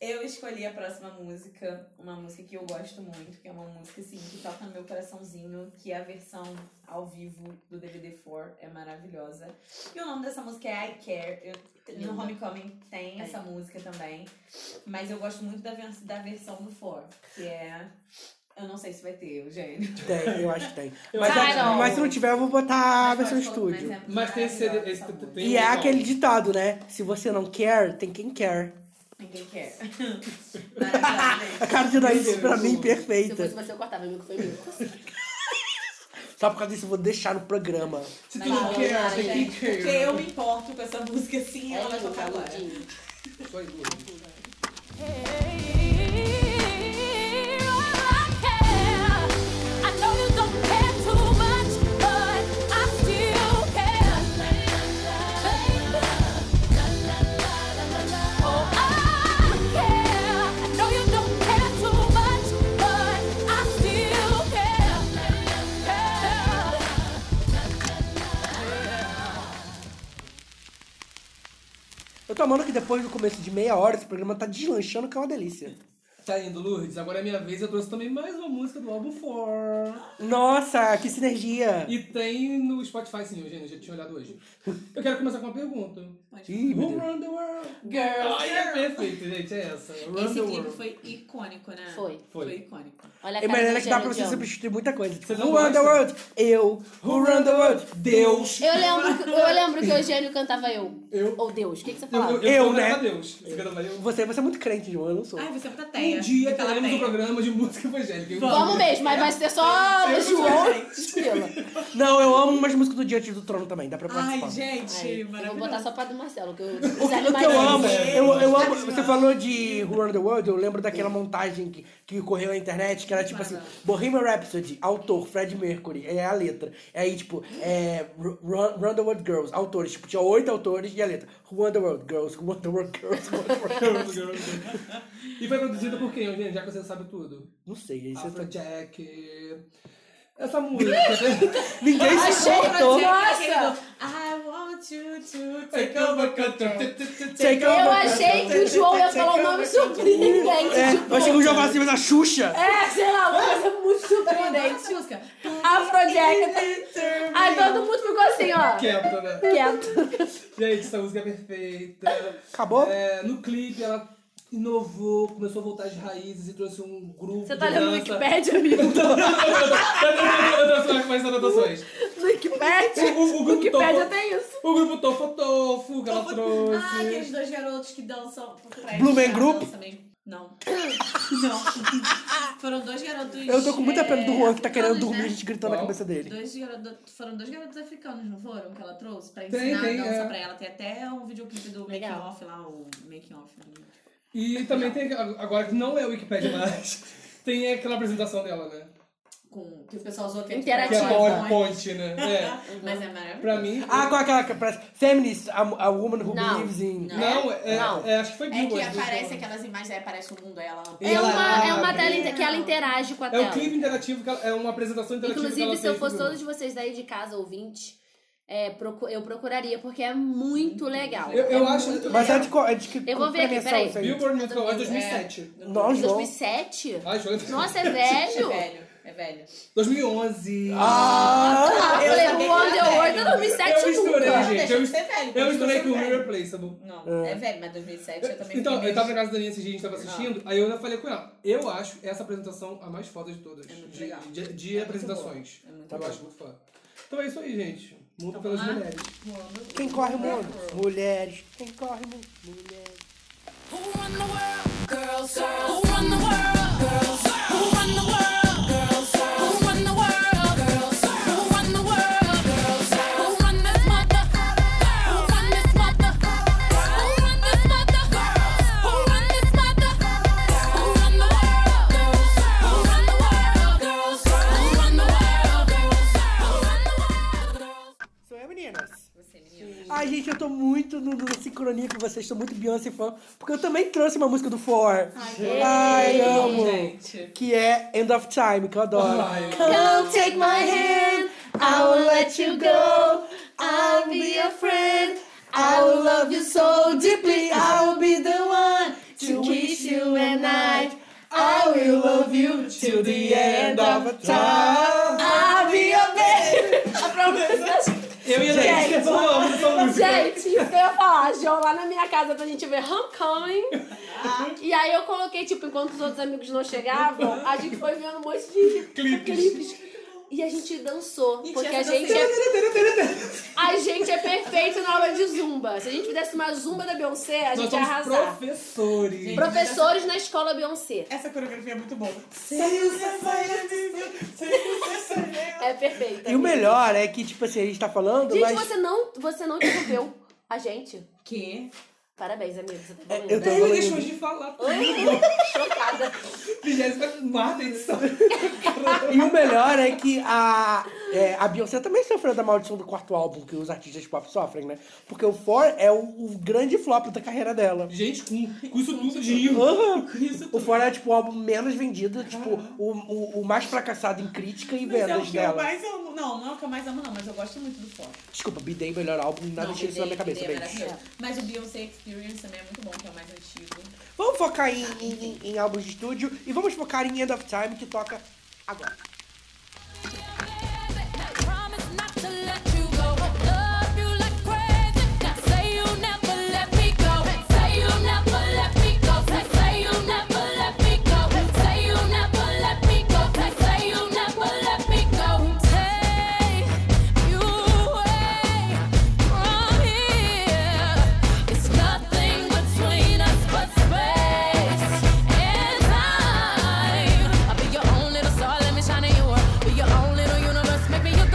[SPEAKER 3] eu escolhi a próxima música, uma música que eu gosto muito, que é uma música assim, que toca no meu coraçãozinho, que é a versão ao vivo do DVD4, é maravilhosa. E o nome dessa música é I Care. Eu- no
[SPEAKER 15] Linda.
[SPEAKER 3] Homecoming tem essa música também, mas eu gosto muito da, vers- da versão do 4, que é. Eu não sei se vai ter, Eugênio.
[SPEAKER 2] Tem, eu acho que tem.
[SPEAKER 3] Eu
[SPEAKER 2] Mas,
[SPEAKER 3] acho que tem.
[SPEAKER 2] mas se não tiver, eu vou botar a
[SPEAKER 3] Mas
[SPEAKER 2] versão
[SPEAKER 7] um
[SPEAKER 3] pode colocar,
[SPEAKER 2] um estúdio.
[SPEAKER 3] mas é Mas tem esse CD maravilhosa esse- essa tem
[SPEAKER 2] E é aquele ditado, né? Se você não quer, tem quem quer.
[SPEAKER 3] Ninguém quer.
[SPEAKER 2] A cara de Daís, pra mim,
[SPEAKER 7] Se
[SPEAKER 2] perfeita.
[SPEAKER 7] fosse você, eu cortava, amigo, foi meu.
[SPEAKER 2] Só por causa disso, eu vou deixar no programa.
[SPEAKER 3] Se tu não
[SPEAKER 1] é
[SPEAKER 3] quer, gente, é porque
[SPEAKER 1] né?
[SPEAKER 3] eu me importo com essa música assim, ela vai tocar agora.
[SPEAKER 12] I know you don't care too much, but I still care. Oh, I care. I know you don't care too much, but I still care.
[SPEAKER 2] Eu tô amando que depois do começo de meia hora, esse programa tá deslanchando, que é uma delícia.
[SPEAKER 1] Tá indo, Lourdes. Agora é minha vez. Eu trouxe também mais uma música do álbum 4.
[SPEAKER 2] Nossa, que sinergia.
[SPEAKER 1] E tem no Spotify, sim, Eugênio. Eu já tinha olhado hoje. Eu quero começar com uma pergunta.
[SPEAKER 2] Ih, meu
[SPEAKER 1] Who
[SPEAKER 2] Deus.
[SPEAKER 1] run the world?
[SPEAKER 3] Girl.
[SPEAKER 1] Ai, é perfeito, gente. É essa. Run
[SPEAKER 3] Esse
[SPEAKER 1] the
[SPEAKER 3] clipe
[SPEAKER 1] world.
[SPEAKER 3] foi icônico, né?
[SPEAKER 7] Foi.
[SPEAKER 1] Foi.
[SPEAKER 3] icônico.
[SPEAKER 7] Olha
[SPEAKER 2] É
[SPEAKER 7] a
[SPEAKER 2] uma
[SPEAKER 7] cara
[SPEAKER 2] maneira
[SPEAKER 7] do
[SPEAKER 2] que dá pra
[SPEAKER 7] Janet
[SPEAKER 2] você
[SPEAKER 7] Young.
[SPEAKER 2] substituir muita coisa. Tipo,
[SPEAKER 1] não
[SPEAKER 2] Who run the
[SPEAKER 1] gosta?
[SPEAKER 2] world? Eu. Who run the world? Deus.
[SPEAKER 7] Eu lembro, que- eu lembro que o Eugênio cantava eu.
[SPEAKER 1] Eu?
[SPEAKER 7] Ou Deus, o que, que você
[SPEAKER 1] Eu,
[SPEAKER 7] falava?
[SPEAKER 1] eu,
[SPEAKER 2] Eu,
[SPEAKER 1] eu,
[SPEAKER 2] né?
[SPEAKER 1] né? Deus. Você quer dar eu?
[SPEAKER 2] Você, você é muito crente, João, eu não sou.
[SPEAKER 3] Ai, você é muita teia.
[SPEAKER 1] Um dia
[SPEAKER 3] Aquela
[SPEAKER 1] teremos um
[SPEAKER 3] teia.
[SPEAKER 1] programa de música evangélica.
[SPEAKER 7] Vamos mesmo, mas vai ser só
[SPEAKER 1] Eu
[SPEAKER 7] João
[SPEAKER 1] não
[SPEAKER 7] Estrela.
[SPEAKER 2] Não, eu amo umas músicas do Diante do Trono também, dá pra participar.
[SPEAKER 3] Ai,
[SPEAKER 7] Aí,
[SPEAKER 3] gente,
[SPEAKER 7] eu vou
[SPEAKER 3] maravilhoso.
[SPEAKER 7] botar só pra do Marcelo, que eu
[SPEAKER 2] O é que, o que eu amo, eu, eu amo, você falou de Who Run the World, eu lembro daquela montagem que, que correu na internet, que era tipo assim, Bohemian Rhapsody, autor, Fred Mercury, é a letra. Aí, tipo, é, Ru- Run, Run the World Girls, autores, tipo, tinha oito autores e a letra. Who Run the World Girls, Who Run the World Girls, Who Run the World Girls.
[SPEAKER 1] E foi produzida por quem, Eugênio? Já que você sabe tudo.
[SPEAKER 2] Não sei, aí você tá...
[SPEAKER 1] Afrojack. Essa música.
[SPEAKER 2] Ninguém se importou.
[SPEAKER 7] Nossa!
[SPEAKER 3] I want you to
[SPEAKER 1] Take
[SPEAKER 3] take
[SPEAKER 1] over
[SPEAKER 3] over
[SPEAKER 1] control.
[SPEAKER 3] control.
[SPEAKER 2] Take over.
[SPEAKER 7] Eu achei que o João ia falar o nome surpreendente.
[SPEAKER 2] É,
[SPEAKER 7] tipo,
[SPEAKER 2] eu achei que o João falasse assim, mas a Xuxa.
[SPEAKER 7] É, sei lá, uma coisa muito
[SPEAKER 3] Eu
[SPEAKER 7] surpreendente.
[SPEAKER 3] adoro Tá então essa música.
[SPEAKER 7] Afrojack. Aí todo mundo ficou assim, ó.
[SPEAKER 1] Quieto, né?
[SPEAKER 7] Quieto.
[SPEAKER 1] Gente, essa música é perfeita.
[SPEAKER 2] Acabou?
[SPEAKER 1] É, no clipe ela inovou, começou a voltar às raízes e trouxe um grupo.
[SPEAKER 7] Você tá
[SPEAKER 1] de
[SPEAKER 7] lendo no
[SPEAKER 1] dança.
[SPEAKER 7] Wikipedia, amigo?
[SPEAKER 1] Eu tô- eu tô fazendo anotações.
[SPEAKER 7] No Wikipedia?
[SPEAKER 1] O- o- o
[SPEAKER 7] No
[SPEAKER 1] grupo
[SPEAKER 7] Wikipedia
[SPEAKER 1] todo-
[SPEAKER 7] tem isso.
[SPEAKER 1] O grupo Tofo Tofo, que ela trouxe.
[SPEAKER 3] Ah, aqueles dois garotos que dançam por trás.
[SPEAKER 2] Blue Man
[SPEAKER 3] Ah,
[SPEAKER 2] Group?
[SPEAKER 3] dança mesmo. Não. Não. Foram dois garotos.
[SPEAKER 2] Eu tô com muita pena do Juan que tá querendo
[SPEAKER 3] africanos,
[SPEAKER 2] dormir, a
[SPEAKER 3] né?
[SPEAKER 2] gente gritando na
[SPEAKER 1] Qual?
[SPEAKER 2] cabeça dele.
[SPEAKER 3] Dois garoto, foram dois garotos africanos, não foram? Que ela trouxe pra
[SPEAKER 1] Tem,
[SPEAKER 3] ensinar
[SPEAKER 1] tem,
[SPEAKER 3] a dança
[SPEAKER 1] é.
[SPEAKER 3] pra ela. Tem até um videoclipe do Making
[SPEAKER 7] Legal.
[SPEAKER 3] Off lá, o Making Off. né? do-
[SPEAKER 1] E também tem, agora que não é o Wikipedia mais, tem aquela apresentação dela, né?
[SPEAKER 3] Com, que o pessoal usou que é
[SPEAKER 1] Que é
[SPEAKER 7] Interativa.
[SPEAKER 3] tipo-
[SPEAKER 1] PowerPoint, né? É.
[SPEAKER 3] Mas é maravilhoso.
[SPEAKER 1] Pra mim.
[SPEAKER 2] Ah, com aquela que parece Feminist, a, a woman who
[SPEAKER 7] Não.
[SPEAKER 2] believes in...
[SPEAKER 1] Não, é,
[SPEAKER 7] Não.
[SPEAKER 1] é, acho que foi
[SPEAKER 3] É
[SPEAKER 1] Billboard.
[SPEAKER 3] que
[SPEAKER 1] deixa eu
[SPEAKER 3] aparece
[SPEAKER 1] falar.
[SPEAKER 3] aquelas imagens, aí aparece o mundo, aí ela
[SPEAKER 1] E
[SPEAKER 7] É
[SPEAKER 1] ela
[SPEAKER 7] uma, é uma
[SPEAKER 1] abre.
[SPEAKER 7] tela inte- que ela interage com a
[SPEAKER 1] É
[SPEAKER 7] tela.
[SPEAKER 1] o clipe interativo, que ela- é uma apresentação interativa. que ela
[SPEAKER 7] Inclusive, se eu
[SPEAKER 1] fez
[SPEAKER 7] fosse
[SPEAKER 1] pro
[SPEAKER 7] todos vocês daí de casa ouvintes, é, procu- eu procuraria, porque é muito legal.
[SPEAKER 1] Eu- eu
[SPEAKER 7] É
[SPEAKER 1] acho-
[SPEAKER 7] muito
[SPEAKER 2] Mas é
[SPEAKER 7] legal.
[SPEAKER 2] de qual? É de que
[SPEAKER 7] Eu vou ver aqui,
[SPEAKER 2] premiação
[SPEAKER 7] peraí.
[SPEAKER 16] Tá
[SPEAKER 2] isso aí?
[SPEAKER 14] é.
[SPEAKER 1] Billboard Music Awards 2007.
[SPEAKER 2] Não, João.
[SPEAKER 7] 2007?
[SPEAKER 1] Ai, João.
[SPEAKER 7] Nossa, é velho?
[SPEAKER 3] velho.
[SPEAKER 14] É velho.
[SPEAKER 1] 2011.
[SPEAKER 14] Ah, tá. Eu falei, Wonder World eu não vi sete
[SPEAKER 1] Eu misturei,
[SPEAKER 14] nunca.
[SPEAKER 1] gente.
[SPEAKER 14] Deixa
[SPEAKER 1] Eu,
[SPEAKER 14] de ser velho,
[SPEAKER 1] eu
[SPEAKER 14] deixa
[SPEAKER 1] misturei
[SPEAKER 3] é
[SPEAKER 14] de ser
[SPEAKER 1] com
[SPEAKER 14] velho.
[SPEAKER 1] Irreplaceable.
[SPEAKER 14] Não, é velho, mas 2007 eu também
[SPEAKER 1] tá Então,
[SPEAKER 14] fiquei
[SPEAKER 1] eu tava na
[SPEAKER 14] meio-
[SPEAKER 1] casa da Aninha esse dia, a gente tava assistindo, aí eu ainda falei com ela, eu acho essa apresentação a mais foda de todas. de
[SPEAKER 14] É legal.
[SPEAKER 1] de, de
[SPEAKER 14] É muito
[SPEAKER 1] apresentações. Tá,
[SPEAKER 14] boa. É muito
[SPEAKER 1] eu
[SPEAKER 14] boa. Então
[SPEAKER 1] acho muito fã. Então é isso aí, gente. Mundo pelas
[SPEAKER 14] lá.
[SPEAKER 1] mulheres.
[SPEAKER 2] Quem corre o mundo? Mulheres. Quem corre o mundo? Mulheres.
[SPEAKER 12] Girls, who run the world? Girls, who run the world? Girls, who run the world? Girls, who run the world? Girls, who run this mother? Who run this mother? Who run this mother? Girls, who run this mother? Who run the world? Girls, who run the world? Girls, who run the world? Girls, who run the world?
[SPEAKER 2] Sou eu, meninas. Ai, gente, eu tô muito no, no sincronia com vocês, tô muito Beyoncé fã, porque eu também trouxe uma música do Four. Ai, amo. Que é End of Time, que eu adoro.
[SPEAKER 12] Come take my hand, I will let you go. I'll be your friend. I will love you so deeply. I will be the one to kiss you at night. I will love you till the end of time. I'll be your baby. I promise.
[SPEAKER 1] Eu ia dar
[SPEAKER 12] Gente,
[SPEAKER 1] isso, eu amo essa música.
[SPEAKER 7] Gente, isso que eu ia falar. João lá na minha casa pra gente ver Homecoming. E aí eu coloquei, tipo, enquanto os outros amigos não chegavam, a gente foi vendo um monte de clipes. E a gente dançou, porque a
[SPEAKER 12] essa
[SPEAKER 7] gente, é... a gente é perfeito na aula de zumba. Se a gente fizesse uma zumba da Beyoncé, a
[SPEAKER 1] Nós
[SPEAKER 7] gente ia
[SPEAKER 1] somos
[SPEAKER 7] arrasar.
[SPEAKER 1] professores.
[SPEAKER 7] Professores na escola Beyoncé.
[SPEAKER 16] Essa coreografia é muito boa.
[SPEAKER 7] É perfeita.
[SPEAKER 2] E o melhor é que, tipo assim, a gente tá falando,
[SPEAKER 7] Gente,
[SPEAKER 2] mas.
[SPEAKER 7] você não, você não interrompeu a gente. Que? Parabéns, amigo. Você tá falando.
[SPEAKER 2] É, eu tô
[SPEAKER 1] Ele
[SPEAKER 2] falando-
[SPEAKER 1] deixou de falar.
[SPEAKER 7] Oi? Chocada.
[SPEAKER 1] 24 edição.
[SPEAKER 2] E o melhor é que a, é, a Beyoncé também sofreu da maldição do quarto álbum, que os artistas pop sofrem, né? Porque o Four é o, o grande flop da carreira dela.
[SPEAKER 1] Gente, com, com isso tudo de rio.
[SPEAKER 2] Aham. O Four é tipo o álbum menos vendido, tipo, o, o, o mais fracassado em crítica e
[SPEAKER 16] Mas é o
[SPEAKER 2] vendas
[SPEAKER 16] que eu
[SPEAKER 2] dela.
[SPEAKER 16] mais amo. Não, não é o que eu mais amo, não, mas eu gosto muito do Four.
[SPEAKER 2] Desculpa, Bidei, melhor álbum, nada tira isso da minha cabeça, beijo.
[SPEAKER 16] é Mas o Beyoncé Experience também é muito bom, que é o mais antigo.
[SPEAKER 2] Vamos focar em, em, em- em álbuns de estúdio e vamos focar em End of Time, que toca agora.
[SPEAKER 12] Promise not to let you go. Love you like crazy. Say you never let me go. Say you never let me go. Say you never let me go. Say you never let me go. Say you never let me go. Take you away from here. It's nothing between us but space and time. I'll be your own little star. Let me shine in your world. Be your own little universe. Make me your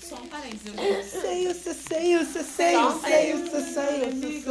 [SPEAKER 16] Só um parênteses, eu
[SPEAKER 2] Seio, seio, seio,
[SPEAKER 16] Só
[SPEAKER 7] é
[SPEAKER 2] seio,
[SPEAKER 16] seio,
[SPEAKER 2] seio, seio,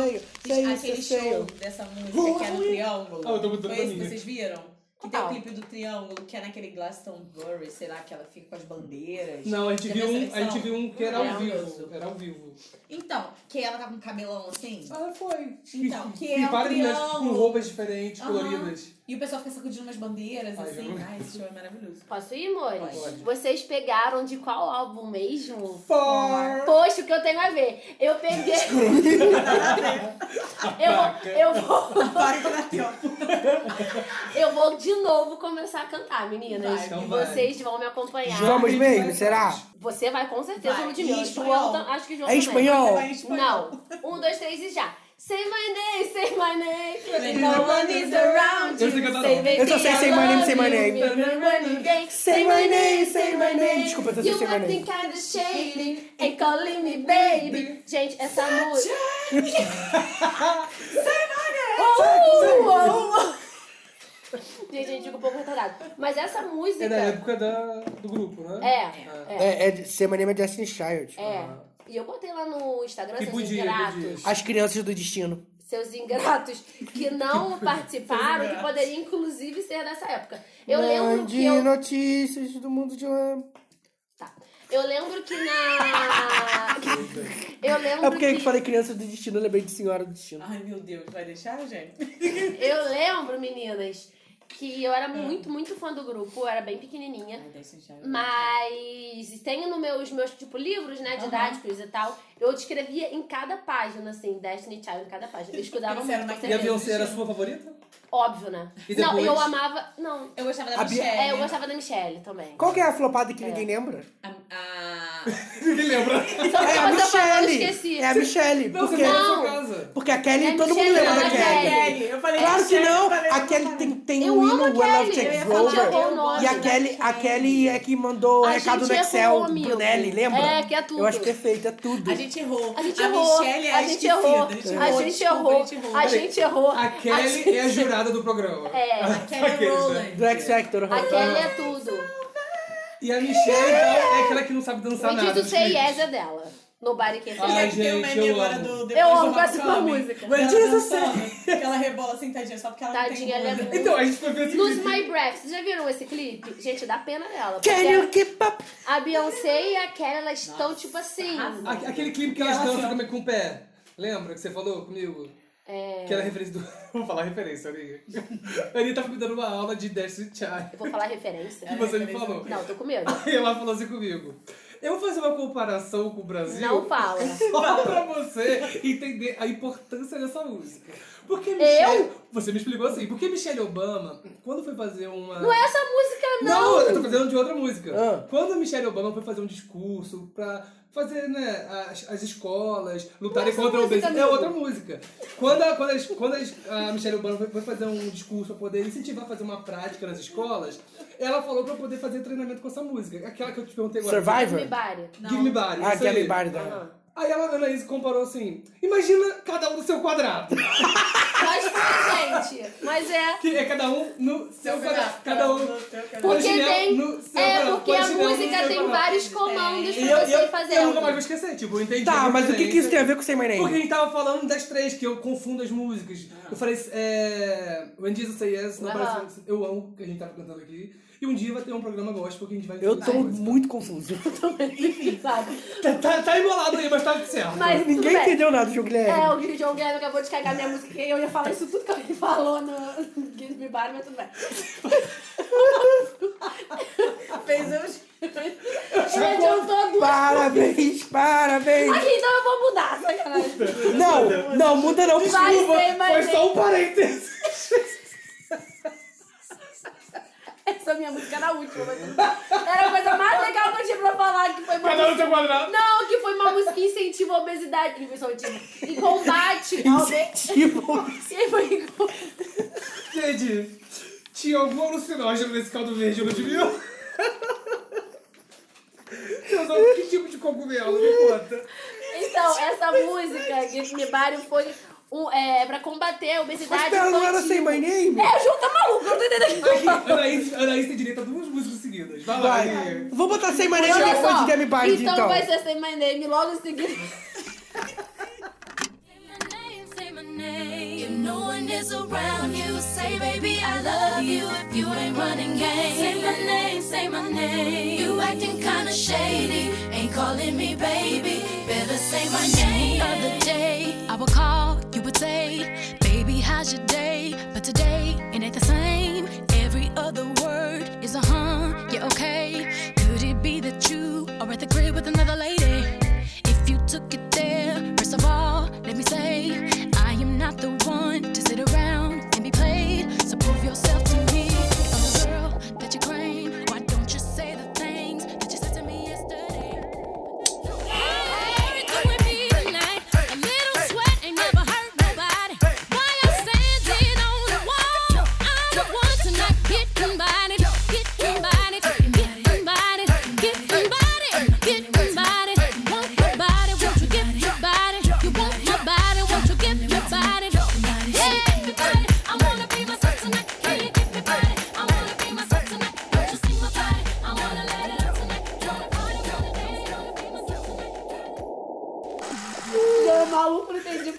[SPEAKER 2] seio,
[SPEAKER 16] Aquele show
[SPEAKER 2] seio.
[SPEAKER 16] dessa música que é no Triângulo.
[SPEAKER 1] Ah, eu tô mudando
[SPEAKER 16] Foi
[SPEAKER 1] pra
[SPEAKER 16] esse que
[SPEAKER 1] mim.
[SPEAKER 16] vocês viram? Que tem o clipe do Triângulo, que é naquele Glastonbury, sei lá, que ela fica com as bandeiras.
[SPEAKER 1] Não, a gente,
[SPEAKER 16] Já
[SPEAKER 1] viu
[SPEAKER 16] essa
[SPEAKER 1] um, a gente
[SPEAKER 16] versão?
[SPEAKER 1] viu um que era ao
[SPEAKER 16] Maravilhoso.
[SPEAKER 1] vivo. Era ao vivo.
[SPEAKER 16] Então, que ela tá com o cabelão assim.
[SPEAKER 1] Ah, foi.
[SPEAKER 16] Então, que
[SPEAKER 1] e
[SPEAKER 16] é o
[SPEAKER 1] várias mulheres com
[SPEAKER 16] Triângulo.
[SPEAKER 1] roupas diferentes,
[SPEAKER 16] Aham.
[SPEAKER 1] coloridas.
[SPEAKER 16] E o pessoal fica sacudindo umas bandeiras,
[SPEAKER 1] Ai,
[SPEAKER 16] assim.
[SPEAKER 1] eu não-
[SPEAKER 16] Ai, esse show é maravilhoso.
[SPEAKER 7] Posso ir, amores?
[SPEAKER 16] Pode.
[SPEAKER 7] Vocês pegaram de qual álbum mesmo?
[SPEAKER 2] For.
[SPEAKER 7] Poxa, o que eu tenho a ver? Eu peguei. eu vou. Eu vou. eu vou de novo começar a cantar, meninas.
[SPEAKER 2] Vai, então
[SPEAKER 7] e
[SPEAKER 2] vai.
[SPEAKER 7] vocês vão me acompanhar.
[SPEAKER 2] Vamos mesmo, será?
[SPEAKER 7] Você vai com certeza,
[SPEAKER 16] Vai.
[SPEAKER 7] Ludmilla.
[SPEAKER 16] Em
[SPEAKER 7] João,
[SPEAKER 16] espanhol.
[SPEAKER 7] tam- tá? acho que João
[SPEAKER 2] É em
[SPEAKER 7] também.
[SPEAKER 2] espanhol? Você vai em
[SPEAKER 7] Não. Um, dois, três e já. Say my name, say my name.
[SPEAKER 12] No one is around
[SPEAKER 2] Eu não sei cantar, não.
[SPEAKER 7] baby,
[SPEAKER 2] Eu só
[SPEAKER 7] I
[SPEAKER 2] sei say my name,
[SPEAKER 7] love
[SPEAKER 2] say my
[SPEAKER 7] you.
[SPEAKER 2] name.
[SPEAKER 7] Remember when you-
[SPEAKER 2] Say my name, say my name. Desculpa, eu só sei
[SPEAKER 7] You
[SPEAKER 2] say my
[SPEAKER 7] might
[SPEAKER 2] name.
[SPEAKER 7] think I'm the shady and calling me baby. Gente, essa música. Oh, oh, oh. Gente, gente, fica um pouco retardado. Mas essa música.
[SPEAKER 1] É da época da, do grupo, né?
[SPEAKER 7] É, é.
[SPEAKER 2] É, é, de- ser my name é Destiny Child.
[SPEAKER 7] É. E eu botei lá no Instagram,
[SPEAKER 2] Que
[SPEAKER 7] seus
[SPEAKER 2] podia,
[SPEAKER 7] ingratos.
[SPEAKER 2] As crianças do destino.
[SPEAKER 7] seus ingratos, que não participaram, que
[SPEAKER 2] ingratos.
[SPEAKER 7] poderia inclusive ser dessa época. Eu lembro
[SPEAKER 2] Mande
[SPEAKER 7] que eu,
[SPEAKER 2] notícias do mundo de lá.
[SPEAKER 7] eu lembro que na. Eu lembro
[SPEAKER 2] É porque eu
[SPEAKER 7] que- Ah.
[SPEAKER 2] falei criança do destino, eu lembrei de senhora do destino.
[SPEAKER 14] Ai, meu Deus, vai deixar, gente?
[SPEAKER 7] Eu lembro, meninas, que eu era muito, muito fã do grupo, eu era bem pequenininha.
[SPEAKER 3] é
[SPEAKER 7] Mas tenho no meu, os meus, tipo, livros, né,
[SPEAKER 3] Aham.
[SPEAKER 7] didáticos e tal, eu descrevia em cada página, assim, Destiny Child, em cada página. Eu estudava
[SPEAKER 3] Eles eram
[SPEAKER 7] muito.
[SPEAKER 1] E a Beyoncé era a
[SPEAKER 7] Beyoncé.
[SPEAKER 1] sua favorita?
[SPEAKER 7] Óbvio, né?
[SPEAKER 1] E
[SPEAKER 7] não,
[SPEAKER 1] depois?
[SPEAKER 7] eu amava... Não.
[SPEAKER 14] Eu gostava
[SPEAKER 2] da A Bi- Michelle.
[SPEAKER 7] É, eu gostava da Michelle também.
[SPEAKER 2] Qual que é a flopada que
[SPEAKER 7] É.
[SPEAKER 2] ninguém lembra?
[SPEAKER 1] Ninguém lembra.
[SPEAKER 2] É a
[SPEAKER 7] você falou, Então, eu
[SPEAKER 2] Michelle.
[SPEAKER 7] esqueci.
[SPEAKER 2] É a Michelle.
[SPEAKER 7] Não,
[SPEAKER 2] porque,
[SPEAKER 7] você falou na sua casa.
[SPEAKER 2] porque a Kelly,
[SPEAKER 7] É a
[SPEAKER 2] todo
[SPEAKER 7] Michelle,
[SPEAKER 2] mundo lembra
[SPEAKER 7] não,
[SPEAKER 2] da
[SPEAKER 7] é a
[SPEAKER 2] Kelly.
[SPEAKER 7] Kelly. Eu falei
[SPEAKER 2] claro que
[SPEAKER 7] Michelle,
[SPEAKER 2] não.
[SPEAKER 7] eu falei
[SPEAKER 2] A Kelly tem, tem
[SPEAKER 7] Eu
[SPEAKER 2] o
[SPEAKER 7] amo
[SPEAKER 2] hino
[SPEAKER 7] a
[SPEAKER 2] Will Love
[SPEAKER 7] Kelly, eu
[SPEAKER 2] Takes
[SPEAKER 7] ia falar
[SPEAKER 2] Over.
[SPEAKER 7] qual o nome
[SPEAKER 2] E a
[SPEAKER 7] da
[SPEAKER 2] Kelly, a Kelly é que mandou o
[SPEAKER 7] A
[SPEAKER 2] recado
[SPEAKER 7] gente
[SPEAKER 2] no
[SPEAKER 7] errou,
[SPEAKER 2] Excel pro
[SPEAKER 7] amigo.
[SPEAKER 2] Brunelli, lembra?
[SPEAKER 7] É, que é tudo.
[SPEAKER 2] Eu acho perfeito, é tudo.
[SPEAKER 16] A gente errou.
[SPEAKER 7] A gente
[SPEAKER 16] A
[SPEAKER 7] errou.
[SPEAKER 16] Michelle é
[SPEAKER 7] a
[SPEAKER 16] a
[SPEAKER 7] gente
[SPEAKER 16] esquecida,
[SPEAKER 7] errou.
[SPEAKER 16] a gente
[SPEAKER 7] A
[SPEAKER 16] errou,
[SPEAKER 7] gente
[SPEAKER 16] desculpa,
[SPEAKER 7] errou.
[SPEAKER 16] a gente errou.
[SPEAKER 7] A gente errou.
[SPEAKER 1] A Kelly é a jurada do programa.
[SPEAKER 7] É, a Kelly
[SPEAKER 1] Aqueles, né?
[SPEAKER 2] Do X Factor.
[SPEAKER 7] A Kelly é tudo.
[SPEAKER 1] E a Michelle então, é aquela que não sabe dançar
[SPEAKER 7] O
[SPEAKER 1] nada.
[SPEAKER 7] dito
[SPEAKER 1] dos
[SPEAKER 7] Say
[SPEAKER 1] clipes.
[SPEAKER 7] Yes é dela. Nobody Can Say
[SPEAKER 1] Ai,
[SPEAKER 7] Yes.
[SPEAKER 1] gente, eu amo.
[SPEAKER 7] Eu amo com essa música.
[SPEAKER 16] Ela
[SPEAKER 7] Jesus
[SPEAKER 16] dançando, que ela rebola sentadinha só porque ela
[SPEAKER 7] Tadinha, ela é
[SPEAKER 16] não tem
[SPEAKER 7] muito-
[SPEAKER 1] Então, a gente foi ver esse
[SPEAKER 7] Lose
[SPEAKER 1] clipe.
[SPEAKER 7] My Breath. Vocês já viram esse clipe? Gente, dá pena dela. porque
[SPEAKER 2] Can you keep up?
[SPEAKER 7] A Beyoncé e a Kelly, elas estão tipo assim.
[SPEAKER 1] A- Aquele clipe que elas dançam como é com o pé. Lembra que você falou comigo?
[SPEAKER 7] É...
[SPEAKER 1] Que era referência do. Vou falar referência, Aninha. A Aninha tava me dando uma aula de Destiny
[SPEAKER 7] Eu
[SPEAKER 1] Child.
[SPEAKER 7] vou falar é referência. né?
[SPEAKER 1] E você me falou?
[SPEAKER 7] Não, tô com medo.
[SPEAKER 1] Aí ela falou assim comigo. Eu vou fazer uma comparação com o Brasil.
[SPEAKER 7] Não fala.
[SPEAKER 1] Só pra você entender a importância dessa música. Porque Michelle. Você me explicou assim. Porque Michelle Obama, quando foi fazer uma.
[SPEAKER 7] Não é essa música,
[SPEAKER 1] Não,
[SPEAKER 7] não.
[SPEAKER 1] eu tô fazendo de outra música.
[SPEAKER 2] Ah.
[SPEAKER 1] Quando a Michelle Obama foi fazer um discurso pra fazer, né, as, as escolas lutarem
[SPEAKER 7] Não é essa
[SPEAKER 1] contra a
[SPEAKER 7] música,
[SPEAKER 1] obesidade. É
[SPEAKER 7] amigo.
[SPEAKER 1] outra música. Quando a, quando as- quando as- a Michelle Obama foi, foi fazer um discurso pra poder incentivar a fazer uma prática nas escolas, ela falou pra eu poder fazer treinamento com essa música. É Aquela que eu te perguntei agora.
[SPEAKER 2] Survivor?
[SPEAKER 7] Give me body.
[SPEAKER 1] Give me body.
[SPEAKER 2] Ah,
[SPEAKER 1] isso
[SPEAKER 2] Give me
[SPEAKER 1] aí.
[SPEAKER 2] body, tá.
[SPEAKER 1] Aham. Aí ela, a Anaísa comparou assim, imagina cada um no seu quadrado.
[SPEAKER 7] Mas foi, gente. Mas é.
[SPEAKER 1] Que é cada um no seu quadrado. Cada um no seu quadrado.
[SPEAKER 7] Porque
[SPEAKER 1] Polichinelo
[SPEAKER 7] tem.
[SPEAKER 1] no seu
[SPEAKER 7] É,
[SPEAKER 1] quadrado,
[SPEAKER 7] porque a
[SPEAKER 1] polichinelo no
[SPEAKER 7] música
[SPEAKER 1] seu
[SPEAKER 7] tem
[SPEAKER 1] quadrado.
[SPEAKER 7] vários comandos
[SPEAKER 1] E
[SPEAKER 7] pra
[SPEAKER 1] eu,
[SPEAKER 7] você
[SPEAKER 1] eu,
[SPEAKER 7] ir fazer.
[SPEAKER 1] eu nunca mais vou esquecer, tipo, eu entendi.
[SPEAKER 2] Tá,
[SPEAKER 1] a
[SPEAKER 2] mas o que, que
[SPEAKER 1] referência.
[SPEAKER 2] isso tem a ver com Sem My Name?
[SPEAKER 1] Porque a gente tava falando das três, que eu confundo as músicas.
[SPEAKER 2] Ah.
[SPEAKER 1] Eu falei, é... When Jesus Say Yes, não
[SPEAKER 7] Aham.
[SPEAKER 1] parece... Eu amo o que a gente tava cantando aqui. E um dia vai ter um programa gospel que a gente vai...
[SPEAKER 2] Eu tô muito confuso.
[SPEAKER 7] Enfim, sabe?
[SPEAKER 1] Tá, tá, tá embolado aí, mas tá certo.
[SPEAKER 7] Mas tudo
[SPEAKER 2] Ninguém
[SPEAKER 7] bem.
[SPEAKER 2] entendeu nada do João Guilherme.
[SPEAKER 7] É, o João Guilherme acabou de cagar minha música e eu ia falar isso tudo que ele falou no Give Me Body, mas tudo bem. Fez É, eu... Gente, eu tô duas...
[SPEAKER 2] Parabéns, parabéns.
[SPEAKER 7] Aqui, então eu vou mudar, sacanagem.
[SPEAKER 2] Não, não, muda não.
[SPEAKER 7] Vai ser, vai ser.
[SPEAKER 1] um parênteses.
[SPEAKER 7] Essa minha música era a última, mas tudo bem. Era a coisa mais legal que eu tinha pra falar, que foi uma
[SPEAKER 1] Cada um no
[SPEAKER 7] música-
[SPEAKER 1] seu quadrado.
[SPEAKER 7] Não, que foi uma música que incentiva a obesidade, que foi tipo, em combate ao...
[SPEAKER 2] Incentivo.
[SPEAKER 7] E foi em
[SPEAKER 1] Gente, tinha algum alucinógeno nesse caldo verde, eu não adivinho. Meu Deus, que tipo de cogumelo, me conta.
[SPEAKER 7] Então, essa música, Give Me Body, foi um, é, pra combater a obesidade
[SPEAKER 2] Mas pera, não era
[SPEAKER 7] infantil.
[SPEAKER 2] Say My Name?
[SPEAKER 7] É, o João tá maluco, eu não tô entendendo o que eu falo.
[SPEAKER 1] Anaís, Anaís tem direito a duas músicas seguidas. Vai lá,
[SPEAKER 2] Vai.
[SPEAKER 1] Aninha.
[SPEAKER 2] Vou botar Sem My Name
[SPEAKER 7] Olha
[SPEAKER 2] depois
[SPEAKER 7] só,
[SPEAKER 2] de Game Bind,
[SPEAKER 7] então,
[SPEAKER 2] então.
[SPEAKER 7] vai ser Say My Name logo em seguida.
[SPEAKER 12] Say my name. If no one is around you, say, baby, I love you. If you ain't running game, say my name, say my name. You acting kinda shady, ain't calling me baby. Better say my name. Other day, I would call, you would say, baby, how's your day? But today, it ain't the same. Every other word is a huh, yeah, okay. Could it be that you are at the crib with another lady? If you took it there, first of all, let me say, I am not the one to sit around and be played. So prove yourself to me. If I'm the girl that you claim, why don't you say the things that you said to me yesterday? Hey, hey, hey, hey, hey, hey, hey, hey, hey,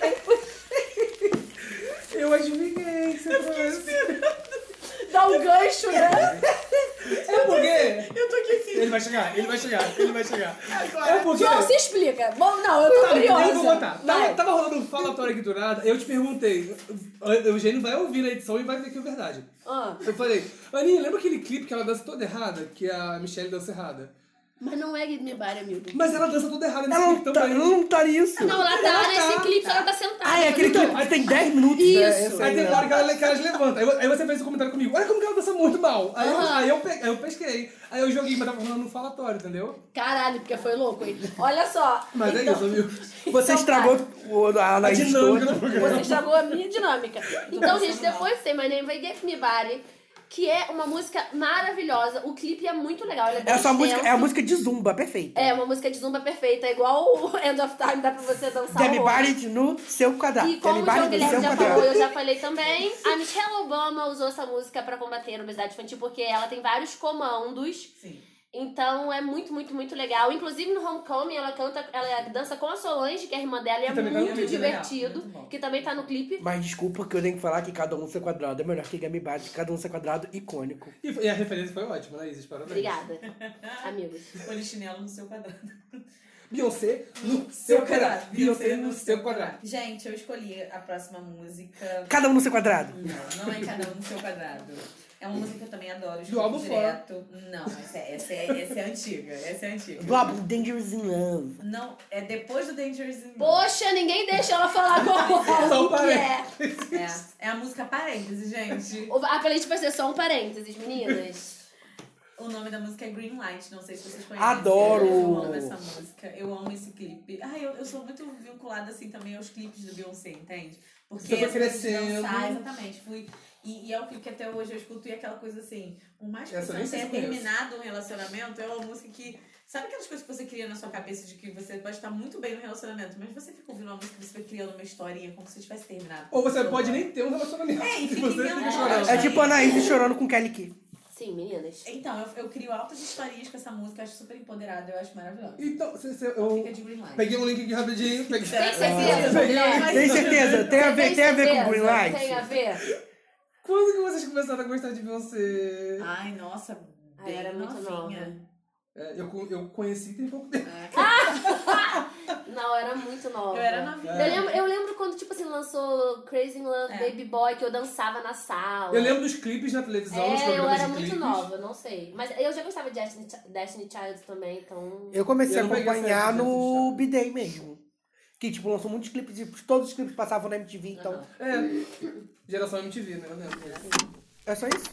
[SPEAKER 7] é
[SPEAKER 1] Eu adivinhei que você trouxe.
[SPEAKER 17] Dá um gancho, né?
[SPEAKER 1] É porque
[SPEAKER 17] Eu tô aqui assim.
[SPEAKER 1] ele vai chegar, ele vai chegar, ele vai chegar.
[SPEAKER 17] Agora.
[SPEAKER 1] É porque...
[SPEAKER 17] João, se explica. Bom, não, eu tô
[SPEAKER 1] Tá,
[SPEAKER 17] assim, curiosa.
[SPEAKER 1] Eu vou contar. Tava,
[SPEAKER 17] Vai.
[SPEAKER 1] tava rolando um falatório aqui do nada, eu te perguntei. O Eugênio vai ouvir na edição e vai ver que é verdade.
[SPEAKER 18] Ah.
[SPEAKER 1] Eu falei, Aninha, lembra aquele clipe que ela dança toda errada? Que a Michelle dança errada?
[SPEAKER 7] Mas não é Give Me Body, amigo.
[SPEAKER 1] Mas ela dança toda errada nesse
[SPEAKER 2] Ela
[SPEAKER 1] clipe
[SPEAKER 2] não tá,
[SPEAKER 1] também.
[SPEAKER 2] ela não tá nisso.
[SPEAKER 7] Não, ela tá nesse clipe, só ela tá sentada.
[SPEAKER 2] Ah, é aquele
[SPEAKER 1] Então,
[SPEAKER 2] clipe que tem 10 minutos. né? Esse
[SPEAKER 1] Aí tem
[SPEAKER 2] né?
[SPEAKER 1] hora que ela, que elas levantam. Aí, aí você fez um comentário comigo, olha como que ela dança muito mal. Aí, eu,
[SPEAKER 7] Aham.
[SPEAKER 1] aí, eu, pe- aí eu pesquei. Aí eu joguei, mas tava rolando um falatório, entendeu?
[SPEAKER 7] Caralho, porque foi louco, hein? Olha só.
[SPEAKER 1] Mas é
[SPEAKER 7] então,
[SPEAKER 1] isso, amigo. É né?
[SPEAKER 2] Você estragou o, a
[SPEAKER 1] A
[SPEAKER 2] análise
[SPEAKER 1] dinâmica
[SPEAKER 2] toda.
[SPEAKER 1] do programa.
[SPEAKER 7] Você estragou a minha dinâmica. Então,
[SPEAKER 18] Não,
[SPEAKER 7] gente,
[SPEAKER 18] não.
[SPEAKER 7] depois tem My Name Vai Get Me Body, que é uma música maravilhosa. O clipe é muito legal. Ele é bem
[SPEAKER 2] Essa música é a
[SPEAKER 7] extenso.
[SPEAKER 2] música de Zumba, perfeita.
[SPEAKER 7] É, uma música de zumba perfeita. É igual o End of Time, dá pra você dançar
[SPEAKER 2] Demi
[SPEAKER 7] horror.
[SPEAKER 2] Barrett no seu quadrado.
[SPEAKER 7] E como
[SPEAKER 2] Demi
[SPEAKER 7] o João
[SPEAKER 2] Barrett no
[SPEAKER 7] Guilherme
[SPEAKER 2] seu
[SPEAKER 7] já falou,
[SPEAKER 2] quadrado.
[SPEAKER 7] eu já falei também, a Michelle Obama usou essa música pra combater a obesidade infantil, porque ela tem vários comandos. Então é muito, muito, muito legal. Inclusive no Homecoming ela canta, ela dança com a Solange, que é a irmã dela, e é
[SPEAKER 1] também tá no
[SPEAKER 7] muito
[SPEAKER 1] clipe, né?
[SPEAKER 7] divertido. que também tá no clipe.
[SPEAKER 2] Mas desculpa que eu tenho que falar que cada um no seu quadrado é melhor que Demi Barrett. Cada um no seu quadrado, icônico.
[SPEAKER 1] E, e a referência foi ótima, né, Isis? Parabéns.
[SPEAKER 7] Obrigada, amigos.
[SPEAKER 3] Polichinelo no seu quadrado.
[SPEAKER 1] Beyoncé no seu quadrado. Beyoncé no seu quadrado.
[SPEAKER 3] Gente, eu escolhi a próxima música.
[SPEAKER 2] Cada um no seu quadrado.
[SPEAKER 3] Não, não é cada um no seu quadrado. É uma música que eu também adoro.
[SPEAKER 2] Do álbum
[SPEAKER 3] escuto direto. Não, essa é, essa, é, essa é antiga. Essa é antiga.
[SPEAKER 2] Do álbum Dangerous in Love.
[SPEAKER 3] Não, é depois do Dangerous in
[SPEAKER 7] Poxa, ninguém deixa ela falar qual
[SPEAKER 3] Só
[SPEAKER 7] o que é.
[SPEAKER 3] É, é a música parênteses, gente.
[SPEAKER 7] A playlist vai ser só um parênteses, meninas.
[SPEAKER 3] O nome da música é Green Light, não sei se vocês conhecem.
[SPEAKER 2] Adoro!
[SPEAKER 3] Eu amo essa música, eu amo esse clipe. Ah, eu, eu sou muito vinculada assim também aos clipes do Beyoncé, entende? Porque
[SPEAKER 1] Você foi
[SPEAKER 3] eu fui
[SPEAKER 1] crescendo.
[SPEAKER 3] dançar, exatamente. Fui, e, e é o clipe que até hoje eu escuto e é aquela coisa assim, por mais que
[SPEAKER 1] Essa eu
[SPEAKER 3] você
[SPEAKER 1] nem
[SPEAKER 3] não
[SPEAKER 1] sei
[SPEAKER 3] tenha
[SPEAKER 1] se conheço.
[SPEAKER 3] terminado um relacionamento, é uma música que. Sabe aquelas coisas que você cria na sua cabeça de que você pode estar muito bem no relacionamento, mas você fica ouvindo uma música e você vai criando uma historinha como se tivesse terminado.
[SPEAKER 1] Ou você pode nem ter um relacionamento.
[SPEAKER 3] É, e
[SPEAKER 1] Se
[SPEAKER 3] fica
[SPEAKER 1] você
[SPEAKER 3] inventando.
[SPEAKER 1] fica chorando.
[SPEAKER 2] É tipo a Anaís chorando com Kelly Key.
[SPEAKER 7] Sim, meninas.
[SPEAKER 3] Então, eu, eu crio altas historinhas com essa música, acho super empoderada, eu acho maravilhosa.
[SPEAKER 1] Então, você- você-
[SPEAKER 3] Fica
[SPEAKER 1] eu
[SPEAKER 3] de green light.
[SPEAKER 1] peguei um link aqui rapidinho. Peguei... Ah.
[SPEAKER 3] Tem certeza,
[SPEAKER 1] Peguei-
[SPEAKER 7] né?
[SPEAKER 3] mulher?
[SPEAKER 2] Tem certeza? Tem a ver, tem a ver com
[SPEAKER 7] certeza?
[SPEAKER 2] Green Light?
[SPEAKER 7] Tem a ver?
[SPEAKER 1] Quando que vocês começaram a gostar de Beyoncé?
[SPEAKER 3] Ai, nossa,
[SPEAKER 7] Ai, era muito nova.
[SPEAKER 1] É, eu, co- eu conheci tem pouco tempo.
[SPEAKER 7] Não, era muito nova.
[SPEAKER 3] É, Eu era novinha.
[SPEAKER 7] Eu lembro, eu lembro quando, tipo assim, lançou Crazy in Love,
[SPEAKER 3] É.
[SPEAKER 7] Baby Boy, que eu dançava na sala.
[SPEAKER 1] Eu lembro dos clipes na televisão, dos
[SPEAKER 7] É, eu
[SPEAKER 1] programas
[SPEAKER 7] era
[SPEAKER 1] de
[SPEAKER 7] muito
[SPEAKER 1] clipes.
[SPEAKER 7] nova, não sei. Mas eu já gostava de Destiny, Ch- Destiny Child também, então.
[SPEAKER 2] Eu comecei
[SPEAKER 1] Eu
[SPEAKER 2] a
[SPEAKER 1] não peguei essa
[SPEAKER 2] acompanhar
[SPEAKER 1] época,
[SPEAKER 2] no B-Day mesmo. Que, tipo, lançou muitos clipes, e todos os clipes passavam na MTV, então...
[SPEAKER 1] É, geração MTV, né? Eu lembro.
[SPEAKER 2] É só isso?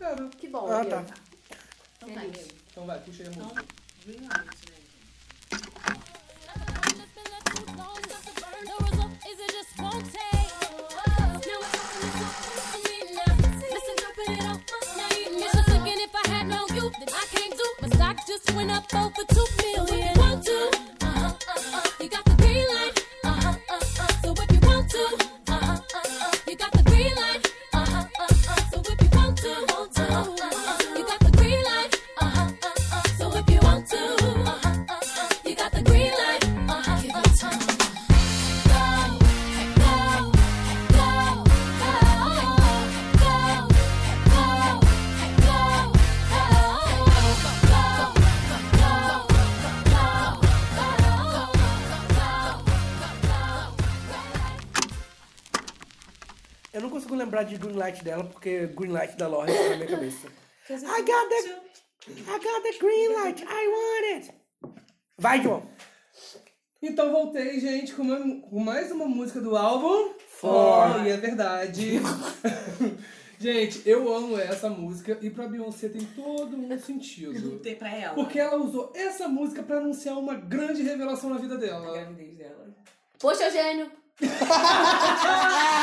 [SPEAKER 1] Era.
[SPEAKER 7] Que bom,
[SPEAKER 2] Ah,
[SPEAKER 7] viu?
[SPEAKER 2] tá.
[SPEAKER 3] Então tá, amigo.
[SPEAKER 1] Então vai, puxa aí a música.
[SPEAKER 3] Green light, né?
[SPEAKER 12] Just went up over two million. So if you want to, uh-huh, uh-uh, you got the green light. Uh-huh, uh-uh. So if you want to, uh-huh, uh-uh, you got the green light. Uh-huh, uh-uh. So if you want to, uh-huh, uh-uh, you got the green light. Uh-huh, uh-uh. So if you want to, uh-huh, uh-uh, you got the green light. Uh-huh, uh-uh. Go, go, go, go, go, go.
[SPEAKER 2] Eu não consigo lembrar de Green Light dela, porque Green Light da Lorde tá na minha cabeça. I got the, I got the green light, I want it. Vai, João.
[SPEAKER 1] Então voltei, gente, com, uma- com mais uma música do álbum.
[SPEAKER 2] For.
[SPEAKER 1] E é verdade. gente, eu amo essa música e pra Beyoncé tem todo um sentido.
[SPEAKER 3] Tem pra ela.
[SPEAKER 1] Porque ela usou essa música pra anunciar uma grande revelação na vida
[SPEAKER 3] A
[SPEAKER 1] dela.
[SPEAKER 3] gravidez dela.
[SPEAKER 7] Poxa, Eugênio!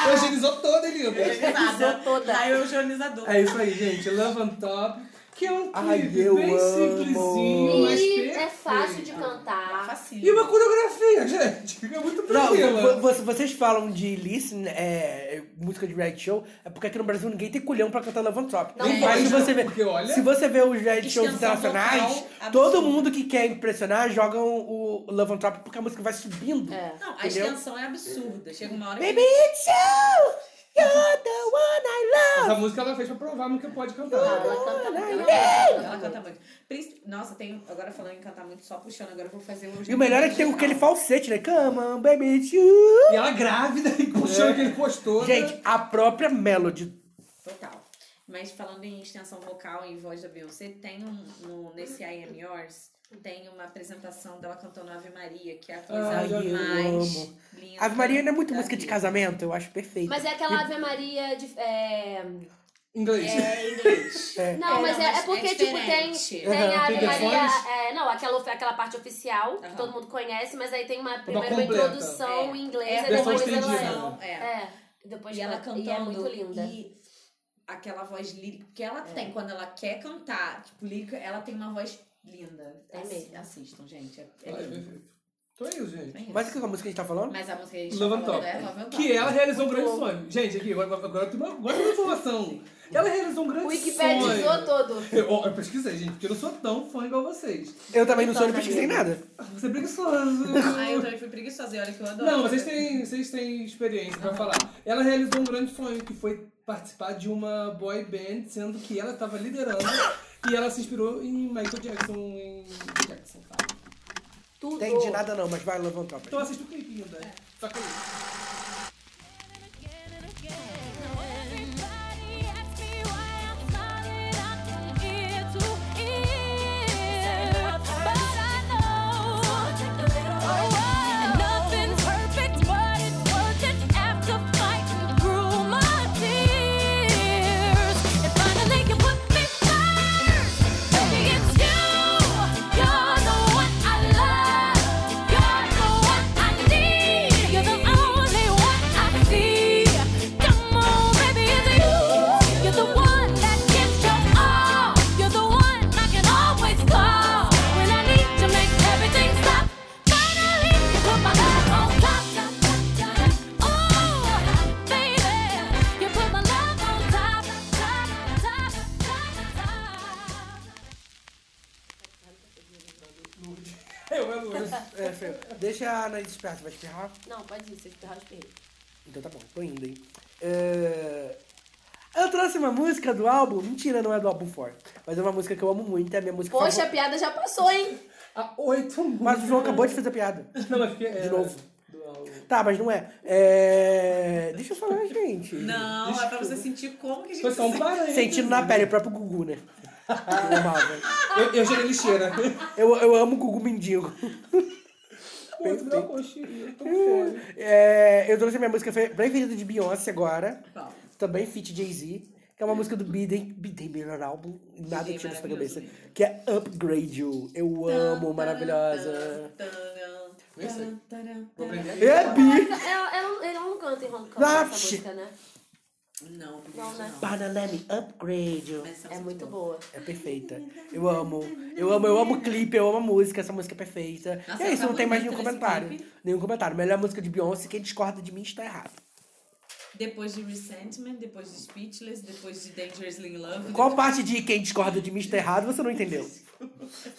[SPEAKER 1] Evangelizou toda, hein, linda.
[SPEAKER 3] Eugênio
[SPEAKER 7] toda.
[SPEAKER 3] Aí o jornalizador.
[SPEAKER 1] É isso aí, gente. Love on Top. Que é um
[SPEAKER 2] Ai,
[SPEAKER 1] clipe
[SPEAKER 2] eu
[SPEAKER 1] bem
[SPEAKER 2] amo.
[SPEAKER 1] simplesinho, mas
[SPEAKER 7] E
[SPEAKER 1] perfeito.
[SPEAKER 7] é fácil de cantar.
[SPEAKER 3] Ah, Facinho.
[SPEAKER 1] E uma coreografia, gente. É muito
[SPEAKER 2] Não,
[SPEAKER 1] tranquila.
[SPEAKER 2] vo- vo- vocês falam de listen, é, música de Red Show, é porque aqui no Brasil ninguém tem culhão pra cantar Love on Top.
[SPEAKER 7] Não
[SPEAKER 2] Mas
[SPEAKER 1] tem.
[SPEAKER 2] se você vê,
[SPEAKER 1] Porque, olha,
[SPEAKER 2] se você vê os Red
[SPEAKER 3] extensão
[SPEAKER 2] Shows internacionais,
[SPEAKER 3] vocal
[SPEAKER 2] todo
[SPEAKER 3] absurda.
[SPEAKER 2] mundo que quer impressionar joga o o Love on Top porque a música vai subindo.
[SPEAKER 7] É.
[SPEAKER 3] Não, a
[SPEAKER 2] Entendeu?
[SPEAKER 3] extensão é absurda. Chega uma hora
[SPEAKER 2] Baby,
[SPEAKER 3] que.
[SPEAKER 2] it's you! You're the one I
[SPEAKER 1] Essa
[SPEAKER 2] love.
[SPEAKER 1] música ela fez pra provar nunca pode cantar.
[SPEAKER 14] Ela canta muito. Ela,
[SPEAKER 2] Ei!
[SPEAKER 14] ela canta muito. Princip- Nossa,
[SPEAKER 3] um,
[SPEAKER 14] tem. Agora falando em cantar muito, só puxando, agora eu vou fazer o.
[SPEAKER 2] E o melhor é que tem aquele falsete, né? Come on, baby, it's you.
[SPEAKER 1] E ela grávida, e puxando
[SPEAKER 14] É.
[SPEAKER 1] aquele postor.
[SPEAKER 2] Gente, a própria Melody.
[SPEAKER 14] Total. Mas falando em extensão vocal e voz da Beyoncé, tem um. no- nesse I Am Yours, tem uma apresentação dela cantando Ave Maria, que é a coisa
[SPEAKER 2] Ai, eu
[SPEAKER 14] mais
[SPEAKER 2] amo.
[SPEAKER 14] linda.
[SPEAKER 2] Ave Maria não é muito
[SPEAKER 14] da
[SPEAKER 2] música de
[SPEAKER 14] vida.
[SPEAKER 2] casamento, eu acho perfeito.
[SPEAKER 7] Mas é aquela Ave Maria de. É...
[SPEAKER 1] Inglês.
[SPEAKER 7] É, inglês.
[SPEAKER 2] É.
[SPEAKER 7] Não,
[SPEAKER 14] É,
[SPEAKER 7] mas
[SPEAKER 14] não,
[SPEAKER 7] é,
[SPEAKER 14] mas
[SPEAKER 7] é porque,
[SPEAKER 14] é
[SPEAKER 7] tipo, tem,
[SPEAKER 14] diferente.
[SPEAKER 7] tem a
[SPEAKER 14] Aham.
[SPEAKER 7] Ave
[SPEAKER 14] Tem
[SPEAKER 7] Maria.
[SPEAKER 14] versões?
[SPEAKER 7] é, não, aquela, aquela parte oficial, que todo mundo conhece, mas aí tem uma primeira uma
[SPEAKER 1] completa.
[SPEAKER 7] introdução
[SPEAKER 14] É.
[SPEAKER 7] em inglês,
[SPEAKER 14] É,
[SPEAKER 7] e depois
[SPEAKER 1] versão
[SPEAKER 7] ela
[SPEAKER 1] estendida.
[SPEAKER 7] é. é. Depois
[SPEAKER 14] E ela cantando.
[SPEAKER 7] E é muito linda.
[SPEAKER 14] E aquela voz lírica que ela tem quando ela quer cantar, tipo, lírica, ela tem uma voz linda.
[SPEAKER 7] É
[SPEAKER 14] Assi-
[SPEAKER 7] mesmo.
[SPEAKER 14] Assistam, gente. É, é
[SPEAKER 1] Ai,
[SPEAKER 14] lindo.
[SPEAKER 1] perfeito. Então é isso, gente.
[SPEAKER 14] É isso.
[SPEAKER 2] Mas o que é a música que a gente tá falando?
[SPEAKER 14] Mas a música que a gente tá
[SPEAKER 1] Love and
[SPEAKER 14] falando
[SPEAKER 1] Top.
[SPEAKER 14] é Love and Top.
[SPEAKER 1] Que ela realizou um grande
[SPEAKER 7] bom.
[SPEAKER 1] sonho. Gente, aqui, agora, agora, eu tenho uma- agora eu tenho uma
[SPEAKER 14] Uhum.
[SPEAKER 1] informação. Ela realizou um grande
[SPEAKER 7] O
[SPEAKER 1] sonho.
[SPEAKER 7] Wikipedizou todo.
[SPEAKER 1] Eu, ó, eu pesquisei, gente, porque eu não sou tão fã igual vocês.
[SPEAKER 2] Eu também não sou, não
[SPEAKER 7] Então,
[SPEAKER 2] pesquisei nada.
[SPEAKER 1] Você é preguiçoso.
[SPEAKER 14] Ai, eu também fui preguiçosa, e olha que eu adoro.
[SPEAKER 1] Não, vocês têm, vocês têm experiência
[SPEAKER 14] Uhum.
[SPEAKER 1] pra falar. Ela realizou um grande sonho, que foi participar de uma boy band, sendo que ela estava liderando e ela se inspirou em Michael Jackson, em Jackson, tá?
[SPEAKER 7] Tudo.
[SPEAKER 2] Entendi nada não, mas vai levantar.
[SPEAKER 1] Então assista o clipinho da.
[SPEAKER 7] É.
[SPEAKER 1] Só que aí.
[SPEAKER 12] You're the one that gives your all. You're the one I can always call when I need to make everything stop. Finally, you put my love on top. Oh, baby, you put my love on top, top, top, top, top.
[SPEAKER 1] Eu, eu, eu.
[SPEAKER 2] É, Fê, deixa a nariz esperta, vai espirrar?
[SPEAKER 7] Não, pode ir, se eu espirrar, eu espirrei.
[SPEAKER 2] Então tá bom, tô indo, hein? É, Eu trouxe uma música do álbum, mentira, não é do álbum For, mas é uma música que eu amo muito, é a minha música
[SPEAKER 7] Poxa, a
[SPEAKER 2] favorita.
[SPEAKER 7] piada já passou, hein?
[SPEAKER 1] Há oito
[SPEAKER 2] Mas o João acabou de fazer a piada.
[SPEAKER 1] é-
[SPEAKER 2] De novo. Tá, mas não é. É, Deixa eu falar, gente.
[SPEAKER 14] Não, é pra você sentir como que a gente.
[SPEAKER 1] Foi só um parênteses.
[SPEAKER 2] Sentindo na pele, o próprio Gugu, né? Eu amava.
[SPEAKER 1] Eu, eu gerei lixeira.
[SPEAKER 2] Eu, eu amo o Gugu Mendigo.
[SPEAKER 1] Pô, tu virou coxinha, tô com fome.
[SPEAKER 2] É, eu trouxe a minha música fe- preferida de Beyoncé agora.
[SPEAKER 14] Qual?
[SPEAKER 2] Também feat Jay-Z. Que é uma música do Biden. Biden, melhor álbum. Nada
[SPEAKER 14] Biden, é
[SPEAKER 2] tira isso da
[SPEAKER 14] maravilhoso
[SPEAKER 2] cabeça. Que é Upgrade You. Eu amo, maravilhosa.
[SPEAKER 14] Taran,
[SPEAKER 1] Eu sei.
[SPEAKER 14] taran, taran,
[SPEAKER 1] Vou aprender.
[SPEAKER 2] É Bi.
[SPEAKER 7] Ela, ela, ela, ela não canta em Hong Kong
[SPEAKER 2] Ah,
[SPEAKER 7] essa
[SPEAKER 2] shit.
[SPEAKER 7] música, né?
[SPEAKER 14] Não, porque
[SPEAKER 7] Não,
[SPEAKER 14] isso
[SPEAKER 7] né?
[SPEAKER 14] não.
[SPEAKER 2] Banaleme, Upgrade You.
[SPEAKER 14] Essa
[SPEAKER 7] É muito boa.
[SPEAKER 2] É perfeita. Eu amo. Eu amo, eu amo o clipe, eu amo a música, essa música é perfeita.
[SPEAKER 14] Nossa,
[SPEAKER 2] e é
[SPEAKER 14] ela
[SPEAKER 2] isso,
[SPEAKER 14] tá
[SPEAKER 2] não tem mais nenhum
[SPEAKER 14] bonita nesse
[SPEAKER 2] comentário.
[SPEAKER 14] clipe.
[SPEAKER 2] Nenhum comentário. Melhor música de Beyoncé, quem discorda de mim está errado.
[SPEAKER 14] Depois de Resentment, depois de Speechless, depois de Dangerously in Love.
[SPEAKER 2] Qual parte de quem discorda de mim está errado você não entendeu?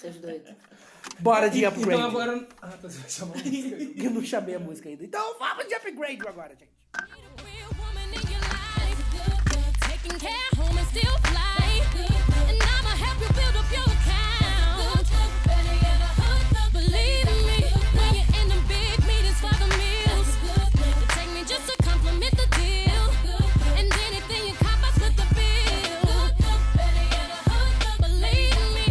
[SPEAKER 7] Seus doidos.
[SPEAKER 2] Bora de
[SPEAKER 1] Então
[SPEAKER 2] upgrade.
[SPEAKER 1] agora. Ah, tá, você vai chamar a música.
[SPEAKER 2] Eu não chamei a música ainda. Então vamos de upgrade agora, gente.
[SPEAKER 12] Real woman in your life, taking care home and still fly. And I'ma help you build up your account. Believe me, when you're in them big meetings for the meals, it take me just to compliment the deal. And anything you cop, I split the bill. Believe me,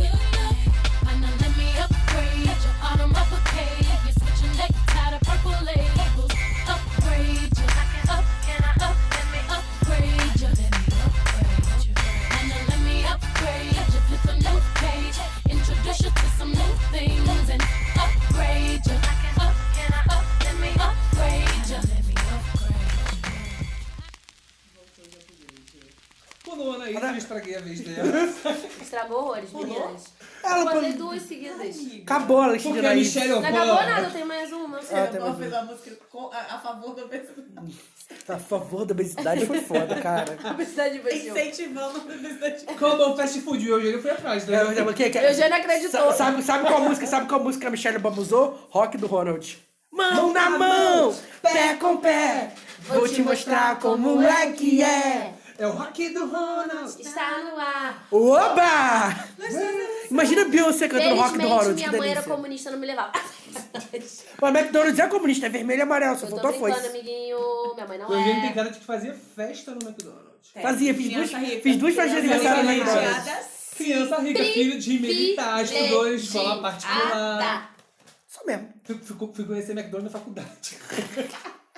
[SPEAKER 12] I know let me upgrade your autumn uppercase. You're switching necktie to purple labels. Upgrade you, up and I up and me upgrade you. Let me upgrade you. And then let me upgrade you. Flip a new page, introduce you to some new things and upgrade you. Up and I up and me upgrade you. Let me upgrade you.
[SPEAKER 1] Pulou, Ana, aí eu estraguei a vez dela.
[SPEAKER 7] Estragou horrores, meninas.
[SPEAKER 2] Ela
[SPEAKER 7] Vou fazer
[SPEAKER 2] pode-
[SPEAKER 7] duas seguidas.
[SPEAKER 2] Acabou a
[SPEAKER 1] Porque
[SPEAKER 2] Alexandre
[SPEAKER 1] a
[SPEAKER 2] Anaís.
[SPEAKER 1] Michelle é
[SPEAKER 7] Não acabou nada,
[SPEAKER 1] Obama.
[SPEAKER 7] eu tenho mais uma.
[SPEAKER 2] Ah, tem mais
[SPEAKER 14] fez uma música co- a, a favor da pessoa.
[SPEAKER 2] A favor da obesidade foi foda, cara.
[SPEAKER 7] A felicidade infantil.
[SPEAKER 14] Incentivando a publicidade.
[SPEAKER 1] Acabou o fast food e hoje ele foi atrás, né?
[SPEAKER 2] Eu, eu, que, que,
[SPEAKER 7] Eu já não acredito.
[SPEAKER 2] sa- sabe, sabe qual música? Sabe qual música a Michelle Obama usou? Rock do Ronald. Mão, na mão, pé com pé. Vou te mostrar como é que é.
[SPEAKER 1] É o rock do Ronald.
[SPEAKER 7] Está no ar.
[SPEAKER 2] Oba! Imagina a Beyoncé cantando Tá rock do
[SPEAKER 7] Felizmente,
[SPEAKER 2] Ronald.
[SPEAKER 7] minha
[SPEAKER 2] que
[SPEAKER 7] mãe era
[SPEAKER 2] delícia.
[SPEAKER 7] comunista, não me levava.
[SPEAKER 2] Mas McDonald's é comunista, é vermelho e amarelo, só
[SPEAKER 7] Eu tô
[SPEAKER 2] faltou a
[SPEAKER 7] brincando,
[SPEAKER 2] foice.
[SPEAKER 7] amiguinho. Minha mãe não
[SPEAKER 1] Eugênio
[SPEAKER 7] é.
[SPEAKER 1] tem cara de que fazia festa no McDonald's.
[SPEAKER 2] Tem. Fazia, fiz Criança duas- rica. fiz duas festas de
[SPEAKER 1] Criança
[SPEAKER 2] aniversário
[SPEAKER 1] rica.
[SPEAKER 2] no McDonald's.
[SPEAKER 1] Criança rica, filho de militar, estudou em
[SPEAKER 7] Ah,
[SPEAKER 1] escola
[SPEAKER 7] Privilegiada.
[SPEAKER 1] particular.
[SPEAKER 2] Só mesmo.
[SPEAKER 1] Fui, fui conhecer McDonald's na faculdade.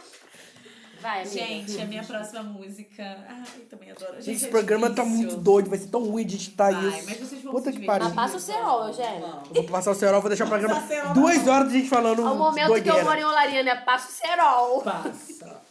[SPEAKER 7] Vai,
[SPEAKER 3] amiga. Gente, a minha próxima música. Ai, também adoro.
[SPEAKER 2] Gente, esse
[SPEAKER 3] é
[SPEAKER 2] programa tá
[SPEAKER 3] difícil.
[SPEAKER 2] muito doido, vai ser tão ruim de editar
[SPEAKER 3] Vai,
[SPEAKER 2] isso.
[SPEAKER 3] mas vocês vão
[SPEAKER 2] Puta
[SPEAKER 3] se
[SPEAKER 2] que
[SPEAKER 3] divertir.
[SPEAKER 2] pariu.
[SPEAKER 7] Mas Ah, passa o cerol, Eugênio.
[SPEAKER 2] Eu vou passar o cerol, vou deixar o programa.
[SPEAKER 7] Passa o cerol,
[SPEAKER 2] Duas horas de gente falando.
[SPEAKER 7] Ao momento
[SPEAKER 2] doideira.
[SPEAKER 7] que eu moro em Olaria, né? Passa o cerol.
[SPEAKER 1] Passa.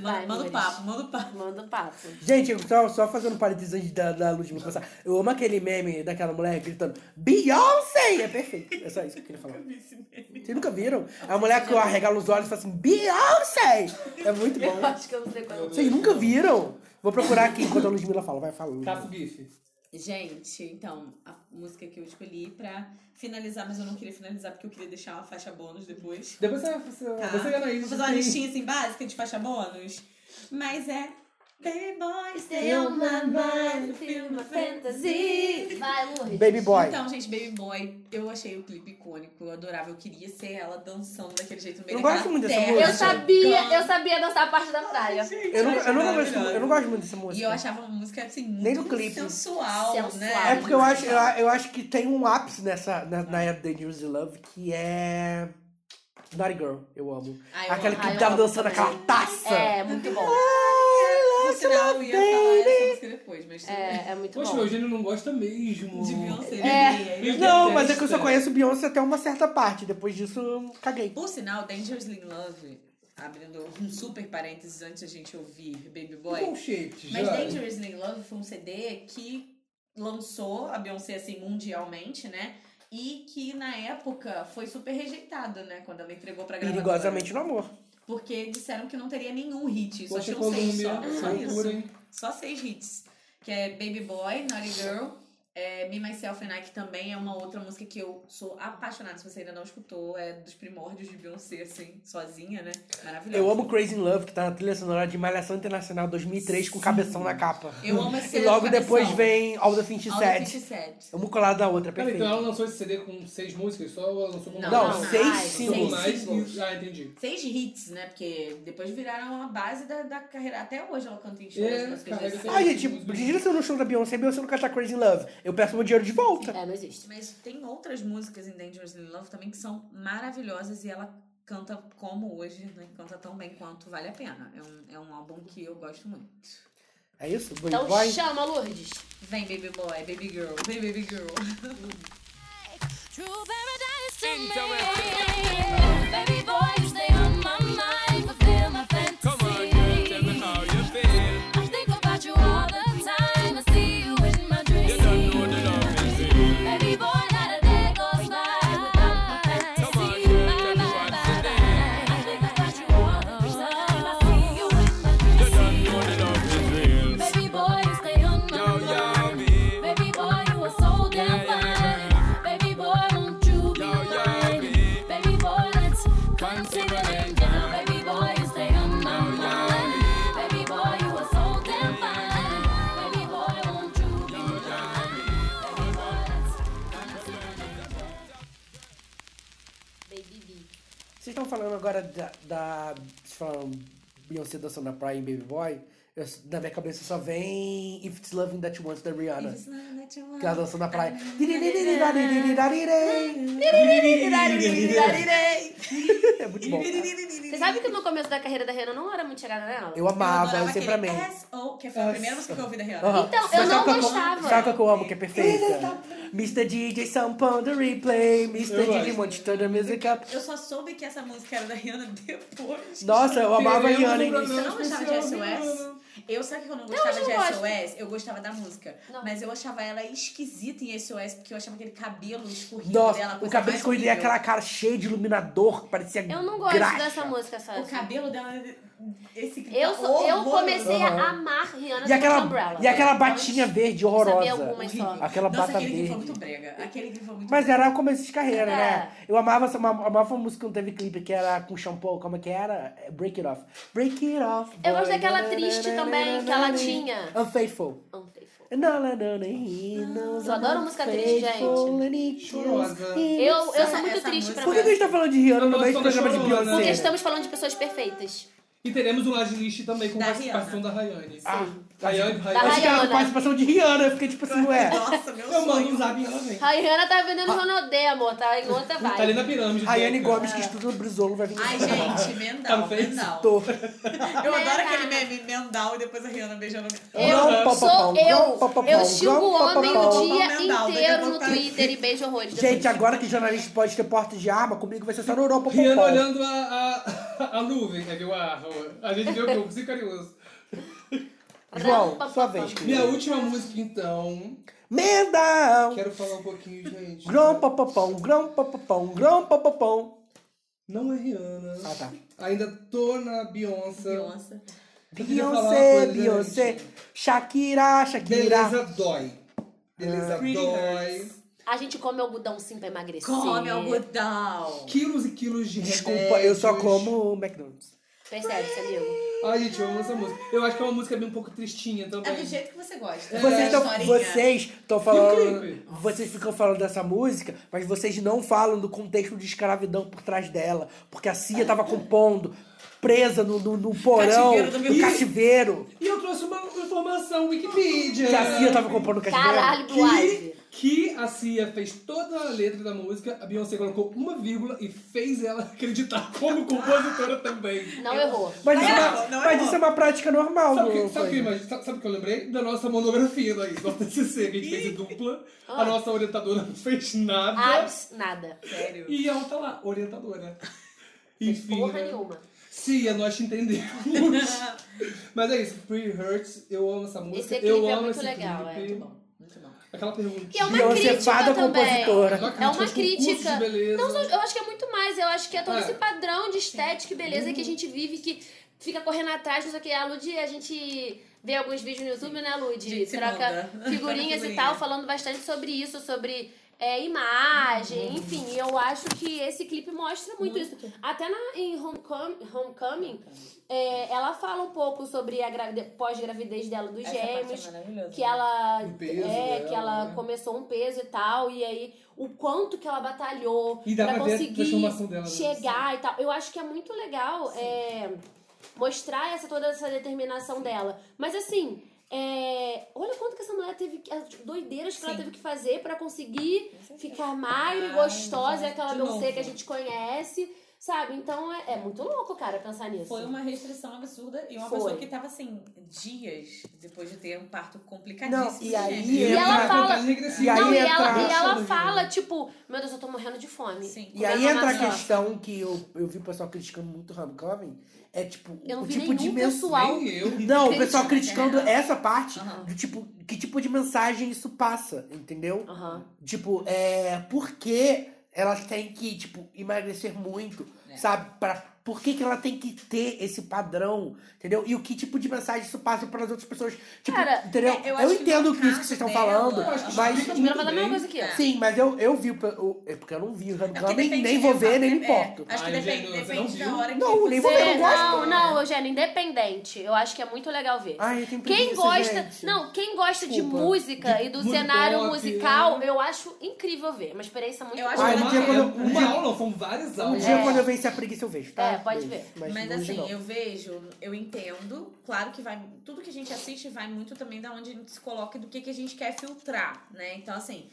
[SPEAKER 7] Vai,
[SPEAKER 3] Manda o
[SPEAKER 7] amores.
[SPEAKER 3] papo, manda o papo.
[SPEAKER 7] Manda o papo.
[SPEAKER 2] Gente, eu só, só fazendo um parênteses antes da, da luz me passar. Eu amo aquele meme daquela mulher gritando Beyoncé! É perfeito. É só isso que eu queria falar. Vocês nunca viram? A mulher que arregala os olhos e fala assim, Beyoncé! É muito bom.
[SPEAKER 7] Eu acho que eu não sei qual é o
[SPEAKER 2] Vocês nunca viram? Vou procurar aqui enquanto a Ludmilla fala. Vai falando.
[SPEAKER 1] Tá GIF.
[SPEAKER 3] Gente, então, a música que eu escolhi pra finalizar, mas eu não queria finalizar porque eu queria deixar uma faixa bônus depois.
[SPEAKER 1] Depois você- você- você e a Anaís,
[SPEAKER 3] Vou fazer uma
[SPEAKER 1] tem-
[SPEAKER 3] listinha assim básica de faixa bônus. Mas é. Baby boy,
[SPEAKER 7] Stay on my mind, feel my fantasy. Vai, Lourdes.
[SPEAKER 2] Baby Boy.
[SPEAKER 3] Então, gente, Baby Boy, eu achei o clipe icônico, eu adorava. Eu queria ser ela dançando daquele jeito no meio
[SPEAKER 2] Eu
[SPEAKER 3] daquela
[SPEAKER 2] gosto muito dessa
[SPEAKER 3] terra.
[SPEAKER 2] música.
[SPEAKER 7] Eu sabia, eu sabia dançar a parte da praia.
[SPEAKER 2] Eu não, eu, não gosto,
[SPEAKER 3] maravilhosa.
[SPEAKER 2] eu não gosto muito dessa música.
[SPEAKER 3] E eu achava uma música assim, muito
[SPEAKER 2] Nem no clipe.
[SPEAKER 3] sensual, né?
[SPEAKER 2] É porque eu acho, eu, eu acho que tem um ápice nessa, na, na era da News Love que é. Naughty Girl, eu amo.
[SPEAKER 3] Ah, eu
[SPEAKER 2] aquela
[SPEAKER 3] amo.
[SPEAKER 2] que
[SPEAKER 3] Ah, eu
[SPEAKER 2] tava
[SPEAKER 3] amo
[SPEAKER 2] dançando aquela taça.
[SPEAKER 7] É, muito bom.
[SPEAKER 2] é
[SPEAKER 3] No final, eu ia falar essa música depois, mas tudo bem.
[SPEAKER 7] É, é muito
[SPEAKER 1] Poxa, o
[SPEAKER 7] bom.
[SPEAKER 1] Eugênio não gosta mesmo. De
[SPEAKER 3] Beyoncé,
[SPEAKER 7] né?
[SPEAKER 1] Ele
[SPEAKER 2] Não,
[SPEAKER 1] detesta.
[SPEAKER 2] mas é que eu só conheço Beyoncé até uma certa parte. Depois disso, eu caguei.
[SPEAKER 3] Por sinal, Dangerously in Love, abrindo um super parênteses antes a gente ouvir Baby Boy.
[SPEAKER 1] Bullshit,
[SPEAKER 3] Mas
[SPEAKER 1] já.
[SPEAKER 3] Dangerously in Love foi um CD que lançou a Beyoncé assim mundialmente, né? E que na época foi super rejeitado, né? Quando ela entregou pra gravadora.
[SPEAKER 2] Perigosamente no amor.
[SPEAKER 3] Porque disseram que não teria nenhum hit, só
[SPEAKER 1] Poxa,
[SPEAKER 3] tinham seis só,
[SPEAKER 1] Colômbia,
[SPEAKER 3] só
[SPEAKER 1] um loucura,
[SPEAKER 3] isso.
[SPEAKER 1] hein?
[SPEAKER 3] Só seis hits. Que é Baby Boy, Naughty Girl, é Me, Myself and I, que também é uma outra música que eu sou apaixonada, se você ainda não escutou, é dos primórdios de Beyoncé, assim, sozinha, né? Maravilhosa.
[SPEAKER 2] Eu amo Crazy in Love, que tá na trilha sonora de Malhação Internacional 2003 com cabeção na capa.
[SPEAKER 3] Eu amo esse
[SPEAKER 2] E logo
[SPEAKER 3] cabeção.
[SPEAKER 2] depois vem All the Things She
[SPEAKER 3] All the Things She
[SPEAKER 2] Said.
[SPEAKER 3] Said.
[SPEAKER 2] Amo colar da outra,
[SPEAKER 1] Pera,
[SPEAKER 2] perfeito.
[SPEAKER 1] então ela lançou esse CD com seis músicas só ou ela lançou com
[SPEAKER 2] Não,
[SPEAKER 1] mais?
[SPEAKER 2] não, seis
[SPEAKER 1] mais,
[SPEAKER 2] singles.
[SPEAKER 1] mais
[SPEAKER 3] singles.
[SPEAKER 1] e- Ah, entendi.
[SPEAKER 3] Seis hits, né? Porque depois viraram a base da, da carreira. Até hoje ela canta em shows.
[SPEAKER 1] É,
[SPEAKER 3] as músicas
[SPEAKER 1] carrega
[SPEAKER 3] desse
[SPEAKER 1] até
[SPEAKER 2] Ai,
[SPEAKER 3] CD.
[SPEAKER 2] gente, imagina se eu não show da Beyoncé e Beyoncé não cantar Crazy in Love. Eu peço meu dinheiro de volta.
[SPEAKER 7] É, não existe.
[SPEAKER 3] Mas tem outras músicas em Dangerous in Love também que são maravilhosas e ela canta como hoje, né? Canta tão bem quanto vale a pena. É um, é um álbum que eu gosto muito.
[SPEAKER 2] É isso? Boy,
[SPEAKER 7] Então
[SPEAKER 2] boy.
[SPEAKER 7] chama, Lourdes.
[SPEAKER 3] Vem, baby boy, baby girl, vem, baby girl.
[SPEAKER 12] True paradise to me. Baby boy, you stay on my mind, fulfill my fantasy. Come on, girl, tell me how you feel. I think about you all the time. I see you in my dreams. You don't know the love is real. Baby boy, not a day goes by without my fantasy. Come on, girl, tell me what's the name. I think about you all the time. I see you in my dreams. You don't know the love is real. Baby boy, you stay on my mind. Baby boy, you are so damn fine. Baby boy, won't you be mine? Baby boy, let's consider it now. Baby boy, you stay on my mind. Baby boy, you are so damn fine. Baby boy, won't you be mine? Baby boy, let's consider it now.
[SPEAKER 7] Baby B.
[SPEAKER 2] Vocês estão falando agora da, da. Vocês falaram Beyoncé dançando na praia em Baby Boy. Eu- na minha cabeça só vem If It's Loving That You Want da Rihanna. Que ela dançou na praia. É muito bom.
[SPEAKER 7] Você sabe que no começo da carreira da Rihanna não era muito chegada nela?
[SPEAKER 2] Eu amava, eu sempre amei.
[SPEAKER 3] S.O., que foi a primeira música que É, eu ouvi da Rihanna.
[SPEAKER 2] Aham.
[SPEAKER 7] Então, eu
[SPEAKER 2] Mas
[SPEAKER 7] não
[SPEAKER 2] sabe qual que
[SPEAKER 7] gostava.
[SPEAKER 2] Sabe qual que eu amo, que é perfeita? Mr. DJ, some pão do replay. Mr. DJ, want to turn the music up.
[SPEAKER 3] Eu só soube que essa música era da Rihanna depois.
[SPEAKER 2] Nossa, eu amava a
[SPEAKER 1] Teremos um
[SPEAKER 2] Rihanna em
[SPEAKER 1] programa
[SPEAKER 3] Você não gostava de
[SPEAKER 1] especial,
[SPEAKER 3] SOS? Eu, sabe que eu não
[SPEAKER 16] Não,
[SPEAKER 3] gostava
[SPEAKER 16] eu não
[SPEAKER 3] de
[SPEAKER 16] gosto.
[SPEAKER 3] SOS? Eu gostava da música. Mas eu achava ela esquisita em SOS, porque eu achava aquele cabelo escorrido
[SPEAKER 2] Nossa,
[SPEAKER 3] dela. a
[SPEAKER 2] o
[SPEAKER 3] coisa
[SPEAKER 2] cabelo
[SPEAKER 3] mais
[SPEAKER 2] escorrido e
[SPEAKER 3] horrível.
[SPEAKER 2] aquela cara cheia de iluminador, que parecia
[SPEAKER 7] Eu não gosto
[SPEAKER 2] graxa.
[SPEAKER 7] dessa música, sabe?
[SPEAKER 3] O cabelo dela. Esse que
[SPEAKER 7] eu,
[SPEAKER 3] tá
[SPEAKER 7] sou- eu
[SPEAKER 3] horroroso.
[SPEAKER 7] comecei
[SPEAKER 2] Aham.
[SPEAKER 7] a amar Rihanna
[SPEAKER 2] E
[SPEAKER 7] com
[SPEAKER 2] aquela,
[SPEAKER 7] Umbrella. Então,
[SPEAKER 2] e aquela batinha verde horrorosa.
[SPEAKER 7] algumas só.
[SPEAKER 2] Aquela
[SPEAKER 3] Nossa,
[SPEAKER 2] bata
[SPEAKER 3] aquele que
[SPEAKER 2] verde.
[SPEAKER 3] foi muito brega. Aquele que foi muito
[SPEAKER 2] Mas era o começo de carreira,
[SPEAKER 3] É.
[SPEAKER 2] né? Eu amava, essa- uma- amava uma música que não teve clipe, que era com shampoo, como é que era? É, Break It Off. Break It Off.
[SPEAKER 7] Eu
[SPEAKER 2] boy.
[SPEAKER 7] gosto daquela triste também, que ela tinha.
[SPEAKER 2] Unfaithful.
[SPEAKER 7] Unfaithful.
[SPEAKER 2] Não, não, não, não.
[SPEAKER 7] Eu adoro música triste, gente.
[SPEAKER 2] Chorosa.
[SPEAKER 7] Eu, eu sou muito
[SPEAKER 3] Essa
[SPEAKER 7] triste pra
[SPEAKER 2] Por que, que a gente tá falando de Rihanna no meio do
[SPEAKER 1] Nossa,
[SPEAKER 2] programa de
[SPEAKER 1] chorona, né?
[SPEAKER 7] Porque tá
[SPEAKER 2] Beyoncé?
[SPEAKER 7] estamos falando de pessoas perfeitas.
[SPEAKER 1] E teremos um live list também com
[SPEAKER 7] Da
[SPEAKER 1] participação da Rayane.
[SPEAKER 2] Ah,
[SPEAKER 1] Rayane,
[SPEAKER 7] Da
[SPEAKER 2] Acho que era a
[SPEAKER 7] Rihanna.
[SPEAKER 2] participação de Rihanna, eu fiquei tipo assim, ué.
[SPEAKER 1] Nossa, meu Eu mando um zap e ela vem.
[SPEAKER 7] A Rihanna tá
[SPEAKER 2] Ah.
[SPEAKER 7] vendendo Ronaldê, amor. Tá em outra vibe.
[SPEAKER 1] pirâmide. né?
[SPEAKER 2] Rayane
[SPEAKER 1] louca.
[SPEAKER 2] Gomes, que estuda no Brizolo, vai vir.
[SPEAKER 3] Ai, gente, Mendal, Mendal. Eu adoro aquele meme Mendal e depois a Rihanna beijando.
[SPEAKER 7] Eu sou eu. Eu xingo o homem o dia
[SPEAKER 3] Mendal, daqui a
[SPEAKER 7] inteiro no
[SPEAKER 3] pouco tá-
[SPEAKER 7] Twitter e beijo horrores.
[SPEAKER 2] Gente, agora que jornalista pode ter porta de arma, comigo vai ser só no Europa
[SPEAKER 1] Rihanna olhando a, a, a nuvem, né, viu? A, a gente viu o é Sicarioso.
[SPEAKER 2] João, sua vez,
[SPEAKER 1] Minha
[SPEAKER 2] querido.
[SPEAKER 1] última música, então.
[SPEAKER 2] Mendão!
[SPEAKER 1] Quero falar um pouquinho, gente.
[SPEAKER 2] Grão papapão, grão papapão, grão papapão.
[SPEAKER 1] Não é Rihanna.
[SPEAKER 2] Ah, tá.
[SPEAKER 1] Ainda tô na Beyoncé. Beyoncé.
[SPEAKER 2] Beyoncé, Beyoncé, Shakira, Shakira.
[SPEAKER 1] Beleza dói. Beleza
[SPEAKER 2] Ah. Pretty
[SPEAKER 1] dói.
[SPEAKER 7] A gente come algodão sim pra emagrecer.
[SPEAKER 3] Come algodão.
[SPEAKER 1] Quilos e quilos de
[SPEAKER 2] Desculpa, eu só como McDonald's.
[SPEAKER 7] Percebe, sabia?
[SPEAKER 1] Ai, gente, eu amo essa música. Eu acho que é uma música bem um pouco tristinha também.
[SPEAKER 3] É do jeito que você gosta.
[SPEAKER 2] Vocês
[SPEAKER 3] É,
[SPEAKER 2] estão
[SPEAKER 3] historinha.
[SPEAKER 2] vocês tão
[SPEAKER 1] E o
[SPEAKER 2] falando. Vocês ficam falando dessa música, mas vocês não falam do contexto de escravidão por trás dela. Porque a Cia tava compondo, presa no, no, no porão,
[SPEAKER 1] Cativeiro do meu-
[SPEAKER 2] no cativeiro.
[SPEAKER 1] E eu trouxe uma informação Wikipedia.
[SPEAKER 2] Que a Cia tá tava compondo no cativeiro.
[SPEAKER 1] que, que a Cia fez toda a letra da música, a Beyoncé colocou uma vírgula e fez ela acreditar como compositora também.
[SPEAKER 7] Não errou.
[SPEAKER 2] Mas, isso, é uma, mas isso é uma prática normal.
[SPEAKER 1] Sabe o que, sabe,
[SPEAKER 2] do-
[SPEAKER 1] o que eu
[SPEAKER 2] coisa.
[SPEAKER 1] imagino? Sabe- sabe o que eu lembrei? Da nossa monografia daí, do TCC, que a gente fez em dupla. A
[SPEAKER 7] Ah.
[SPEAKER 1] nossa orientadora não fez nada.
[SPEAKER 7] Abs, nada.
[SPEAKER 3] Sério.
[SPEAKER 1] E ela tá lá, orientadora. Enfim.
[SPEAKER 7] Porra
[SPEAKER 1] né?
[SPEAKER 7] nenhuma.
[SPEAKER 1] Sim, nós te entendemos. Mas é isso, Free Hurts, eu amo essa música.
[SPEAKER 7] Esse clipe
[SPEAKER 1] eu
[SPEAKER 7] é
[SPEAKER 1] amo
[SPEAKER 7] muito
[SPEAKER 1] esse
[SPEAKER 7] legal,
[SPEAKER 1] clipe.
[SPEAKER 7] é. Muito
[SPEAKER 1] bom, muito bom. Aquela pergunta.
[SPEAKER 7] Que é uma crítica também. É uma crítica.
[SPEAKER 1] De beleza.
[SPEAKER 7] Não, só- eu acho que é muito mais. Eu acho que é todo
[SPEAKER 1] É.
[SPEAKER 7] esse padrão de estética e beleza que a gente vive, que fica correndo atrás, não sei o que. A Lud, a gente vê alguns vídeos no YouTube, né,
[SPEAKER 3] A
[SPEAKER 7] Lud?
[SPEAKER 3] gente se
[SPEAKER 7] Troca
[SPEAKER 3] manda.
[SPEAKER 7] figurinhas e
[SPEAKER 3] Figurinha.
[SPEAKER 7] tal, falando bastante sobre isso, sobre. é, imagem,
[SPEAKER 3] Uhum.
[SPEAKER 7] enfim, E eu acho que esse clipe mostra muito, isso. Até na, em Homecoming, Homecoming é, ela fala um pouco sobre a gravide- pós-gravidez dela dos
[SPEAKER 3] Essa parte é
[SPEAKER 7] gêmeos,
[SPEAKER 3] maravilhosa,
[SPEAKER 7] que
[SPEAKER 3] né?
[SPEAKER 7] ela
[SPEAKER 1] O peso
[SPEAKER 7] é
[SPEAKER 1] dela,
[SPEAKER 7] que ela
[SPEAKER 1] né?
[SPEAKER 7] começou um peso e tal e aí o quanto que ela batalhou
[SPEAKER 1] E dá
[SPEAKER 7] pra
[SPEAKER 1] pra ver a
[SPEAKER 7] conseguir
[SPEAKER 1] transformação dela, né?
[SPEAKER 7] chegar e tal eu acho que é muito legal é, mostrar essa toda essa determinação dela mas assim é, olha quanto que essa mulher teve que- as doideiras que ela teve que fazer pra
[SPEAKER 3] né?
[SPEAKER 7] conseguir ficar magra e
[SPEAKER 3] Ai,
[SPEAKER 7] gostosa é
[SPEAKER 3] gente,
[SPEAKER 7] aquela
[SPEAKER 3] de
[SPEAKER 7] Beyoncé
[SPEAKER 3] novo.
[SPEAKER 7] que a gente conhece sabe então é, é muito louco cara pensar nisso
[SPEAKER 3] Foi uma restrição absurda e uma
[SPEAKER 7] Foi.
[SPEAKER 3] pessoa que tava assim, dias depois de ter um parto
[SPEAKER 1] é
[SPEAKER 3] complicadíssimo.
[SPEAKER 2] Não, e aí
[SPEAKER 3] gente.
[SPEAKER 7] E
[SPEAKER 2] entra-
[SPEAKER 7] ela
[SPEAKER 1] tá
[SPEAKER 7] fala.
[SPEAKER 2] contagem regressiva.
[SPEAKER 7] Não,
[SPEAKER 2] E aí
[SPEAKER 7] e
[SPEAKER 2] entra
[SPEAKER 7] ela,
[SPEAKER 2] a
[SPEAKER 7] e ela
[SPEAKER 2] chama,
[SPEAKER 7] fala, tipo, meu Deus, eu tô morrendo de fome.
[SPEAKER 2] E aí entra a questão que eu, eu vi o pessoal criticando muito o Homecoming, é tipo,
[SPEAKER 7] Eu não
[SPEAKER 2] o
[SPEAKER 7] vi
[SPEAKER 2] tipo de
[SPEAKER 7] nenhum
[SPEAKER 2] mensagem.
[SPEAKER 7] pessoal Nem eu.
[SPEAKER 2] Não, o pessoal
[SPEAKER 7] criticando,
[SPEAKER 2] criticando essa parte
[SPEAKER 7] né? Aham.
[SPEAKER 2] do tipo, que tipo de mensagem isso passa, entendeu? Tipo, é. Por que elas têm que, tipo, emagrecer muito,
[SPEAKER 7] É.
[SPEAKER 2] sabe? Pra, por que, que ela tem que ter esse padrão, entendeu? E o que tipo de mensagem isso passa para as outras pessoas? Tipo,
[SPEAKER 7] Cara,
[SPEAKER 2] entendeu?
[SPEAKER 7] é, eu
[SPEAKER 2] eu
[SPEAKER 7] acho que
[SPEAKER 2] entendo
[SPEAKER 7] no
[SPEAKER 2] que isso que vocês estão falando,
[SPEAKER 7] Eu acho que
[SPEAKER 2] mas.
[SPEAKER 7] explica muito Ela fala é a mesma bem. coisa que eu.
[SPEAKER 2] Sim, mas eu, eu vi. o- o- É porque eu não vi o Homecoming,
[SPEAKER 3] depende,
[SPEAKER 2] nem vou
[SPEAKER 3] eu
[SPEAKER 2] ver,
[SPEAKER 3] falo,
[SPEAKER 2] nem me
[SPEAKER 3] é,
[SPEAKER 2] importo.
[SPEAKER 3] acho que depende, depende da hora que é
[SPEAKER 2] Não,
[SPEAKER 3] você...
[SPEAKER 2] nem vou ver, não
[SPEAKER 7] É, não,
[SPEAKER 2] gosto.
[SPEAKER 7] não, Eugênio, independente. Eu acho que é muito legal ver.
[SPEAKER 2] Ai, eu tenho
[SPEAKER 7] Quem
[SPEAKER 2] preguiça,
[SPEAKER 7] gosta,
[SPEAKER 2] gente.
[SPEAKER 7] não, quem gosta de
[SPEAKER 2] Desculpa.
[SPEAKER 7] música
[SPEAKER 2] De
[SPEAKER 7] e do
[SPEAKER 2] muito
[SPEAKER 7] cenário
[SPEAKER 2] pop, né?
[SPEAKER 7] musical, eu acho incrível ver. Uma experiência é muito
[SPEAKER 3] acho
[SPEAKER 2] Ai, um dia quando eu- um
[SPEAKER 1] Uma
[SPEAKER 2] dia-
[SPEAKER 1] aula, foram
[SPEAKER 7] É.
[SPEAKER 1] várias
[SPEAKER 2] Um
[SPEAKER 1] aulas.
[SPEAKER 2] dia quando eu vencer a preguiça eu vejo, tá?
[SPEAKER 3] É,
[SPEAKER 7] pode
[SPEAKER 2] Beijo.
[SPEAKER 7] ver.
[SPEAKER 2] Mas,
[SPEAKER 3] Mas
[SPEAKER 2] hoje
[SPEAKER 3] assim,
[SPEAKER 2] não.
[SPEAKER 3] eu vejo, eu entendo. Claro que vai. Tudo que a gente assiste vai muito também da onde a gente se coloca e do que, que a gente quer filtrar, né? Então, assim,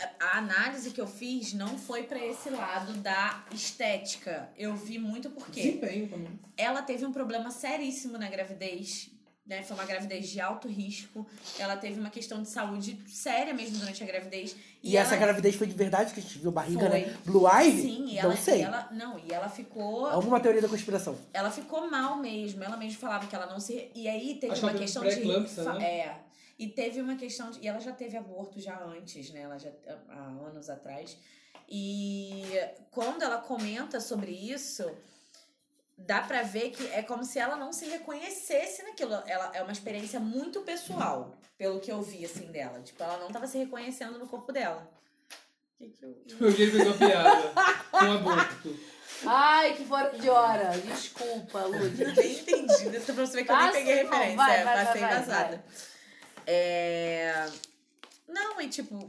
[SPEAKER 3] a- a análise que eu fiz não foi pra esse lado da estética. Eu vi muito porque
[SPEAKER 1] Desempenho também.
[SPEAKER 3] ela teve um problema seríssimo na gravidez né? Foi uma gravidez de alto risco. Ela teve uma questão de saúde séria mesmo durante a gravidez.
[SPEAKER 2] E, essa
[SPEAKER 3] ela-
[SPEAKER 7] é
[SPEAKER 2] gravidez foi de verdade que a gente viu barriga,
[SPEAKER 3] Foi.
[SPEAKER 2] né? Blue Ivy?
[SPEAKER 3] Sim, e
[SPEAKER 2] Não
[SPEAKER 3] ela,
[SPEAKER 2] sei. É
[SPEAKER 3] E ela, não, e ela ficou.
[SPEAKER 2] Alguma teoria da conspiração.
[SPEAKER 3] Ela ficou mal mesmo. Ela mesmo falava que ela não se. E aí teve
[SPEAKER 2] Acho que
[SPEAKER 3] uma
[SPEAKER 2] ela teve
[SPEAKER 3] questão de.
[SPEAKER 2] pré-eclâmpsia,
[SPEAKER 3] fa-
[SPEAKER 2] né?
[SPEAKER 3] É. E teve uma questão de. E ela já teve aborto já antes, né? Ela já há anos atrás. E quando ela comenta sobre isso, dá pra ver que é como se ela não se reconhecesse naquilo. Ela é uma experiência muito pessoal, pelo que eu vi assim dela. Tipo, ela não tava se reconhecendo no corpo dela. O que que eu
[SPEAKER 1] Meu dia pegou a piada. Com um aborto.
[SPEAKER 7] Ai, que fora de hora. Desculpa, Lud.
[SPEAKER 3] Bem entendido. Essa pra você ver que eu nem
[SPEAKER 7] Passa,
[SPEAKER 3] peguei
[SPEAKER 7] não,
[SPEAKER 3] referência.
[SPEAKER 7] vai,
[SPEAKER 3] é,
[SPEAKER 7] vai, vai,
[SPEAKER 3] passei
[SPEAKER 7] vai,
[SPEAKER 3] vazada. É... Não, e tipo.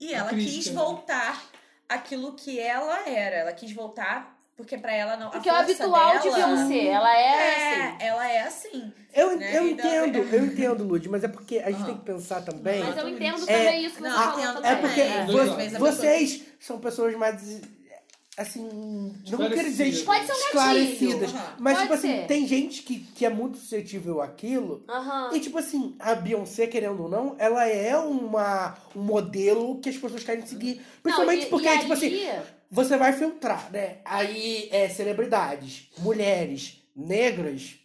[SPEAKER 3] E
[SPEAKER 7] É
[SPEAKER 3] ela
[SPEAKER 7] crítica,
[SPEAKER 3] quis
[SPEAKER 7] né?
[SPEAKER 3] voltar aquilo que ela era. Ela quis voltar porque pra ela não. a
[SPEAKER 7] Porque é o
[SPEAKER 3] força
[SPEAKER 7] habitual de
[SPEAKER 3] dela-
[SPEAKER 7] Beyoncé, ela é
[SPEAKER 3] É, Ela é assim.
[SPEAKER 2] Eu,
[SPEAKER 3] né?
[SPEAKER 2] eu
[SPEAKER 3] E dela-
[SPEAKER 2] entendo, eu entendo, Lud, mas é porque a gente tem que pensar também.
[SPEAKER 3] Mas eu entendo
[SPEAKER 2] É.
[SPEAKER 7] também isso que você
[SPEAKER 2] a-
[SPEAKER 7] falou também.
[SPEAKER 2] É porque
[SPEAKER 7] É.
[SPEAKER 2] vo-
[SPEAKER 7] Às vezes a
[SPEAKER 2] vocês são pessoas mais. Assim. Não quero dizer
[SPEAKER 7] Esclarecidas. Pode ser um
[SPEAKER 2] esclarecidas.
[SPEAKER 7] gatilho. Aham.
[SPEAKER 2] Mas,
[SPEAKER 7] Pode
[SPEAKER 2] tipo assim,
[SPEAKER 7] ser.
[SPEAKER 2] tem gente que, que é muito suscetível àquilo.
[SPEAKER 7] Aham.
[SPEAKER 2] E, tipo assim, a Beyoncé, querendo ou não, ela é uma, um modelo que as pessoas querem seguir. Principalmente
[SPEAKER 7] e-
[SPEAKER 2] porque,
[SPEAKER 7] e
[SPEAKER 2] tipo assim,
[SPEAKER 7] aí-
[SPEAKER 2] você vai filtrar, né? Aí, é, celebridades, mulheres, negras.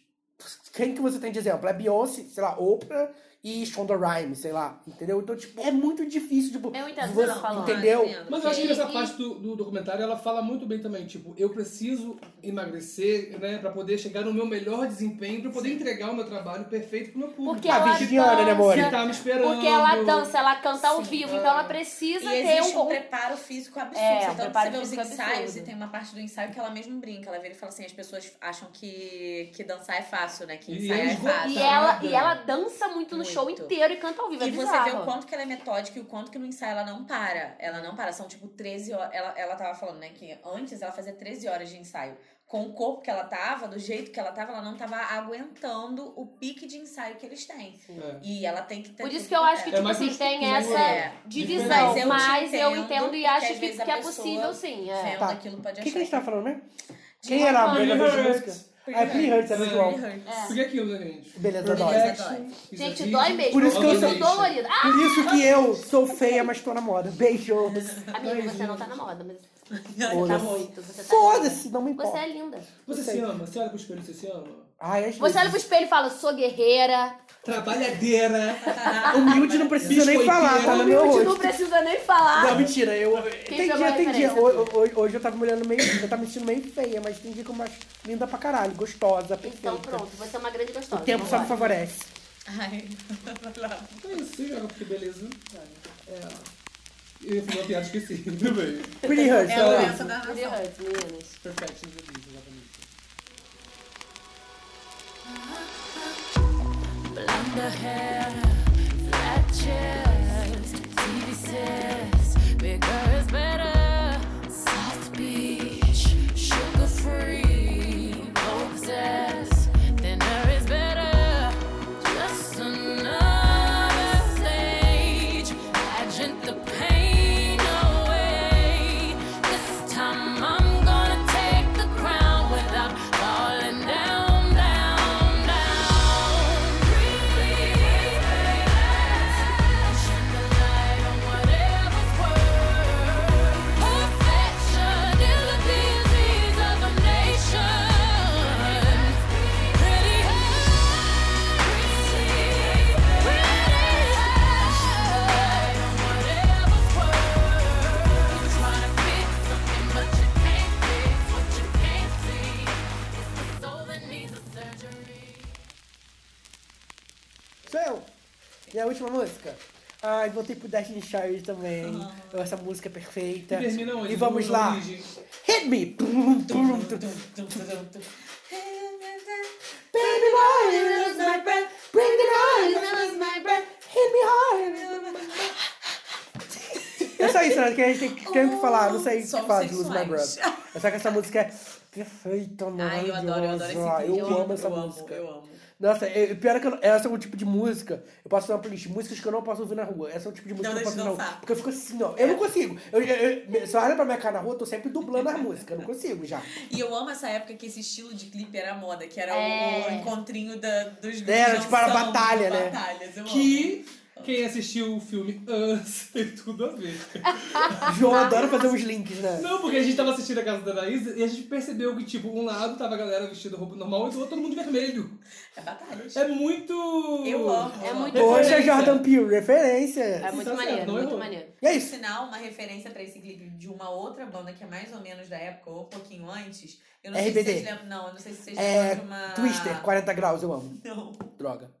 [SPEAKER 2] Quem que você tem de exemplo? É Beyoncé, sei lá, Oprah e Shonda Rhimes, sei lá. Entendeu? Então, tipo, é muito difícil, tipo...
[SPEAKER 7] Eu entendo o que
[SPEAKER 2] você-
[SPEAKER 7] você tá falando.
[SPEAKER 2] Entendeu?
[SPEAKER 1] Mas eu acho que essa parte do, do documentário ela fala muito bem também, tipo, eu preciso emagrecer, né, pra poder chegar no meu melhor desempenho, pra poder entregar o meu trabalho perfeito pro meu público.
[SPEAKER 2] tá
[SPEAKER 7] Porque ela
[SPEAKER 2] né,
[SPEAKER 7] dança,
[SPEAKER 1] Que tá me esperando.
[SPEAKER 7] porque ela dança, ela canta ao vivo, então ela precisa
[SPEAKER 3] E
[SPEAKER 7] ter
[SPEAKER 3] existe
[SPEAKER 7] um,
[SPEAKER 3] um preparo físico absurdo.
[SPEAKER 7] É, um
[SPEAKER 3] então,
[SPEAKER 7] preparo
[SPEAKER 3] você vê os
[SPEAKER 7] físico
[SPEAKER 3] ensaios
[SPEAKER 7] absurdo.
[SPEAKER 3] e tem uma parte do ensaio que ela mesmo brinca. Ela vira e fala assim: as pessoas acham que, que dançar é fácil, né? Que
[SPEAKER 7] E
[SPEAKER 3] ensaiar é
[SPEAKER 7] eles vão-
[SPEAKER 3] fácil.
[SPEAKER 7] E ela- e ela dança muito no show inteiro e canta ao vivo, é
[SPEAKER 3] E você vê
[SPEAKER 7] bizarro.
[SPEAKER 3] o quanto que ela é metódica e o quanto que no ensaio ela não para. Ela não para. São tipo 13 horas. Ela, ela tava falando, né? Que antes ela fazia 13 horas de ensaio. Com o corpo que ela tava, do jeito que ela tava, ela não tava aguentando o pique de ensaio que eles têm.
[SPEAKER 7] É.
[SPEAKER 3] E ela tem que ter.
[SPEAKER 7] Por isso que eu acho que,
[SPEAKER 3] É
[SPEAKER 7] tipo
[SPEAKER 3] mais
[SPEAKER 7] assim,
[SPEAKER 3] um
[SPEAKER 7] tem
[SPEAKER 3] estilo,
[SPEAKER 7] essa
[SPEAKER 3] né?
[SPEAKER 7] divisão.
[SPEAKER 3] Mas eu te
[SPEAKER 7] Mas eu
[SPEAKER 3] entendo,
[SPEAKER 7] entendo e
[SPEAKER 3] porque
[SPEAKER 7] acho
[SPEAKER 3] às
[SPEAKER 7] que-
[SPEAKER 3] vezes a
[SPEAKER 7] que é
[SPEAKER 3] pessoa
[SPEAKER 7] possível, sim, é.
[SPEAKER 3] vendo
[SPEAKER 2] Tá.
[SPEAKER 3] aquilo pode
[SPEAKER 2] O que, que a gente tá falando mesmo?
[SPEAKER 3] De
[SPEAKER 2] Quem era a
[SPEAKER 1] Pretty
[SPEAKER 2] primeira vez de
[SPEAKER 1] Hurts.
[SPEAKER 2] música? Ah, É Pretty Hurts, é visual.
[SPEAKER 1] É. Por que aquilo, né, gente?
[SPEAKER 2] Beleza,
[SPEAKER 1] Por
[SPEAKER 2] dói.
[SPEAKER 1] que action, isso é aqui.
[SPEAKER 7] Gente, é dói mesmo.
[SPEAKER 2] É Por isso que eu sou...
[SPEAKER 7] Isso dolorido. Ah!
[SPEAKER 2] Por isso que eu sou feia, mas tô na moda. Beijos.
[SPEAKER 7] Amiga, você não tá na moda, mas você tá
[SPEAKER 2] Foda-se.
[SPEAKER 7] muito. Você tá
[SPEAKER 2] Foda-se,
[SPEAKER 7] linda.
[SPEAKER 2] não me
[SPEAKER 7] Você
[SPEAKER 2] importa.
[SPEAKER 7] é linda.
[SPEAKER 1] Você se ama? Você olha pro espelho, você se ama?
[SPEAKER 2] Ai, às
[SPEAKER 7] Você
[SPEAKER 2] vezes.
[SPEAKER 7] olha pro espelho e fala, sou guerreira.
[SPEAKER 1] Trabalhadeira.
[SPEAKER 2] Humilde não precisa nem falar, tá no meu
[SPEAKER 7] Humilde,
[SPEAKER 2] rosto.
[SPEAKER 7] não precisa nem falar.
[SPEAKER 2] Não, mentira, eu.
[SPEAKER 7] Ah, Quem
[SPEAKER 2] Tem
[SPEAKER 7] pegou a
[SPEAKER 2] dia, tem dia.
[SPEAKER 7] referência?
[SPEAKER 2] Ho- ho- Hoje, eu tava me olhando meio. Eu tava me sentindo meio feia, mas tem dia que eu me acho linda pra caralho, gostosa, perfeita.
[SPEAKER 7] Então pronto, você é uma grande
[SPEAKER 2] O
[SPEAKER 7] gostosa.
[SPEAKER 2] tempo só me
[SPEAKER 7] vambora.
[SPEAKER 2] favorece.
[SPEAKER 3] Ai,
[SPEAKER 1] É isso, você joga porque beleza. É. Eu ia fazer uma piada, esqueci. Tudo bem.
[SPEAKER 2] Pretty Hurts, É a olha. doença da
[SPEAKER 7] Pretty Hurts, meninas.
[SPEAKER 1] Perfection is a disease, exatamente.
[SPEAKER 12] Blonde hair, flat chest, TV says bigger is better. Soft beach, sugar free, excess, thinner is better. Just another stage, pageant the pain away. This time I'm gonna take the crown without falling down, down, down.
[SPEAKER 2] Sou eu. E a última música? Ai, voltei pro Destiny Child também. Essa música é perfeita.
[SPEAKER 1] E termina onde?
[SPEAKER 2] E vamos
[SPEAKER 1] No-
[SPEAKER 2] lá.
[SPEAKER 1] na origem.
[SPEAKER 2] Hit me! Tum, tum, tum, tum.
[SPEAKER 12] Baby boy, you lose my breath. Bring it on, you lose my breath. Hit me hard.
[SPEAKER 2] É só isso, né? Que a gente tem que, tem que falar. Não sei o que faz, Lose My Breath. É só que essa música é. Perfeita, mano.
[SPEAKER 3] Ai, eu adoro, eu adoro esse clipe.
[SPEAKER 2] Eu, amo essa
[SPEAKER 3] eu amo,
[SPEAKER 2] música.
[SPEAKER 3] eu amo.
[SPEAKER 2] Nossa, é, pior é que eu, não- essa é o tipo de música. Eu posso fazer uma playlist. Músicas que eu não posso ouvir na rua. Essa é o tipo de música
[SPEAKER 3] Não
[SPEAKER 2] que eu
[SPEAKER 3] deixa
[SPEAKER 2] posso ouvir na
[SPEAKER 3] dançar.
[SPEAKER 2] rua. Porque eu fico assim, ó. Eu não consigo. Eu, eu, eu, se eu olha pra minha cara na rua, eu tô sempre dublando as músicas. Eu não consigo já.
[SPEAKER 3] E eu amo essa época que esse estilo de clipe era moda, que era
[SPEAKER 2] É.
[SPEAKER 3] o encontrinho da, dos
[SPEAKER 2] Era, tipo, era
[SPEAKER 3] dançando,
[SPEAKER 2] batalha, né?
[SPEAKER 3] batalhas, eu amo.
[SPEAKER 1] Que quem assistiu o filme Us tem tudo a ver.
[SPEAKER 2] João adora fazer uns links, né?
[SPEAKER 1] Não, porque a gente tava assistindo a casa da Anaísa e a gente percebeu que, tipo, um lado tava a galera vestida roupa normal e do outro todo mundo vermelho.
[SPEAKER 3] É batalhas.
[SPEAKER 1] É muito.
[SPEAKER 3] Eu amo. É muito
[SPEAKER 2] Hoje é
[SPEAKER 1] Referência.
[SPEAKER 2] Jordan Peele, referência.
[SPEAKER 1] É muito Tá certo, maneiro, não muito errou.
[SPEAKER 3] maneiro.
[SPEAKER 2] E é isso.
[SPEAKER 3] Sinal, uma referência pra esse clipe de uma outra banda que é mais ou menos da época, ou um pouquinho antes. Eu não sei
[SPEAKER 2] RBD.
[SPEAKER 3] se vocês lembram. Não, eu não sei se vocês
[SPEAKER 2] É,
[SPEAKER 3] lembram de uma.
[SPEAKER 2] Twister, 40 graus, eu amo.
[SPEAKER 3] Não.
[SPEAKER 2] Droga.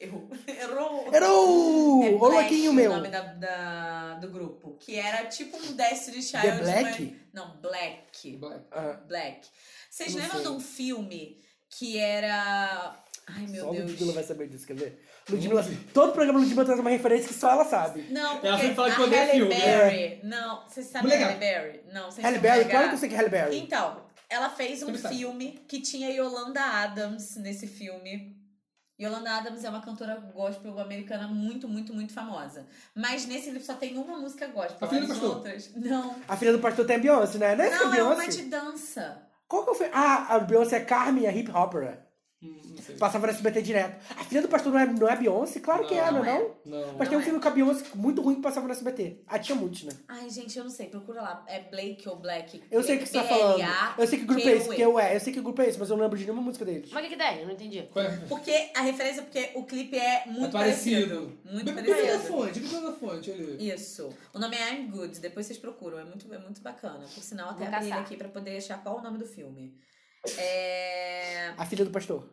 [SPEAKER 3] Errou. Errou.
[SPEAKER 2] Errou!
[SPEAKER 3] É
[SPEAKER 2] Ô,
[SPEAKER 3] Black
[SPEAKER 2] louquinho
[SPEAKER 3] o
[SPEAKER 2] meu.
[SPEAKER 3] nome da, da- do grupo. Que era tipo um Destiny Child.
[SPEAKER 2] The Black?
[SPEAKER 3] mas- Não, Black.
[SPEAKER 1] Black.
[SPEAKER 3] Black. Vocês
[SPEAKER 2] Não
[SPEAKER 3] lembram
[SPEAKER 2] sei.
[SPEAKER 3] de um filme que era... Ai, meu
[SPEAKER 2] só a
[SPEAKER 3] Deus.
[SPEAKER 2] Ludmilla vai saber disso, quer ver? Ludmilla, assim, todo programa Ludmilla traz uma referência que só ela sabe.
[SPEAKER 3] Não, porque
[SPEAKER 2] Ela sempre fala
[SPEAKER 3] a
[SPEAKER 2] que odeia
[SPEAKER 3] Halle
[SPEAKER 2] filme, né?
[SPEAKER 3] Berry. Não, vocês sabem
[SPEAKER 2] Mulher
[SPEAKER 3] Halle Berry? Não, vocês
[SPEAKER 2] Halle
[SPEAKER 3] vão
[SPEAKER 2] Berry?
[SPEAKER 3] pegar.
[SPEAKER 2] Claro que eu sei que é Halle Berry.
[SPEAKER 3] Então, ela fez um
[SPEAKER 2] Sempre sabe.
[SPEAKER 3] filme que tinha Yolanda Adams nesse filme. Yolanda Adams é uma cantora gospel americana muito, muito, muito famosa. Mas nesse livro só tem uma música gospel.
[SPEAKER 2] A filha do
[SPEAKER 3] as
[SPEAKER 2] pastor.
[SPEAKER 3] outras. Não.
[SPEAKER 2] A filha do pastor tem a Beyoncé, né? Não é essa
[SPEAKER 3] Não, é
[SPEAKER 2] Beyoncé?
[SPEAKER 3] uma de dança.
[SPEAKER 2] Qual que eu fui? Ah, a Beyoncé é Carmen, a hip hopera. Passava no SBT direto. A filha do pastor não é, não é Beyoncé? Claro que é, não é não?
[SPEAKER 1] Não.
[SPEAKER 2] Mas tem um filme com a Beyoncé muito ruim que passava no SBT. Ah, tinha muitos, né?
[SPEAKER 3] Ai, gente, eu não sei. Procura lá. É Blake ou Black?
[SPEAKER 2] Eu sei o que você tá falando. Eu sei que grupo é esse, que eu é. Eu sei que grupo é esse, mas eu não lembro de nenhuma música deles.
[SPEAKER 7] Mas o que, que tem? Eu não entendi.
[SPEAKER 3] Porque a referência é porque o clipe é muito
[SPEAKER 2] Tá
[SPEAKER 1] parecido.
[SPEAKER 3] parecido. Muito
[SPEAKER 1] Bebida
[SPEAKER 3] parecido.
[SPEAKER 1] da fonte, bebida da fonte ali.
[SPEAKER 3] Isso. O nome é I'm Good, depois vocês procuram, é muito, é muito bacana. Por sinal, até
[SPEAKER 1] Vou
[SPEAKER 3] abri ele
[SPEAKER 1] caçar.
[SPEAKER 3] aqui pra poder achar qual o nome do filme. É...
[SPEAKER 2] A filha do pastor.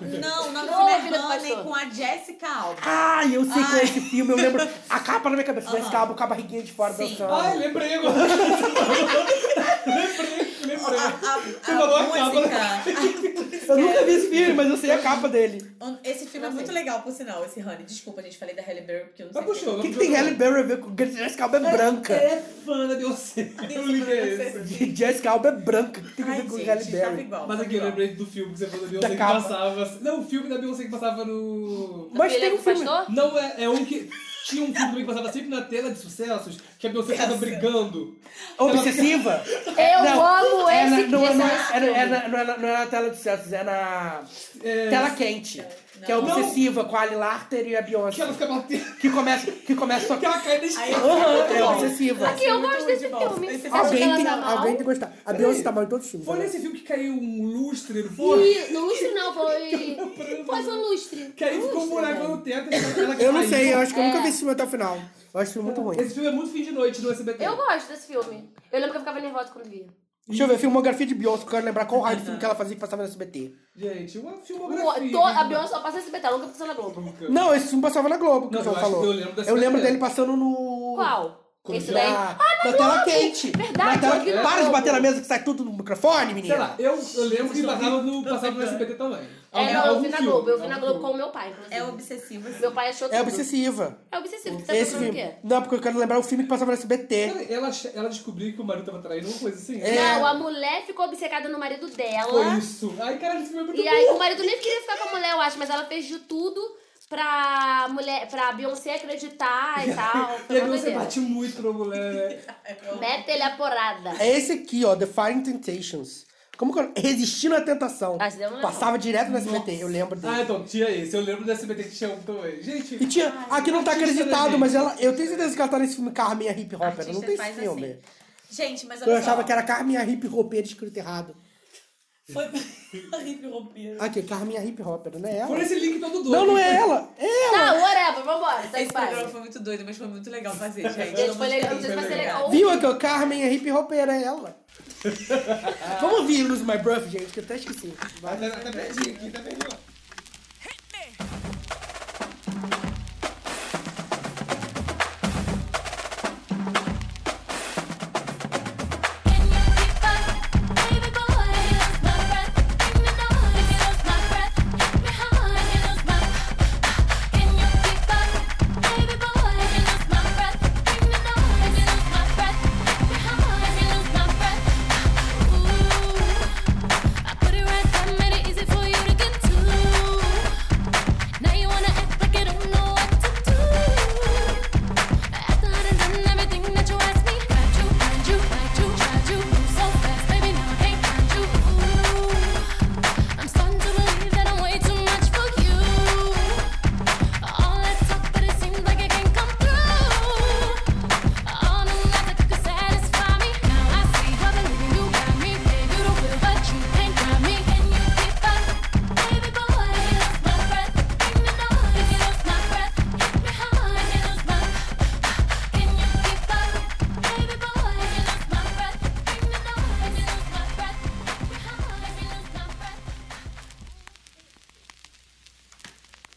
[SPEAKER 3] Não, o nome do
[SPEAKER 7] Não,
[SPEAKER 3] filme é
[SPEAKER 7] filha do
[SPEAKER 3] Honey
[SPEAKER 7] pastor.
[SPEAKER 3] com a Jessica Alba.
[SPEAKER 2] Ah, eu sei qual é esse filme, eu lembro. A capa na minha cabeça, uhum. cabo com a barriguinha de fora
[SPEAKER 3] Sim.
[SPEAKER 2] dançando.
[SPEAKER 3] Ai,
[SPEAKER 1] lembrei agora.
[SPEAKER 3] A, a,
[SPEAKER 2] Você
[SPEAKER 3] a
[SPEAKER 2] falou a
[SPEAKER 3] música...
[SPEAKER 2] Eu nunca vi esse filme, mas eu sei a capa dele.
[SPEAKER 3] Um, Esse filme é muito legal, por sinal, esse Honey. Desculpa, gente, falei da Halle Berry porque eu não sei.
[SPEAKER 2] O que, que tem Halle Berry a ver com Jessica Alba é branca?
[SPEAKER 1] É fã da Beyoncé. Eu lembrei
[SPEAKER 3] Beyoncé,
[SPEAKER 1] esse.
[SPEAKER 2] Jessica Alba é branca. O que tem a
[SPEAKER 3] Ai,
[SPEAKER 2] ver com
[SPEAKER 3] gente, tá
[SPEAKER 2] Halle
[SPEAKER 3] tava
[SPEAKER 2] Berry?
[SPEAKER 3] igual.
[SPEAKER 1] Mas aqui, eu lembrei do filme que você falou da Beyoncé
[SPEAKER 2] Da
[SPEAKER 1] que
[SPEAKER 2] capa.
[SPEAKER 1] passava. Não, o filme da Beyoncé que passava no.
[SPEAKER 2] Mas Aquele tem um com o filme- pastor?
[SPEAKER 1] Não, é, é um que. Tinha um filme também que passava sempre na tela de sucessos, que a Beyoncé ficava brigando.
[SPEAKER 2] Obsessiva?
[SPEAKER 7] Tipo,
[SPEAKER 1] Eu amo
[SPEAKER 2] é na-
[SPEAKER 1] esse-
[SPEAKER 2] não, é na-
[SPEAKER 1] esse
[SPEAKER 2] é na-
[SPEAKER 1] filme.
[SPEAKER 2] é na- não, é na, não é na tela de sucessos, é na
[SPEAKER 1] É,
[SPEAKER 2] tela quente. Que é
[SPEAKER 1] Não.
[SPEAKER 2] obsessiva com a Ali Larter e a Beyoncé. Que ela
[SPEAKER 1] fica batendo.
[SPEAKER 2] Que começa, que começa só. Que
[SPEAKER 1] ela cai na
[SPEAKER 2] É obsessiva.
[SPEAKER 7] Aqui, eu gosto desse filme. Você acha que
[SPEAKER 2] Alguém
[SPEAKER 7] ela
[SPEAKER 2] tem,
[SPEAKER 7] tá mal?
[SPEAKER 2] alguém tem que gostar. A Beyoncé tá mal em todos os filmes.
[SPEAKER 1] Foi
[SPEAKER 2] né?
[SPEAKER 1] nesse filme que caiu um lustre, não foi?
[SPEAKER 7] Ih, no lustre não, foi. Foi foi um lustre.
[SPEAKER 1] Que aí ficou um
[SPEAKER 7] Lustre,
[SPEAKER 1] buraco no teto. e ela
[SPEAKER 2] Eu não
[SPEAKER 1] caiu.
[SPEAKER 2] sei, eu acho
[SPEAKER 7] É.
[SPEAKER 2] que eu nunca vi esse filme até o final. Eu acho esse filme muito ruim.
[SPEAKER 1] Esse filme é muito fim de noite no SBT.
[SPEAKER 7] Eu gosto desse filme. Eu lembro que eu ficava nervosa quando via.
[SPEAKER 2] Deixa eu ver, filmografia de Beyoncé, que eu quero lembrar qual raio de filme que ela fazia que passava no SBT.
[SPEAKER 1] Gente, uma
[SPEAKER 7] O-
[SPEAKER 1] filmografia.
[SPEAKER 7] to- A Beyoncé só passa esse beta, nunca passou na Globo.
[SPEAKER 2] Não, esse filme passava na Globo, que
[SPEAKER 1] Não,
[SPEAKER 2] o João
[SPEAKER 1] eu acho
[SPEAKER 2] falou.
[SPEAKER 1] que eu lembro desse
[SPEAKER 2] Eu lembro
[SPEAKER 1] filme.
[SPEAKER 2] dele passando no.
[SPEAKER 7] Qual?
[SPEAKER 2] Como
[SPEAKER 7] Esse
[SPEAKER 2] já-
[SPEAKER 7] daí? Ah,
[SPEAKER 2] na
[SPEAKER 7] na
[SPEAKER 2] tela
[SPEAKER 7] Globo!
[SPEAKER 2] quente.
[SPEAKER 7] Verdade,
[SPEAKER 2] na tela
[SPEAKER 7] eu vi na
[SPEAKER 2] Para de
[SPEAKER 7] Globo.
[SPEAKER 2] bater na mesa que sai tudo no microfone, menina.
[SPEAKER 1] Sei lá, eu, eu lembro que passava no, passava no SBT também.
[SPEAKER 7] É, não, eu vi na
[SPEAKER 1] Algum
[SPEAKER 7] Globo, eu vi
[SPEAKER 1] um filme,
[SPEAKER 7] na
[SPEAKER 1] algum
[SPEAKER 7] Globo
[SPEAKER 1] filme.
[SPEAKER 7] com o meu pai. É
[SPEAKER 3] obsessivo. assim.
[SPEAKER 7] Meu pai achou tudo.
[SPEAKER 2] É obsessiva.
[SPEAKER 7] É obsessivo. Você tá
[SPEAKER 2] Esse
[SPEAKER 7] pensando o
[SPEAKER 2] filme.
[SPEAKER 7] quê?
[SPEAKER 2] Não, porque eu quero lembrar o filme que passava no SBT.
[SPEAKER 1] Ela, ela, ela descobriu que o marido tava traindo uma coisa assim.
[SPEAKER 2] É.
[SPEAKER 7] Não, a mulher ficou obcecada no marido dela.
[SPEAKER 1] Foi isso. Ai, caralho, esse filme é muito
[SPEAKER 7] E aí
[SPEAKER 1] bom.
[SPEAKER 7] o marido nem queria ficar com a mulher, eu acho, mas ela fez de tudo pra mulher, pra Beyoncé acreditar e tal.
[SPEAKER 1] E a
[SPEAKER 7] Foi uma
[SPEAKER 1] Beyoncé
[SPEAKER 7] doideira.
[SPEAKER 1] bate muito na mulher, né?
[SPEAKER 7] Mete-lhe a porrada.
[SPEAKER 2] É esse aqui, ó, Defying Temptations. Como que eu... Resistindo à Tentação.
[SPEAKER 7] Ah, esse daí eu não lembro.
[SPEAKER 2] Passava direto no SBT, eu lembro dele.
[SPEAKER 1] Ah, então, tinha esse. Eu lembro do SBT que tinha um também. Gente,
[SPEAKER 2] E tinha, aqui não tá
[SPEAKER 1] artista,
[SPEAKER 2] acreditado,
[SPEAKER 1] né,
[SPEAKER 2] mas
[SPEAKER 1] gente?
[SPEAKER 2] ela, eu tenho certeza que ela tá nesse filme Carminha Hip Hopper. Ela não
[SPEAKER 3] Artista
[SPEAKER 2] tem esse
[SPEAKER 3] faz
[SPEAKER 2] filme.
[SPEAKER 3] assim. Gente, mas olha
[SPEAKER 2] Eu
[SPEAKER 3] só.
[SPEAKER 2] achava que era Carminha Hip Hopper escrito errado.
[SPEAKER 3] Foi horrível romper.
[SPEAKER 2] Aqui, Carminha Hip Hopper, não é ela?
[SPEAKER 3] Foi nesse link todo doido.
[SPEAKER 2] Não, não é ela. É ela.
[SPEAKER 7] Não, whatever, vambora. Tá em
[SPEAKER 3] Esse
[SPEAKER 7] paz.
[SPEAKER 3] programa foi muito doido, mas foi muito legal fazer, gente.
[SPEAKER 7] Gente,
[SPEAKER 3] Eu tô
[SPEAKER 7] foi
[SPEAKER 3] muito
[SPEAKER 7] legal,
[SPEAKER 3] feliz.
[SPEAKER 7] gente, vai ser legal.
[SPEAKER 2] Viu aqui, ó, Carmen é hip hopper, é ela. Vamos ouvir Lose My Breath, gente, que eu até esqueci. Vai.
[SPEAKER 1] Tá, tá perdido aqui, tá perdido.
[SPEAKER 12] Ooh.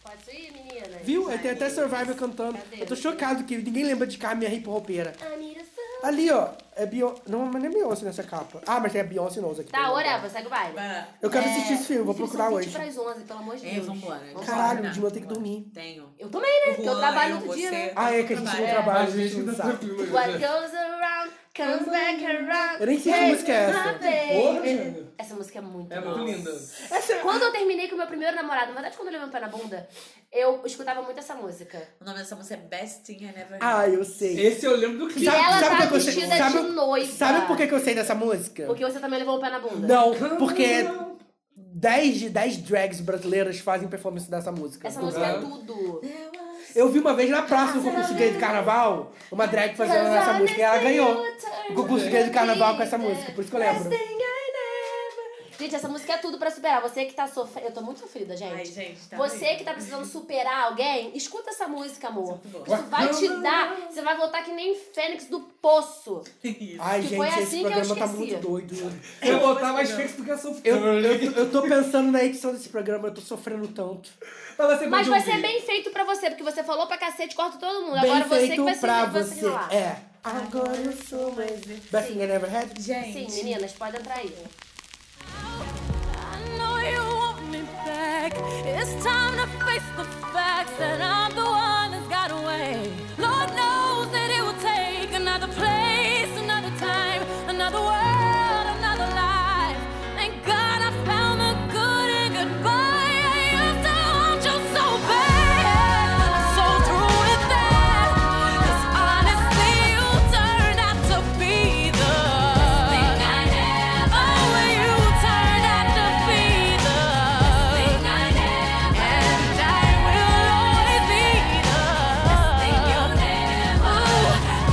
[SPEAKER 7] Pode isso aí, meninas?
[SPEAKER 2] Viu? Aí tem até Survivor cantando.
[SPEAKER 7] Cadê?
[SPEAKER 2] Eu tô chocado que ninguém lembra de Carmen a hip hopeira.
[SPEAKER 7] I need a sun.
[SPEAKER 2] Ali, ó, é Beyoncé. Não, mas não é Beyoncé nessa capa. Ah, mas tem a Beyoncé Nose aqui.
[SPEAKER 7] Tá, whatever, segue o baile.
[SPEAKER 2] Eu quero
[SPEAKER 7] É,
[SPEAKER 2] assistir esse filme, vou
[SPEAKER 7] filho,
[SPEAKER 2] procurar
[SPEAKER 7] são
[SPEAKER 2] hoje.
[SPEAKER 7] 20 pras 11, pelo amor de
[SPEAKER 2] É,
[SPEAKER 7] Deus.
[SPEAKER 2] vambora.
[SPEAKER 7] Vamos
[SPEAKER 2] Caralho,
[SPEAKER 7] embora.
[SPEAKER 2] de manhã eu tenho que dormir.
[SPEAKER 3] Tenho.
[SPEAKER 7] Eu também, né?
[SPEAKER 2] O
[SPEAKER 7] Porque eu
[SPEAKER 2] Juan,
[SPEAKER 7] trabalho outro
[SPEAKER 2] você-
[SPEAKER 7] dia, né?
[SPEAKER 2] Ah, é que a gente não
[SPEAKER 7] É.
[SPEAKER 2] trabalha,
[SPEAKER 7] Mas
[SPEAKER 2] a gente
[SPEAKER 1] tá
[SPEAKER 2] não sabe.
[SPEAKER 7] What goes around comes back around.
[SPEAKER 2] Eu nem sei que
[SPEAKER 7] Hey,
[SPEAKER 2] música é essa.
[SPEAKER 7] my baby.
[SPEAKER 2] Porra, Jana.
[SPEAKER 7] Essa música é muito
[SPEAKER 1] É muito
[SPEAKER 7] boa.
[SPEAKER 1] linda.
[SPEAKER 2] é
[SPEAKER 7] Quando eu terminei com o meu primeiro namorado, na verdade, quando eu levei meu pé na bunda, eu escutava muito essa música.
[SPEAKER 3] O nome dessa música é Best Thing I Never
[SPEAKER 2] Ah, eu sei.
[SPEAKER 1] Esse eu lembro do
[SPEAKER 7] Que ela
[SPEAKER 2] o
[SPEAKER 7] tá
[SPEAKER 2] que eu sei-
[SPEAKER 7] vestida
[SPEAKER 2] sabe-
[SPEAKER 7] de noiva.
[SPEAKER 2] Sabe por que que eu sei dessa música?
[SPEAKER 7] Porque você também levou o pé na bunda.
[SPEAKER 2] Não, porque 10 de 10 drags brasileiras fazem performance dessa música.
[SPEAKER 7] Essa música é tudo.
[SPEAKER 2] Eu vi uma vez na praça do concurso gay do carnaval, uma drag fazendo essa música e ela
[SPEAKER 7] é
[SPEAKER 2] ganhou o concurso gay do carnaval com essa música, por isso que eu lembro.
[SPEAKER 7] Gente, essa música é tudo pra superar. Você que tá sofrendo. Eu tô muito sofrida, gente.
[SPEAKER 3] gente, tá
[SPEAKER 7] Você
[SPEAKER 3] bem.
[SPEAKER 7] que tá precisando superar alguém, escuta essa música, é amor. Isso vai te dar. Você vai voltar que nem Fênix do Poço.
[SPEAKER 2] Ai,
[SPEAKER 7] Que
[SPEAKER 2] gente,
[SPEAKER 7] foi assim
[SPEAKER 2] esse
[SPEAKER 7] que eu
[SPEAKER 2] programa tá
[SPEAKER 7] esqueci.
[SPEAKER 2] muito doido.
[SPEAKER 7] tá-
[SPEAKER 1] Eu botava as fake educação
[SPEAKER 2] Eu, eu, eu tô pensando na edição desse programa, eu tô sofrendo tanto.
[SPEAKER 7] Mas vai ser bem feito pra você, porque você falou pra cacete, corta todo mundo.
[SPEAKER 2] Bem
[SPEAKER 7] Então, Agora você que
[SPEAKER 2] feito
[SPEAKER 7] vai se
[SPEAKER 2] pra
[SPEAKER 7] vai se
[SPEAKER 2] você.
[SPEAKER 7] ralar.
[SPEAKER 2] É. Agora eu sou mais. Best thing I never had.
[SPEAKER 7] Sim, né? meninas, pode entrar aí.
[SPEAKER 12] I know you want me back. It's time to face the facts that I'm the one that's got away. Lord knows that it will take another place, another time, another world, another life. Thank God I found the good in goodbye. I used to want you so bad. So through with that. 'Cause honestly, you turned out to be the thing I never. Oh, you turned out to be the thing I never. And I will always be the thing you never.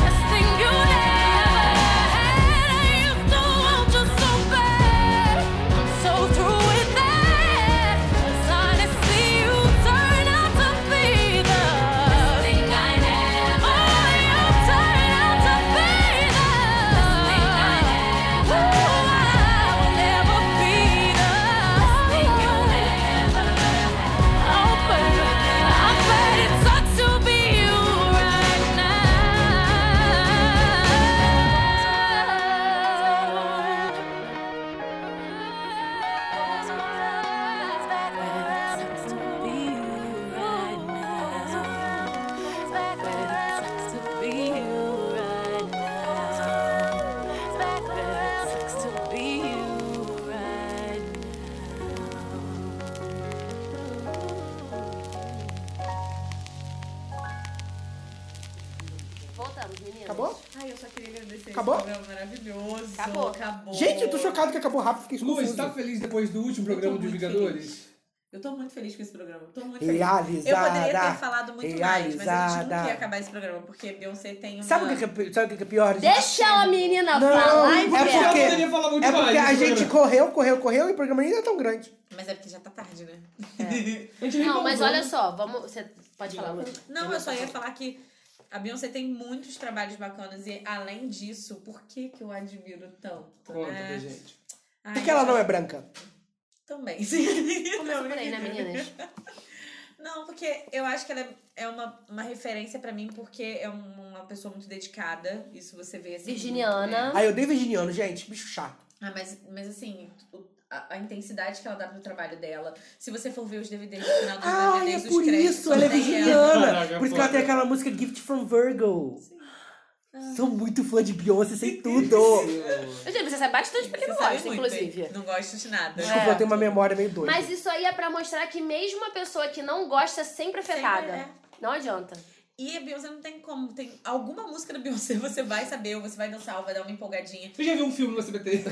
[SPEAKER 12] Best thing you never had. I used to want you so bad. I'm so through with that. 'Cause honestly, you turned out to be the thing I never. Oh, you turned out to be the thing I never. I will never be the thing you never. Oh, baby, I bet it sucks to be you right now.
[SPEAKER 7] Voltamos, meninas.
[SPEAKER 2] Acabou?
[SPEAKER 3] Ai, eu só queria agradecer
[SPEAKER 2] Acabou?
[SPEAKER 3] esse programa maravilhoso.
[SPEAKER 7] Acabou.
[SPEAKER 3] Acabou.
[SPEAKER 2] Gente, eu tô chocado que acabou rápido, fiquei
[SPEAKER 1] Luiz,
[SPEAKER 2] confuso.
[SPEAKER 1] tá feliz depois do último programa dos Vingadores?
[SPEAKER 3] Eu tô muito feliz com esse programa. Tô muito feliz. Eu
[SPEAKER 2] Realizada.
[SPEAKER 3] poderia ter falado muito mais, mas a gente não
[SPEAKER 2] Realizada.
[SPEAKER 3] queria acabar esse programa, porque Beyoncé tem uma...
[SPEAKER 2] Sabe o que que é, pi- sabe o que que é pior?
[SPEAKER 7] Deixa a menina
[SPEAKER 2] Não,
[SPEAKER 7] falar
[SPEAKER 2] é
[SPEAKER 7] e
[SPEAKER 2] porque,
[SPEAKER 7] ela.
[SPEAKER 2] é
[SPEAKER 1] poderia falar muito mais
[SPEAKER 2] porque a
[SPEAKER 1] nesse
[SPEAKER 2] gente
[SPEAKER 1] programa.
[SPEAKER 2] correu, correu, correu e o programa nem é tão grande.
[SPEAKER 3] Mas é porque já tá tarde, né?
[SPEAKER 7] É. Não, mas olha só, vamos. Você pode falar, Luiz.
[SPEAKER 3] Não, eu só ia falar que a Beyoncé tem muitos trabalhos bacanas e, além disso, por que que eu admiro tanto,
[SPEAKER 2] Conta
[SPEAKER 3] né?
[SPEAKER 2] pra gente.
[SPEAKER 3] Ai,
[SPEAKER 2] Por que ela não é branca?
[SPEAKER 3] Também.
[SPEAKER 7] Começa por aí, né, meninas?
[SPEAKER 3] Não, porque eu acho que ela é- é uma, uma referência pra mim, porque é um- uma pessoa muito dedicada. Isso você vê assim.
[SPEAKER 7] Virginiana.
[SPEAKER 2] Aí eu dei virginiano, gente, bicho chato.
[SPEAKER 3] Ah, mas, mas assim, o- a, a intensidade que ela dá pro trabalho dela. Se você for ver os DVDs no final dos
[SPEAKER 2] Ah, é
[SPEAKER 3] DVDs, os
[SPEAKER 2] por
[SPEAKER 3] créditos
[SPEAKER 2] isso, ela é
[SPEAKER 3] só tem
[SPEAKER 2] virginiana.
[SPEAKER 1] Caraca,
[SPEAKER 2] Por isso que
[SPEAKER 1] foda.
[SPEAKER 2] ela tem aquela música Gift from Virgo. Sou muito fã de Beyoncé, sei tudo.
[SPEAKER 7] Gente, você sabe bastante porque
[SPEAKER 3] Você
[SPEAKER 7] não
[SPEAKER 3] sabe
[SPEAKER 7] gosta,
[SPEAKER 3] muito,
[SPEAKER 7] inclusive.
[SPEAKER 3] hein? Não gosto de nada. É.
[SPEAKER 2] Desculpa, eu tenho uma memória meio doida.
[SPEAKER 7] Mas isso aí é pra mostrar que mesmo a pessoa que não gosta é sempre afetada.
[SPEAKER 3] é. né?
[SPEAKER 7] Não adianta.
[SPEAKER 3] E a Beyoncé não tem como. Tem alguma música da Beyoncé, você vai saber, ou você vai dançar, ou vai dar uma empolgadinha.
[SPEAKER 1] Você já viu um filme no SBT?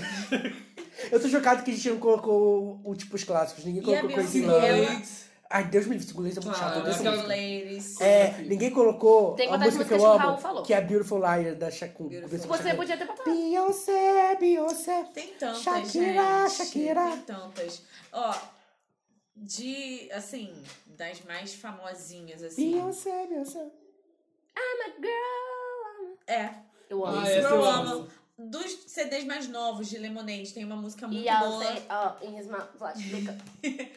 [SPEAKER 2] Eu tô chocado que a gente não colocou o, o tipo os clássicos. Ninguém
[SPEAKER 3] E
[SPEAKER 2] colocou
[SPEAKER 3] a
[SPEAKER 2] Crazy
[SPEAKER 3] Beyoncé, ela-
[SPEAKER 2] Love. Ai, Deus me livre, Single Ladies é muito
[SPEAKER 1] Ah,
[SPEAKER 2] chato. eu odeio essa
[SPEAKER 1] aquela-
[SPEAKER 2] música.
[SPEAKER 3] Ladies.
[SPEAKER 2] É, ninguém colocou
[SPEAKER 7] Tem que
[SPEAKER 2] a
[SPEAKER 7] botar as
[SPEAKER 2] música que
[SPEAKER 7] músicas
[SPEAKER 2] eu
[SPEAKER 7] que o Raul
[SPEAKER 2] amo,
[SPEAKER 7] falou.
[SPEAKER 2] que é a Beautiful Liar da Shakun.
[SPEAKER 7] Você é podia ter botado.
[SPEAKER 2] Beyoncé, Beyoncé.
[SPEAKER 3] Tem tantas,
[SPEAKER 2] Shakira,
[SPEAKER 3] gente.
[SPEAKER 2] Shakira.
[SPEAKER 3] Tem tantas. Ó, de, assim, das mais famosinhas, assim.
[SPEAKER 2] Beyoncé, Beyoncé.
[SPEAKER 7] I'm a girl.
[SPEAKER 3] É.
[SPEAKER 7] Eu amo.
[SPEAKER 1] Ah, essa eu
[SPEAKER 3] eu
[SPEAKER 1] amo.
[SPEAKER 3] amo. dos CDs mais novos de Lemonade, tem uma música muito
[SPEAKER 7] I'll
[SPEAKER 3] boa.
[SPEAKER 7] say, oh, in his mouth, like, lick up.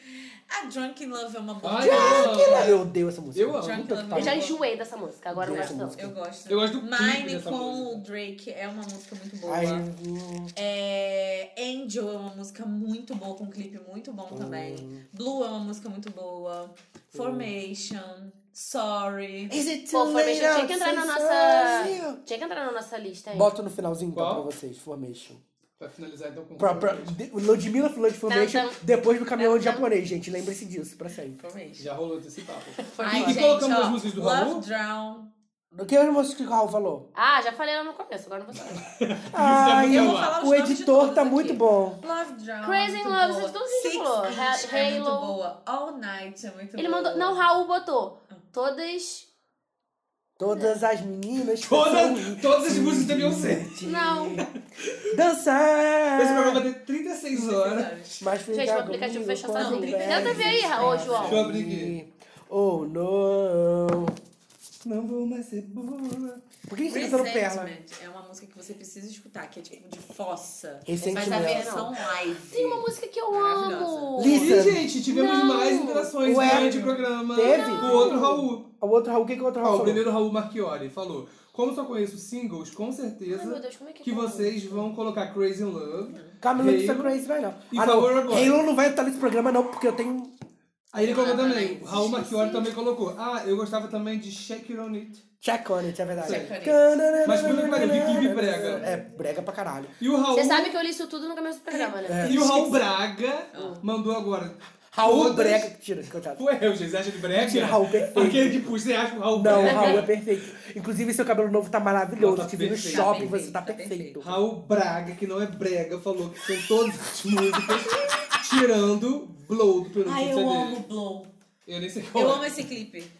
[SPEAKER 3] A Drunk in Love é uma boa.
[SPEAKER 2] Olha! Drunk in Eu odeio essa música.
[SPEAKER 3] Eu amo.
[SPEAKER 2] Puta que
[SPEAKER 7] Eu já
[SPEAKER 2] pariu.
[SPEAKER 7] enjoei dessa música, agora eu não
[SPEAKER 2] Essa
[SPEAKER 7] gosto não.
[SPEAKER 2] música.
[SPEAKER 3] Eu gosto.
[SPEAKER 2] Eu gosto do clipe
[SPEAKER 3] Mine
[SPEAKER 2] dessa
[SPEAKER 3] com o Drake é uma música muito boa.
[SPEAKER 2] Ai, hum.
[SPEAKER 3] É, Angel é uma música muito boa, com um clipe muito bom também. Blue é uma música muito boa. Formation. Sorry.
[SPEAKER 2] Is it
[SPEAKER 7] Pô,
[SPEAKER 2] too
[SPEAKER 7] Formation
[SPEAKER 2] late
[SPEAKER 7] tinha que entrar na
[SPEAKER 2] outside?
[SPEAKER 7] nossa. Tinha que entrar na nossa lista, hein?
[SPEAKER 2] Bota no finalzinho então, pra vocês, Formation.
[SPEAKER 1] Pra finalizar então com
[SPEAKER 2] Pra, pra, de- Ludmilla falou de Formation
[SPEAKER 1] Não, não.
[SPEAKER 2] depois do caminhão de japonês, gente. Lembre-se disso, pra sempre.
[SPEAKER 1] Já rolou esse papo.
[SPEAKER 3] Ai,
[SPEAKER 1] e
[SPEAKER 3] gente,
[SPEAKER 1] colocamos
[SPEAKER 3] ó,
[SPEAKER 1] as músicas do
[SPEAKER 3] Love
[SPEAKER 1] Raul?
[SPEAKER 3] Drown.
[SPEAKER 2] O que eu mostrei que o Raul falou?
[SPEAKER 7] Ah, já falei lá no começo, agora não vou falar.
[SPEAKER 3] é
[SPEAKER 2] Ai,
[SPEAKER 3] Eu vou falar os
[SPEAKER 2] o
[SPEAKER 3] nomes de
[SPEAKER 2] editor tá muito bom.
[SPEAKER 3] Love Drown.
[SPEAKER 7] Crazy in
[SPEAKER 3] muito
[SPEAKER 7] Love,
[SPEAKER 3] boa.
[SPEAKER 7] vocês todos que a gente
[SPEAKER 3] Six
[SPEAKER 7] falou.
[SPEAKER 3] Inch
[SPEAKER 7] Ha-
[SPEAKER 3] é muito
[SPEAKER 7] Halo.
[SPEAKER 3] boa. All Night é muito
[SPEAKER 7] Ele
[SPEAKER 3] boa.
[SPEAKER 7] mandou. Não, Raul botou. Todas.
[SPEAKER 2] Todas as meninas.
[SPEAKER 1] Todas, todas as músicas da Beyoncé.
[SPEAKER 7] Não.
[SPEAKER 2] Dançar!
[SPEAKER 1] Esse programa vai ter 36
[SPEAKER 2] Ah.
[SPEAKER 1] horas.
[SPEAKER 2] Mas
[SPEAKER 7] Gente, o aplicativo fechou sozinho. Tenta ver aí, Raul, João.
[SPEAKER 1] Deixa eu abrir aqui.
[SPEAKER 2] Oh, não. Não vou mais ser boa. Por que você tá cantando
[SPEAKER 7] né?
[SPEAKER 2] Perla?
[SPEAKER 3] Resentment é uma música que você precisa escutar, que é tipo de fossa.
[SPEAKER 2] Ressentimento.
[SPEAKER 3] Mas a versão live.
[SPEAKER 7] Tem uma música que eu amo.
[SPEAKER 1] E, gente, tivemos
[SPEAKER 7] Não.
[SPEAKER 1] mais interações
[SPEAKER 2] Ué,
[SPEAKER 1] durante o programa.
[SPEAKER 2] teve?
[SPEAKER 1] O outro Raul.
[SPEAKER 2] O outro Raul, o que, que o outro
[SPEAKER 1] Ó,
[SPEAKER 2] Raul
[SPEAKER 1] Ah, o
[SPEAKER 2] falou?
[SPEAKER 1] primeiro Raul Marchiori falou. Como só conheço singles, com certeza
[SPEAKER 7] Ai, meu Deus, como é Uhum. que
[SPEAKER 1] que,
[SPEAKER 7] tá a
[SPEAKER 1] vocês vão colocar Crazy in Love.
[SPEAKER 2] Camila do
[SPEAKER 1] Halo.
[SPEAKER 2] São Crazy vai não.
[SPEAKER 1] E
[SPEAKER 2] ah, não.
[SPEAKER 1] Power Boy.
[SPEAKER 2] Halo não vai entrar nesse programa não, porque eu tenho...
[SPEAKER 1] Aí ele colocou também, Raul Marchiori também colocou. Ah, eu gostava também de Shake It On It.
[SPEAKER 2] Check on it, é verdade.
[SPEAKER 1] Check on it. Mas puta que pariu, que clipe brega.
[SPEAKER 2] É, brega pra caralho.
[SPEAKER 1] E o Raul...
[SPEAKER 7] Você sabe que eu li isso tudo no começo do programa, né?
[SPEAKER 1] E o Raul Braga
[SPEAKER 7] Ah.
[SPEAKER 1] mandou agora.
[SPEAKER 2] Raul
[SPEAKER 1] Todas-
[SPEAKER 2] Brega, tira, coitado.
[SPEAKER 1] Ué, eu, gente, você acha de brega?
[SPEAKER 2] Tira Raul perfeito.
[SPEAKER 1] Aquele que puxa, você acha o Raul
[SPEAKER 2] Não, o
[SPEAKER 1] brega?
[SPEAKER 2] Raul é perfeito. Inclusive, seu cabelo novo tá maravilhoso.
[SPEAKER 1] Não, tá
[SPEAKER 2] Te vi no
[SPEAKER 1] perfeito.
[SPEAKER 2] shopping,
[SPEAKER 1] Tá
[SPEAKER 2] você tá perfeito.
[SPEAKER 1] Raul Braga, que não é brega, falou que são todas as músicas, tirando Blow do penúltimo
[SPEAKER 3] Ai, eu
[SPEAKER 1] CD.
[SPEAKER 3] amo Blow.
[SPEAKER 1] Eu nem sei qual
[SPEAKER 3] Eu
[SPEAKER 1] é.
[SPEAKER 3] amo esse clipe.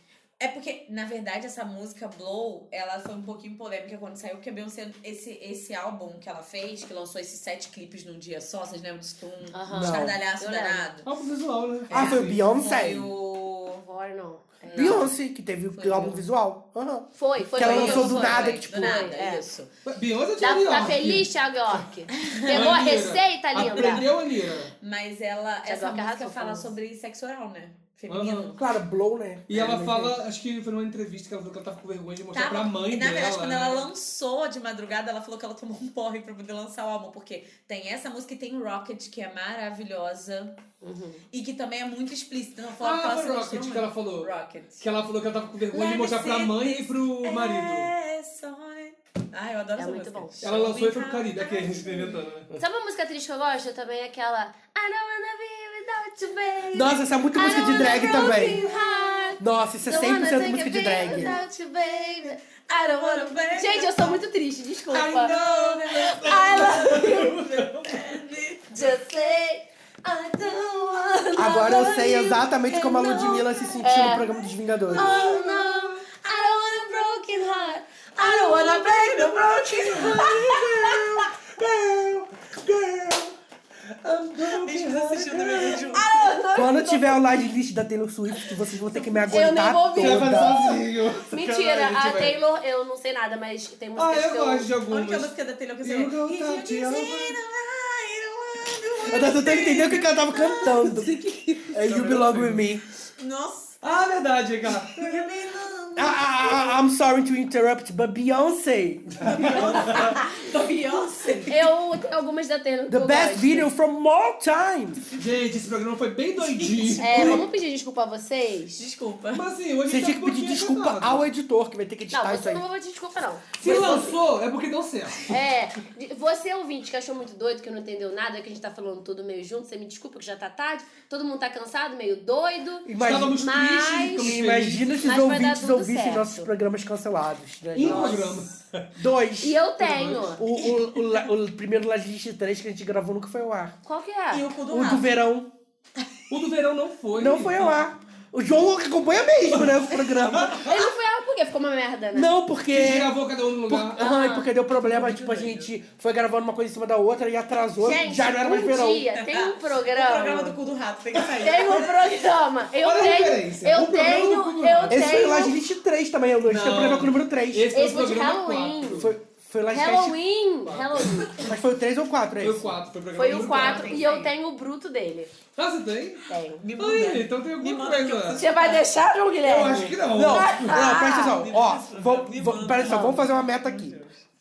[SPEAKER 3] É porque, na verdade, essa música Blow, ela foi um pouquinho polêmica quando saiu, porque a Beyoncé, esse, esse álbum que ela fez, que lançou esses sete clipes num dia só, vocês lembram disso? Foi
[SPEAKER 2] É.
[SPEAKER 3] Um
[SPEAKER 7] Aham.
[SPEAKER 3] um estardalhaço
[SPEAKER 7] Ah, Eu lembro.
[SPEAKER 3] danado.
[SPEAKER 1] Álbum visual, né?
[SPEAKER 2] Ah, foi o Beyoncé?
[SPEAKER 3] Foi o...
[SPEAKER 7] Agora não. É.
[SPEAKER 2] Beyoncé, que teve o álbum visual. Aham.
[SPEAKER 7] Foi, foi.
[SPEAKER 2] Que ela
[SPEAKER 7] foi,
[SPEAKER 2] lançou
[SPEAKER 7] foi,
[SPEAKER 2] do
[SPEAKER 7] foi,
[SPEAKER 2] nada,
[SPEAKER 7] foi.
[SPEAKER 2] que, tipo,
[SPEAKER 7] Do nada, é.
[SPEAKER 3] isso.
[SPEAKER 1] Beyoncé ou
[SPEAKER 7] Tá,
[SPEAKER 1] Thiago
[SPEAKER 7] tá
[SPEAKER 1] York?
[SPEAKER 7] feliz, Thiago York? Pegou a
[SPEAKER 1] Anira.
[SPEAKER 7] receita, linda?
[SPEAKER 1] Aprendeu, né? Anira.
[SPEAKER 3] Mas ela,
[SPEAKER 7] Já
[SPEAKER 3] essa
[SPEAKER 7] deu aquela
[SPEAKER 3] música fala
[SPEAKER 7] razão,
[SPEAKER 3] sobre sexo oral, né? Feminino.
[SPEAKER 2] Claro, Blow, né?
[SPEAKER 1] E
[SPEAKER 2] É,
[SPEAKER 1] ela
[SPEAKER 2] mas
[SPEAKER 1] fala, acho que foi numa entrevista que ela falou que ela tava com vergonha de mostrar
[SPEAKER 3] Tava-
[SPEAKER 1] pra mãe
[SPEAKER 3] e na
[SPEAKER 1] dela.
[SPEAKER 3] verdade, quando
[SPEAKER 1] né?
[SPEAKER 3] ela lançou de madrugada, ela falou que ela tomou um porre pra poder lançar o álbum. Porque tem essa música e tem Rocket, que é maravilhosa.
[SPEAKER 7] Uhum.
[SPEAKER 3] E que também é muito explícita. Não
[SPEAKER 1] Ah,
[SPEAKER 3] fala fala
[SPEAKER 1] foi
[SPEAKER 3] sobre
[SPEAKER 1] Rocket
[SPEAKER 3] isso,
[SPEAKER 1] que ela falou.
[SPEAKER 3] né? Rocket.
[SPEAKER 1] Que ela falou que ela tava com vergonha
[SPEAKER 3] Let
[SPEAKER 1] de
[SPEAKER 3] me
[SPEAKER 1] mostrar pra
[SPEAKER 3] see
[SPEAKER 1] mãe e
[SPEAKER 3] this
[SPEAKER 1] pro marido.
[SPEAKER 3] ass on- É, Ah, eu adoro
[SPEAKER 7] É
[SPEAKER 3] essa
[SPEAKER 7] muito
[SPEAKER 3] música.
[SPEAKER 7] bom.
[SPEAKER 1] Ela lançou e foi pro Caribe. Aqui a gente tá inventando, né?
[SPEAKER 7] Sabe uma música triste que eu gosto? Também é aquela I don't wanna be without you,
[SPEAKER 2] enfim.
[SPEAKER 7] baby.
[SPEAKER 2] Nossa, essa é muito música de drag também. Nossa, isso é
[SPEAKER 7] Don't wanna
[SPEAKER 2] 100%
[SPEAKER 7] take
[SPEAKER 2] música
[SPEAKER 7] a
[SPEAKER 2] de
[SPEAKER 7] baby
[SPEAKER 2] drag.
[SPEAKER 7] without you, baby. I don't wanna be- Gente, eu sou muito triste, desculpa.
[SPEAKER 3] I know that-
[SPEAKER 7] I love you. Just say I don't wanna
[SPEAKER 2] Agora eu sei
[SPEAKER 7] love you.
[SPEAKER 2] exatamente como a Ludmilla se sentiu
[SPEAKER 7] É.
[SPEAKER 2] no programa dos Vingadores.
[SPEAKER 7] Oh no, I don't want a broken heart. I don't wanna break the broken heart.
[SPEAKER 2] Quando tiver o live list da Taylor Swift, vocês vão ter que me
[SPEAKER 7] nem
[SPEAKER 2] aguentar
[SPEAKER 7] vou ouvir. Você vai
[SPEAKER 2] toda.
[SPEAKER 7] Mentira, a
[SPEAKER 2] Taylor.
[SPEAKER 7] Taylor, eu não sei nada, mas tem músicas
[SPEAKER 1] Ah, eu
[SPEAKER 7] que
[SPEAKER 1] gosto de
[SPEAKER 3] A única
[SPEAKER 1] algumas.
[SPEAKER 3] música da Taylor que eu sei é
[SPEAKER 1] You go
[SPEAKER 3] If you
[SPEAKER 1] down to your
[SPEAKER 3] just
[SPEAKER 1] room.
[SPEAKER 2] Eu tô tentando entender o que que ela tava cantando. É You Belong With Me.
[SPEAKER 3] Nossa.
[SPEAKER 1] Ah, verdade, cara.
[SPEAKER 2] Ah, ah, ah, ah, I'm sorry to interrupt, but Beyoncé.
[SPEAKER 3] Beyoncé.
[SPEAKER 7] Eu tenho algumas da Taylor que
[SPEAKER 2] The
[SPEAKER 7] eu
[SPEAKER 2] best
[SPEAKER 7] gosto.
[SPEAKER 2] video from all times.
[SPEAKER 1] Gente, esse programa foi bem doidinho.
[SPEAKER 7] É, vamos pedir desculpa a vocês?
[SPEAKER 3] Desculpa.
[SPEAKER 1] Mas assim, hoje
[SPEAKER 2] Você
[SPEAKER 1] tá
[SPEAKER 2] tinha que
[SPEAKER 1] um
[SPEAKER 2] pedir
[SPEAKER 1] pouquinho
[SPEAKER 2] desculpa
[SPEAKER 1] atrasado.
[SPEAKER 2] ao editor, que vai ter que
[SPEAKER 7] Não,
[SPEAKER 2] editar Tá, isso
[SPEAKER 7] você
[SPEAKER 2] aí.
[SPEAKER 7] não vai pedir desculpa, não.
[SPEAKER 1] Se lançou, é porque deu certo.
[SPEAKER 7] É, de- você ouvinte que achou muito doido, que não entendeu nada, que a gente tá falando tudo meio junto, você me desculpa que já tá tarde, todo mundo tá cansado, meio doido.
[SPEAKER 2] Imagina,
[SPEAKER 7] mas...
[SPEAKER 2] imagina se os
[SPEAKER 7] mas vai dar
[SPEAKER 2] ouvintes
[SPEAKER 7] tudo
[SPEAKER 2] ouvissem
[SPEAKER 7] certo.
[SPEAKER 2] nossos programas cancelados. Né?
[SPEAKER 1] Um
[SPEAKER 2] Nossa.
[SPEAKER 1] programa.
[SPEAKER 2] Dois.
[SPEAKER 7] E eu tenho.
[SPEAKER 2] O, o, o, la- o primeiro Lagist 3 que a gente gravou nunca foi ao ar.
[SPEAKER 7] Qual que é?
[SPEAKER 3] E o cu do
[SPEAKER 2] O do
[SPEAKER 3] rato.
[SPEAKER 2] verão
[SPEAKER 1] O do verão não foi.
[SPEAKER 2] não foi ao ar. O João que acompanha mesmo, né? O programa.
[SPEAKER 7] Ele não foi ela porque ficou uma merda, né?
[SPEAKER 2] Não, porque.
[SPEAKER 1] Ele gravou cada um no lugar.
[SPEAKER 2] Aham, e porque deu problema, tipo, a gente foi gravando uma coisa em cima da outra e atrasou,
[SPEAKER 7] Gente,
[SPEAKER 2] já não era mais
[SPEAKER 7] um
[SPEAKER 2] verão.
[SPEAKER 7] dia tem um
[SPEAKER 3] O
[SPEAKER 7] programa.
[SPEAKER 3] programa do cu do rato tem que sair.
[SPEAKER 7] Tem um programa. Eu
[SPEAKER 1] Olha a
[SPEAKER 7] tenho.
[SPEAKER 1] referência.
[SPEAKER 7] Eu
[SPEAKER 1] Um programa do
[SPEAKER 7] tenho.
[SPEAKER 1] Google.
[SPEAKER 7] Eu
[SPEAKER 2] Esse foi o
[SPEAKER 7] tenho.
[SPEAKER 2] Lagist 3 também, o Lodge tem
[SPEAKER 1] Não.
[SPEAKER 2] programa com o número 3.
[SPEAKER 1] Esse foi
[SPEAKER 7] Esse
[SPEAKER 1] o
[SPEAKER 7] foi de
[SPEAKER 1] programa
[SPEAKER 7] Halloween.
[SPEAKER 1] 4.
[SPEAKER 2] Foi, Foi o Livecast-
[SPEAKER 7] Halloween! Halloween.
[SPEAKER 2] Mas foi o 3 ou 4, é
[SPEAKER 1] Foi o
[SPEAKER 2] isso?
[SPEAKER 1] 4, foi o programa
[SPEAKER 7] Foi o 4 e eu tenho o bruto dele.
[SPEAKER 1] Ah, você tem?
[SPEAKER 7] Tenho.
[SPEAKER 1] Me Ai, então tem alguma coisa.
[SPEAKER 7] Você vai deixar, João Guilherme?
[SPEAKER 1] Eu acho que não.
[SPEAKER 2] Não,
[SPEAKER 7] Ah!
[SPEAKER 2] não, presta atenção. Ó, vou, vou, presta atenção, vamos fazer uma meta aqui.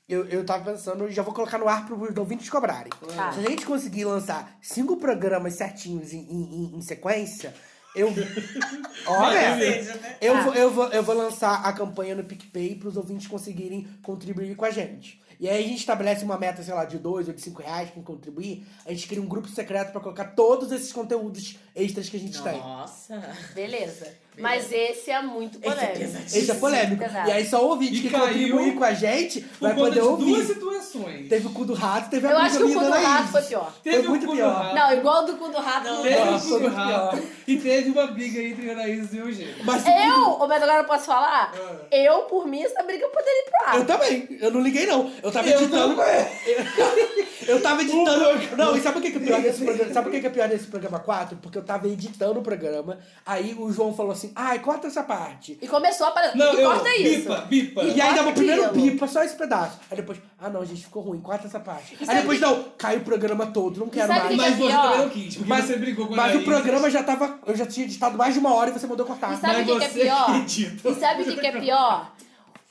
[SPEAKER 2] Eu, eu tava pensando, eu já vou colocar no ar pros ouvintes cobrarem.
[SPEAKER 7] Tá.
[SPEAKER 2] Se a gente conseguir lançar cinco programas certinhos em, em- em- em sequência, eu. Olha!
[SPEAKER 1] Vai, deseja, né?
[SPEAKER 2] eu,
[SPEAKER 1] Tá.
[SPEAKER 2] vou, eu, vou, eu vou lançar a campanha no PicPay pros ouvintes conseguirem contribuir com a gente. E aí a gente estabelece uma meta, sei lá, de dois ou de cinco reais quem contribuir. A gente cria um grupo secreto pra colocar todos esses conteúdos extras que a gente tem.
[SPEAKER 16] Nossa.
[SPEAKER 7] Beleza. Mas esse é muito
[SPEAKER 2] Esse é
[SPEAKER 7] polêmico.
[SPEAKER 2] Esse é polêmico.
[SPEAKER 7] Pesado.
[SPEAKER 2] E aí só o ouvinte
[SPEAKER 1] E
[SPEAKER 2] que
[SPEAKER 1] caiu
[SPEAKER 2] contribuir com a gente
[SPEAKER 1] conta
[SPEAKER 2] vai
[SPEAKER 1] de
[SPEAKER 2] poder ouvir.
[SPEAKER 1] duas situações.
[SPEAKER 2] Teve o cu do rato, teve a
[SPEAKER 7] Eu acho que o
[SPEAKER 2] amiga
[SPEAKER 7] cu do
[SPEAKER 2] da
[SPEAKER 7] rato
[SPEAKER 2] Isis.
[SPEAKER 7] foi pior.
[SPEAKER 2] Foi muito pior.
[SPEAKER 7] Não, igual do cu do rato. não
[SPEAKER 1] Teve
[SPEAKER 7] deu.
[SPEAKER 1] um cu do rato e teve uma briga entre Anaís e o Eugênio.
[SPEAKER 7] eu, ô, mas agora eu posso falar? Eu, por mim, essa briga poderia ir pro ar.
[SPEAKER 2] Eu também, eu não liguei não. Eu tava
[SPEAKER 1] Eu
[SPEAKER 2] editando.
[SPEAKER 1] também.
[SPEAKER 2] eu tava editando. Não, e sabe o que que é pior desse programa? Sabe o que que é pior desse programa 4? Porque eu tava editando o programa, aí o João falou assim: ai, corta essa parte.
[SPEAKER 7] E começou a parar. e corta isso.
[SPEAKER 1] bipa.
[SPEAKER 2] E aí dava
[SPEAKER 7] corta
[SPEAKER 2] o primeiro
[SPEAKER 7] aquilo.
[SPEAKER 2] bipa, só esse pedaço. Aí depois, ah não, gente, ficou ruim, corta essa parte.
[SPEAKER 1] E
[SPEAKER 2] aí
[SPEAKER 1] sabe
[SPEAKER 2] depois,
[SPEAKER 1] que-
[SPEAKER 2] não, cai o programa todo, não quero
[SPEAKER 1] sabe
[SPEAKER 2] mais.
[SPEAKER 1] que Mas é você pior? também não quis, porque você brigou com a
[SPEAKER 2] Mas o
[SPEAKER 1] Anaís.
[SPEAKER 2] programa já tava. Eu já tinha editado mais de uma hora e você mandou cortar.
[SPEAKER 7] E sabe o que, que é pior? E sabe o que, que é pior?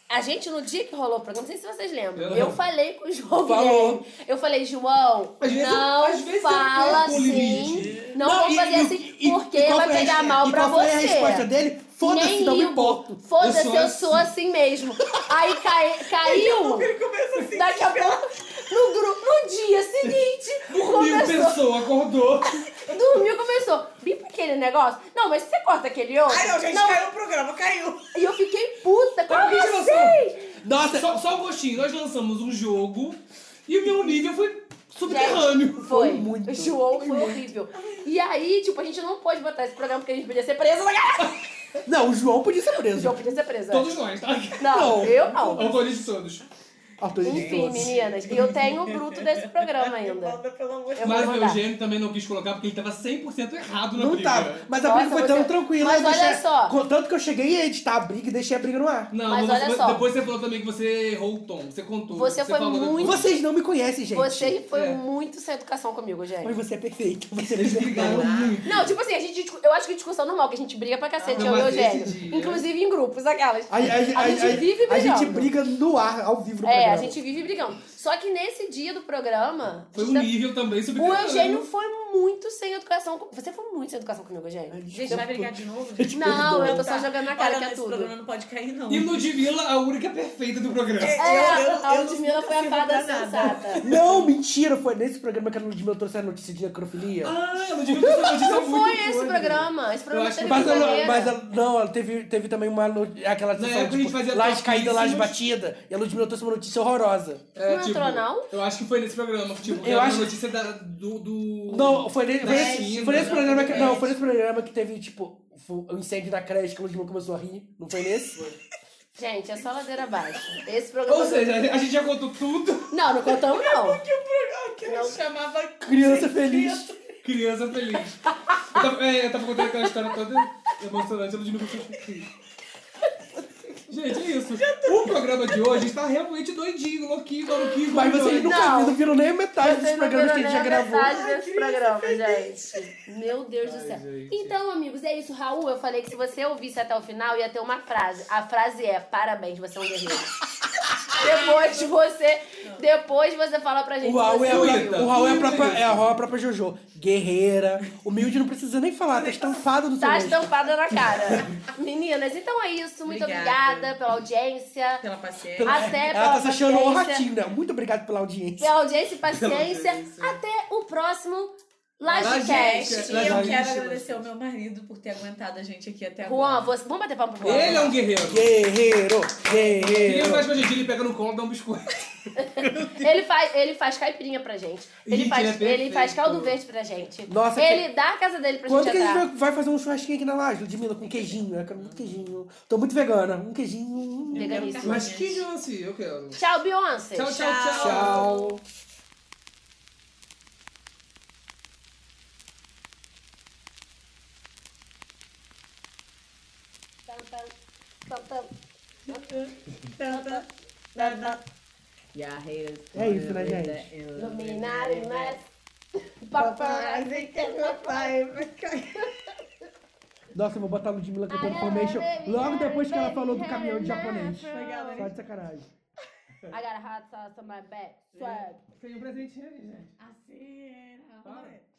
[SPEAKER 7] A gente, no dia que rolou o programa, não sei se vocês lembram,
[SPEAKER 2] Eu
[SPEAKER 7] eu,
[SPEAKER 2] não.
[SPEAKER 7] falei com o João
[SPEAKER 2] Falou.
[SPEAKER 7] Guilherme. Eu falei, João,
[SPEAKER 2] Às vezes-
[SPEAKER 7] não
[SPEAKER 2] às vezes eu
[SPEAKER 7] fala
[SPEAKER 2] perco o
[SPEAKER 7] assim.
[SPEAKER 2] limite.
[SPEAKER 7] Não,
[SPEAKER 2] Não,
[SPEAKER 7] vamos
[SPEAKER 2] e-
[SPEAKER 7] fazer
[SPEAKER 2] e-
[SPEAKER 7] assim,
[SPEAKER 2] e-
[SPEAKER 7] porque
[SPEAKER 2] e qual
[SPEAKER 7] vai
[SPEAKER 2] foi a
[SPEAKER 7] pegar
[SPEAKER 2] res-
[SPEAKER 7] mal
[SPEAKER 2] e
[SPEAKER 7] pra
[SPEAKER 2] qual foi
[SPEAKER 7] você.
[SPEAKER 2] a resposta dele? Foda-se,
[SPEAKER 7] Nem
[SPEAKER 2] não me
[SPEAKER 7] ligo.
[SPEAKER 2] importo.
[SPEAKER 7] Foda-se, eu
[SPEAKER 2] Eu
[SPEAKER 7] sou,
[SPEAKER 2] sou Então,
[SPEAKER 7] assim mesmo. Aí cai- caiu. Daqui a pouco, no, gru- no dia seguinte,
[SPEAKER 1] Dormiu,
[SPEAKER 7] começou.
[SPEAKER 1] pensou, acordou.
[SPEAKER 7] Dormiu, começou. Bipa aquele negócio. Não, mas você corta aquele outro.
[SPEAKER 16] Ai, não, gente, caiu o programa, caiu.
[SPEAKER 7] E eu fiquei puta com
[SPEAKER 2] Tá
[SPEAKER 1] Sabe o que a gente
[SPEAKER 7] vocês.
[SPEAKER 1] lançou? Só, só um gostinho. Nós lançamos um jogo e o meu nível foi subterrâneo.
[SPEAKER 7] Gente, Foi. muito. João foi horrível. E aí, tipo, a gente não pôde botar esse programa porque a gente podia ser preso.
[SPEAKER 2] Não, o João podia ser preso. O
[SPEAKER 7] João podia ser preso.
[SPEAKER 1] Todos nós, tá?
[SPEAKER 7] Não, eu não.
[SPEAKER 1] Autores de todos.
[SPEAKER 2] Autores
[SPEAKER 7] Enfim, meninas, e eu tenho o bruto desse programa ainda. Eu vou
[SPEAKER 1] Mas o
[SPEAKER 7] mandar.
[SPEAKER 1] Eugênio também não quis colocar porque ele tava 100% errado na
[SPEAKER 2] Não
[SPEAKER 1] briga. né?
[SPEAKER 2] tava. Mas a
[SPEAKER 7] Nossa,
[SPEAKER 2] briga foi tão
[SPEAKER 7] você-
[SPEAKER 2] tranquila.
[SPEAKER 7] Mas
[SPEAKER 2] eu deixei-
[SPEAKER 7] olha só.
[SPEAKER 2] Tanto que eu cheguei a editar a briga e deixei a briga no ar.
[SPEAKER 1] Não,
[SPEAKER 7] Mas
[SPEAKER 1] você-
[SPEAKER 7] olha só.
[SPEAKER 1] depois você falou também que você errou o tom, você contou.
[SPEAKER 7] Você foi
[SPEAKER 1] falou depois.
[SPEAKER 7] muito-
[SPEAKER 2] Vocês não me conhecem, gente.
[SPEAKER 7] Você foi
[SPEAKER 2] É.
[SPEAKER 7] muito sem educação comigo, gente.
[SPEAKER 2] Mas você é perfeito. Você é perfeito.
[SPEAKER 7] Não, tipo assim, a gente, discu- eu acho que discussão normal, que a gente briga pra cacete,
[SPEAKER 2] Não,
[SPEAKER 7] eu e o
[SPEAKER 2] mas esse
[SPEAKER 7] Eugênio. Inclusive em grupos, aquelas.
[SPEAKER 2] A, a- a- a-
[SPEAKER 7] gente vive brigando.
[SPEAKER 2] a gente briga no ar, ao vivo no
[SPEAKER 7] É,
[SPEAKER 2] programa.
[SPEAKER 7] a gente vive brigando. Só que nesse dia do programa.
[SPEAKER 1] Foi
[SPEAKER 7] a
[SPEAKER 1] um
[SPEAKER 7] gente tá-
[SPEAKER 1] nível também
[SPEAKER 7] O
[SPEAKER 1] subterrâneo.
[SPEAKER 7] Eugênio
[SPEAKER 2] né?
[SPEAKER 7] foi muito sem educação. com- Você foi muito sem educação comigo, Eugênio.
[SPEAKER 16] Gente, vai brigar de novo?
[SPEAKER 1] Gente,
[SPEAKER 7] Não,
[SPEAKER 1] perdoa.
[SPEAKER 7] eu tô só jogando na cara
[SPEAKER 16] Tá. Olha,
[SPEAKER 7] que é
[SPEAKER 16] esse
[SPEAKER 7] tudo.
[SPEAKER 16] programa não pode cair, não.
[SPEAKER 1] E no Divila, a única perfeita do programa.
[SPEAKER 7] É, a
[SPEAKER 2] tá
[SPEAKER 7] Ludmilla foi a fada sensata.
[SPEAKER 2] Não, mentira, foi nesse programa que a Ludmilla trouxe a notícia de necrofilia.
[SPEAKER 1] Ah, eu
[SPEAKER 7] Não foi esse programa. Esse programa teve
[SPEAKER 2] mas, ela,
[SPEAKER 7] brincadeira.
[SPEAKER 2] mas ela- não, ela teve, teve também uma no- aquela sessão tipo,
[SPEAKER 1] época é a gente fazia
[SPEAKER 2] laje
[SPEAKER 1] top
[SPEAKER 2] caída, laje
[SPEAKER 1] vícios.
[SPEAKER 2] batida, e a Ludmilla trouxe uma notícia horrorosa.
[SPEAKER 1] É, tipo, Eu acho que foi nesse programa. Tipo,
[SPEAKER 2] Eu
[SPEAKER 1] eu
[SPEAKER 2] acho-
[SPEAKER 1] acho... notícia da, do, do...
[SPEAKER 2] Não, foi, ne-
[SPEAKER 1] da
[SPEAKER 2] foi nesse,
[SPEAKER 1] China,
[SPEAKER 2] foi nesse
[SPEAKER 1] da-
[SPEAKER 2] programa que.
[SPEAKER 1] da-
[SPEAKER 2] Não, foi nesse programa que teve, tipo, o um incêndio na creche que a Ludmilla começou a rir. Não foi nesse?
[SPEAKER 7] Gente, é só ladeira abaixo. Esse programa.
[SPEAKER 1] Ou seja, a gente já contou tudo.
[SPEAKER 7] Não, não contamos, não.
[SPEAKER 16] Que o programa que ele chamava
[SPEAKER 2] Criança feliz.
[SPEAKER 1] Criança feliz. Eu tava, é, eu tava contando aquela história toda emocionante, eu não digo que eu fiquei. Gente, é isso. O programa de hoje está realmente doidinho, louquinho, maluquinho.
[SPEAKER 2] Mas vocês
[SPEAKER 1] doido.
[SPEAKER 2] nunca viram, viram nem a metade dos
[SPEAKER 7] Vocês não
[SPEAKER 2] programas que a
[SPEAKER 7] viram
[SPEAKER 2] gente
[SPEAKER 7] nem
[SPEAKER 2] já gravou.
[SPEAKER 7] metade desse programa, gente. Meu Deus do céu. Então, amigos, é isso. Raul, eu falei que se você ouvisse até o final, ia ter uma frase. A frase é: parabéns, você é um guerreiro. depois você. Depois você fala pra gente.
[SPEAKER 2] O Raul,
[SPEAKER 7] você um
[SPEAKER 2] é a,
[SPEAKER 7] ouviu.
[SPEAKER 2] própria- o Raul é a própria, é a Raul é a própria Jojo. Guerreira. Humilde não precisa nem falar, tá estampado no seu
[SPEAKER 7] Tá
[SPEAKER 2] rosto.
[SPEAKER 7] estampada na cara. Meninas, então é isso. Muito obrigada,
[SPEAKER 16] Obrigada.
[SPEAKER 7] pela audiência.
[SPEAKER 16] Pela paciência.
[SPEAKER 3] Então,
[SPEAKER 2] Pela-
[SPEAKER 7] Até
[SPEAKER 2] Ela
[SPEAKER 7] pela
[SPEAKER 2] tá se achando o
[SPEAKER 7] paciência.
[SPEAKER 2] ratinho, né? Muito obrigado pela audiência.
[SPEAKER 7] Pela audiência e paciência. Até o próximo Lajecast.
[SPEAKER 16] E eu quero agradecer ao meu marido por ter aguentado a gente aqui até
[SPEAKER 7] Juan,
[SPEAKER 16] agora.
[SPEAKER 7] você... vamos bater palma pro Juan.
[SPEAKER 1] Ele é um guerreiro.
[SPEAKER 2] Guerreiro,
[SPEAKER 1] Quem
[SPEAKER 2] guerreiro.
[SPEAKER 1] faz com a gente? Ele pega no colo e dá um biscoito.
[SPEAKER 7] Ele faz, ele faz caipirinha pra gente. Ele,
[SPEAKER 1] Gente,
[SPEAKER 7] faz,
[SPEAKER 1] ele é
[SPEAKER 7] ele,
[SPEAKER 1] perfeito.
[SPEAKER 7] faz caldo verde pra gente.
[SPEAKER 2] Nossa,
[SPEAKER 7] ele dá a casa dele pra
[SPEAKER 2] Quando
[SPEAKER 7] gente
[SPEAKER 2] que a gente
[SPEAKER 7] entrar.
[SPEAKER 2] vai- vai fazer um churrasquinho aqui na laje, Ludmilla, com queijinho? Eu quero muito queijo. Tô muito vegana. Um queijinho. hum.
[SPEAKER 7] Veganíssimo.
[SPEAKER 1] Mas que lance, eu quero.
[SPEAKER 7] Tchau, Beyoncé.
[SPEAKER 1] Tchau, tchau, tchau.
[SPEAKER 2] Tchau.
[SPEAKER 7] Tam, tam, tam, tam.
[SPEAKER 16] Yeah, haters.
[SPEAKER 2] É isso, né,
[SPEAKER 16] gonna be
[SPEAKER 2] gente?
[SPEAKER 16] the end.
[SPEAKER 7] Luminário, mas. Papai, que é papai.
[SPEAKER 2] Nossa, eu vou botar a Ludmilla cantando Formation logo depois que ela falou do caminhão de japonês. Só de sacanagem.
[SPEAKER 7] I got a hot sauce on my back. Swag.
[SPEAKER 1] Tem um presente aí, gente.
[SPEAKER 11] Assim,
[SPEAKER 1] Para.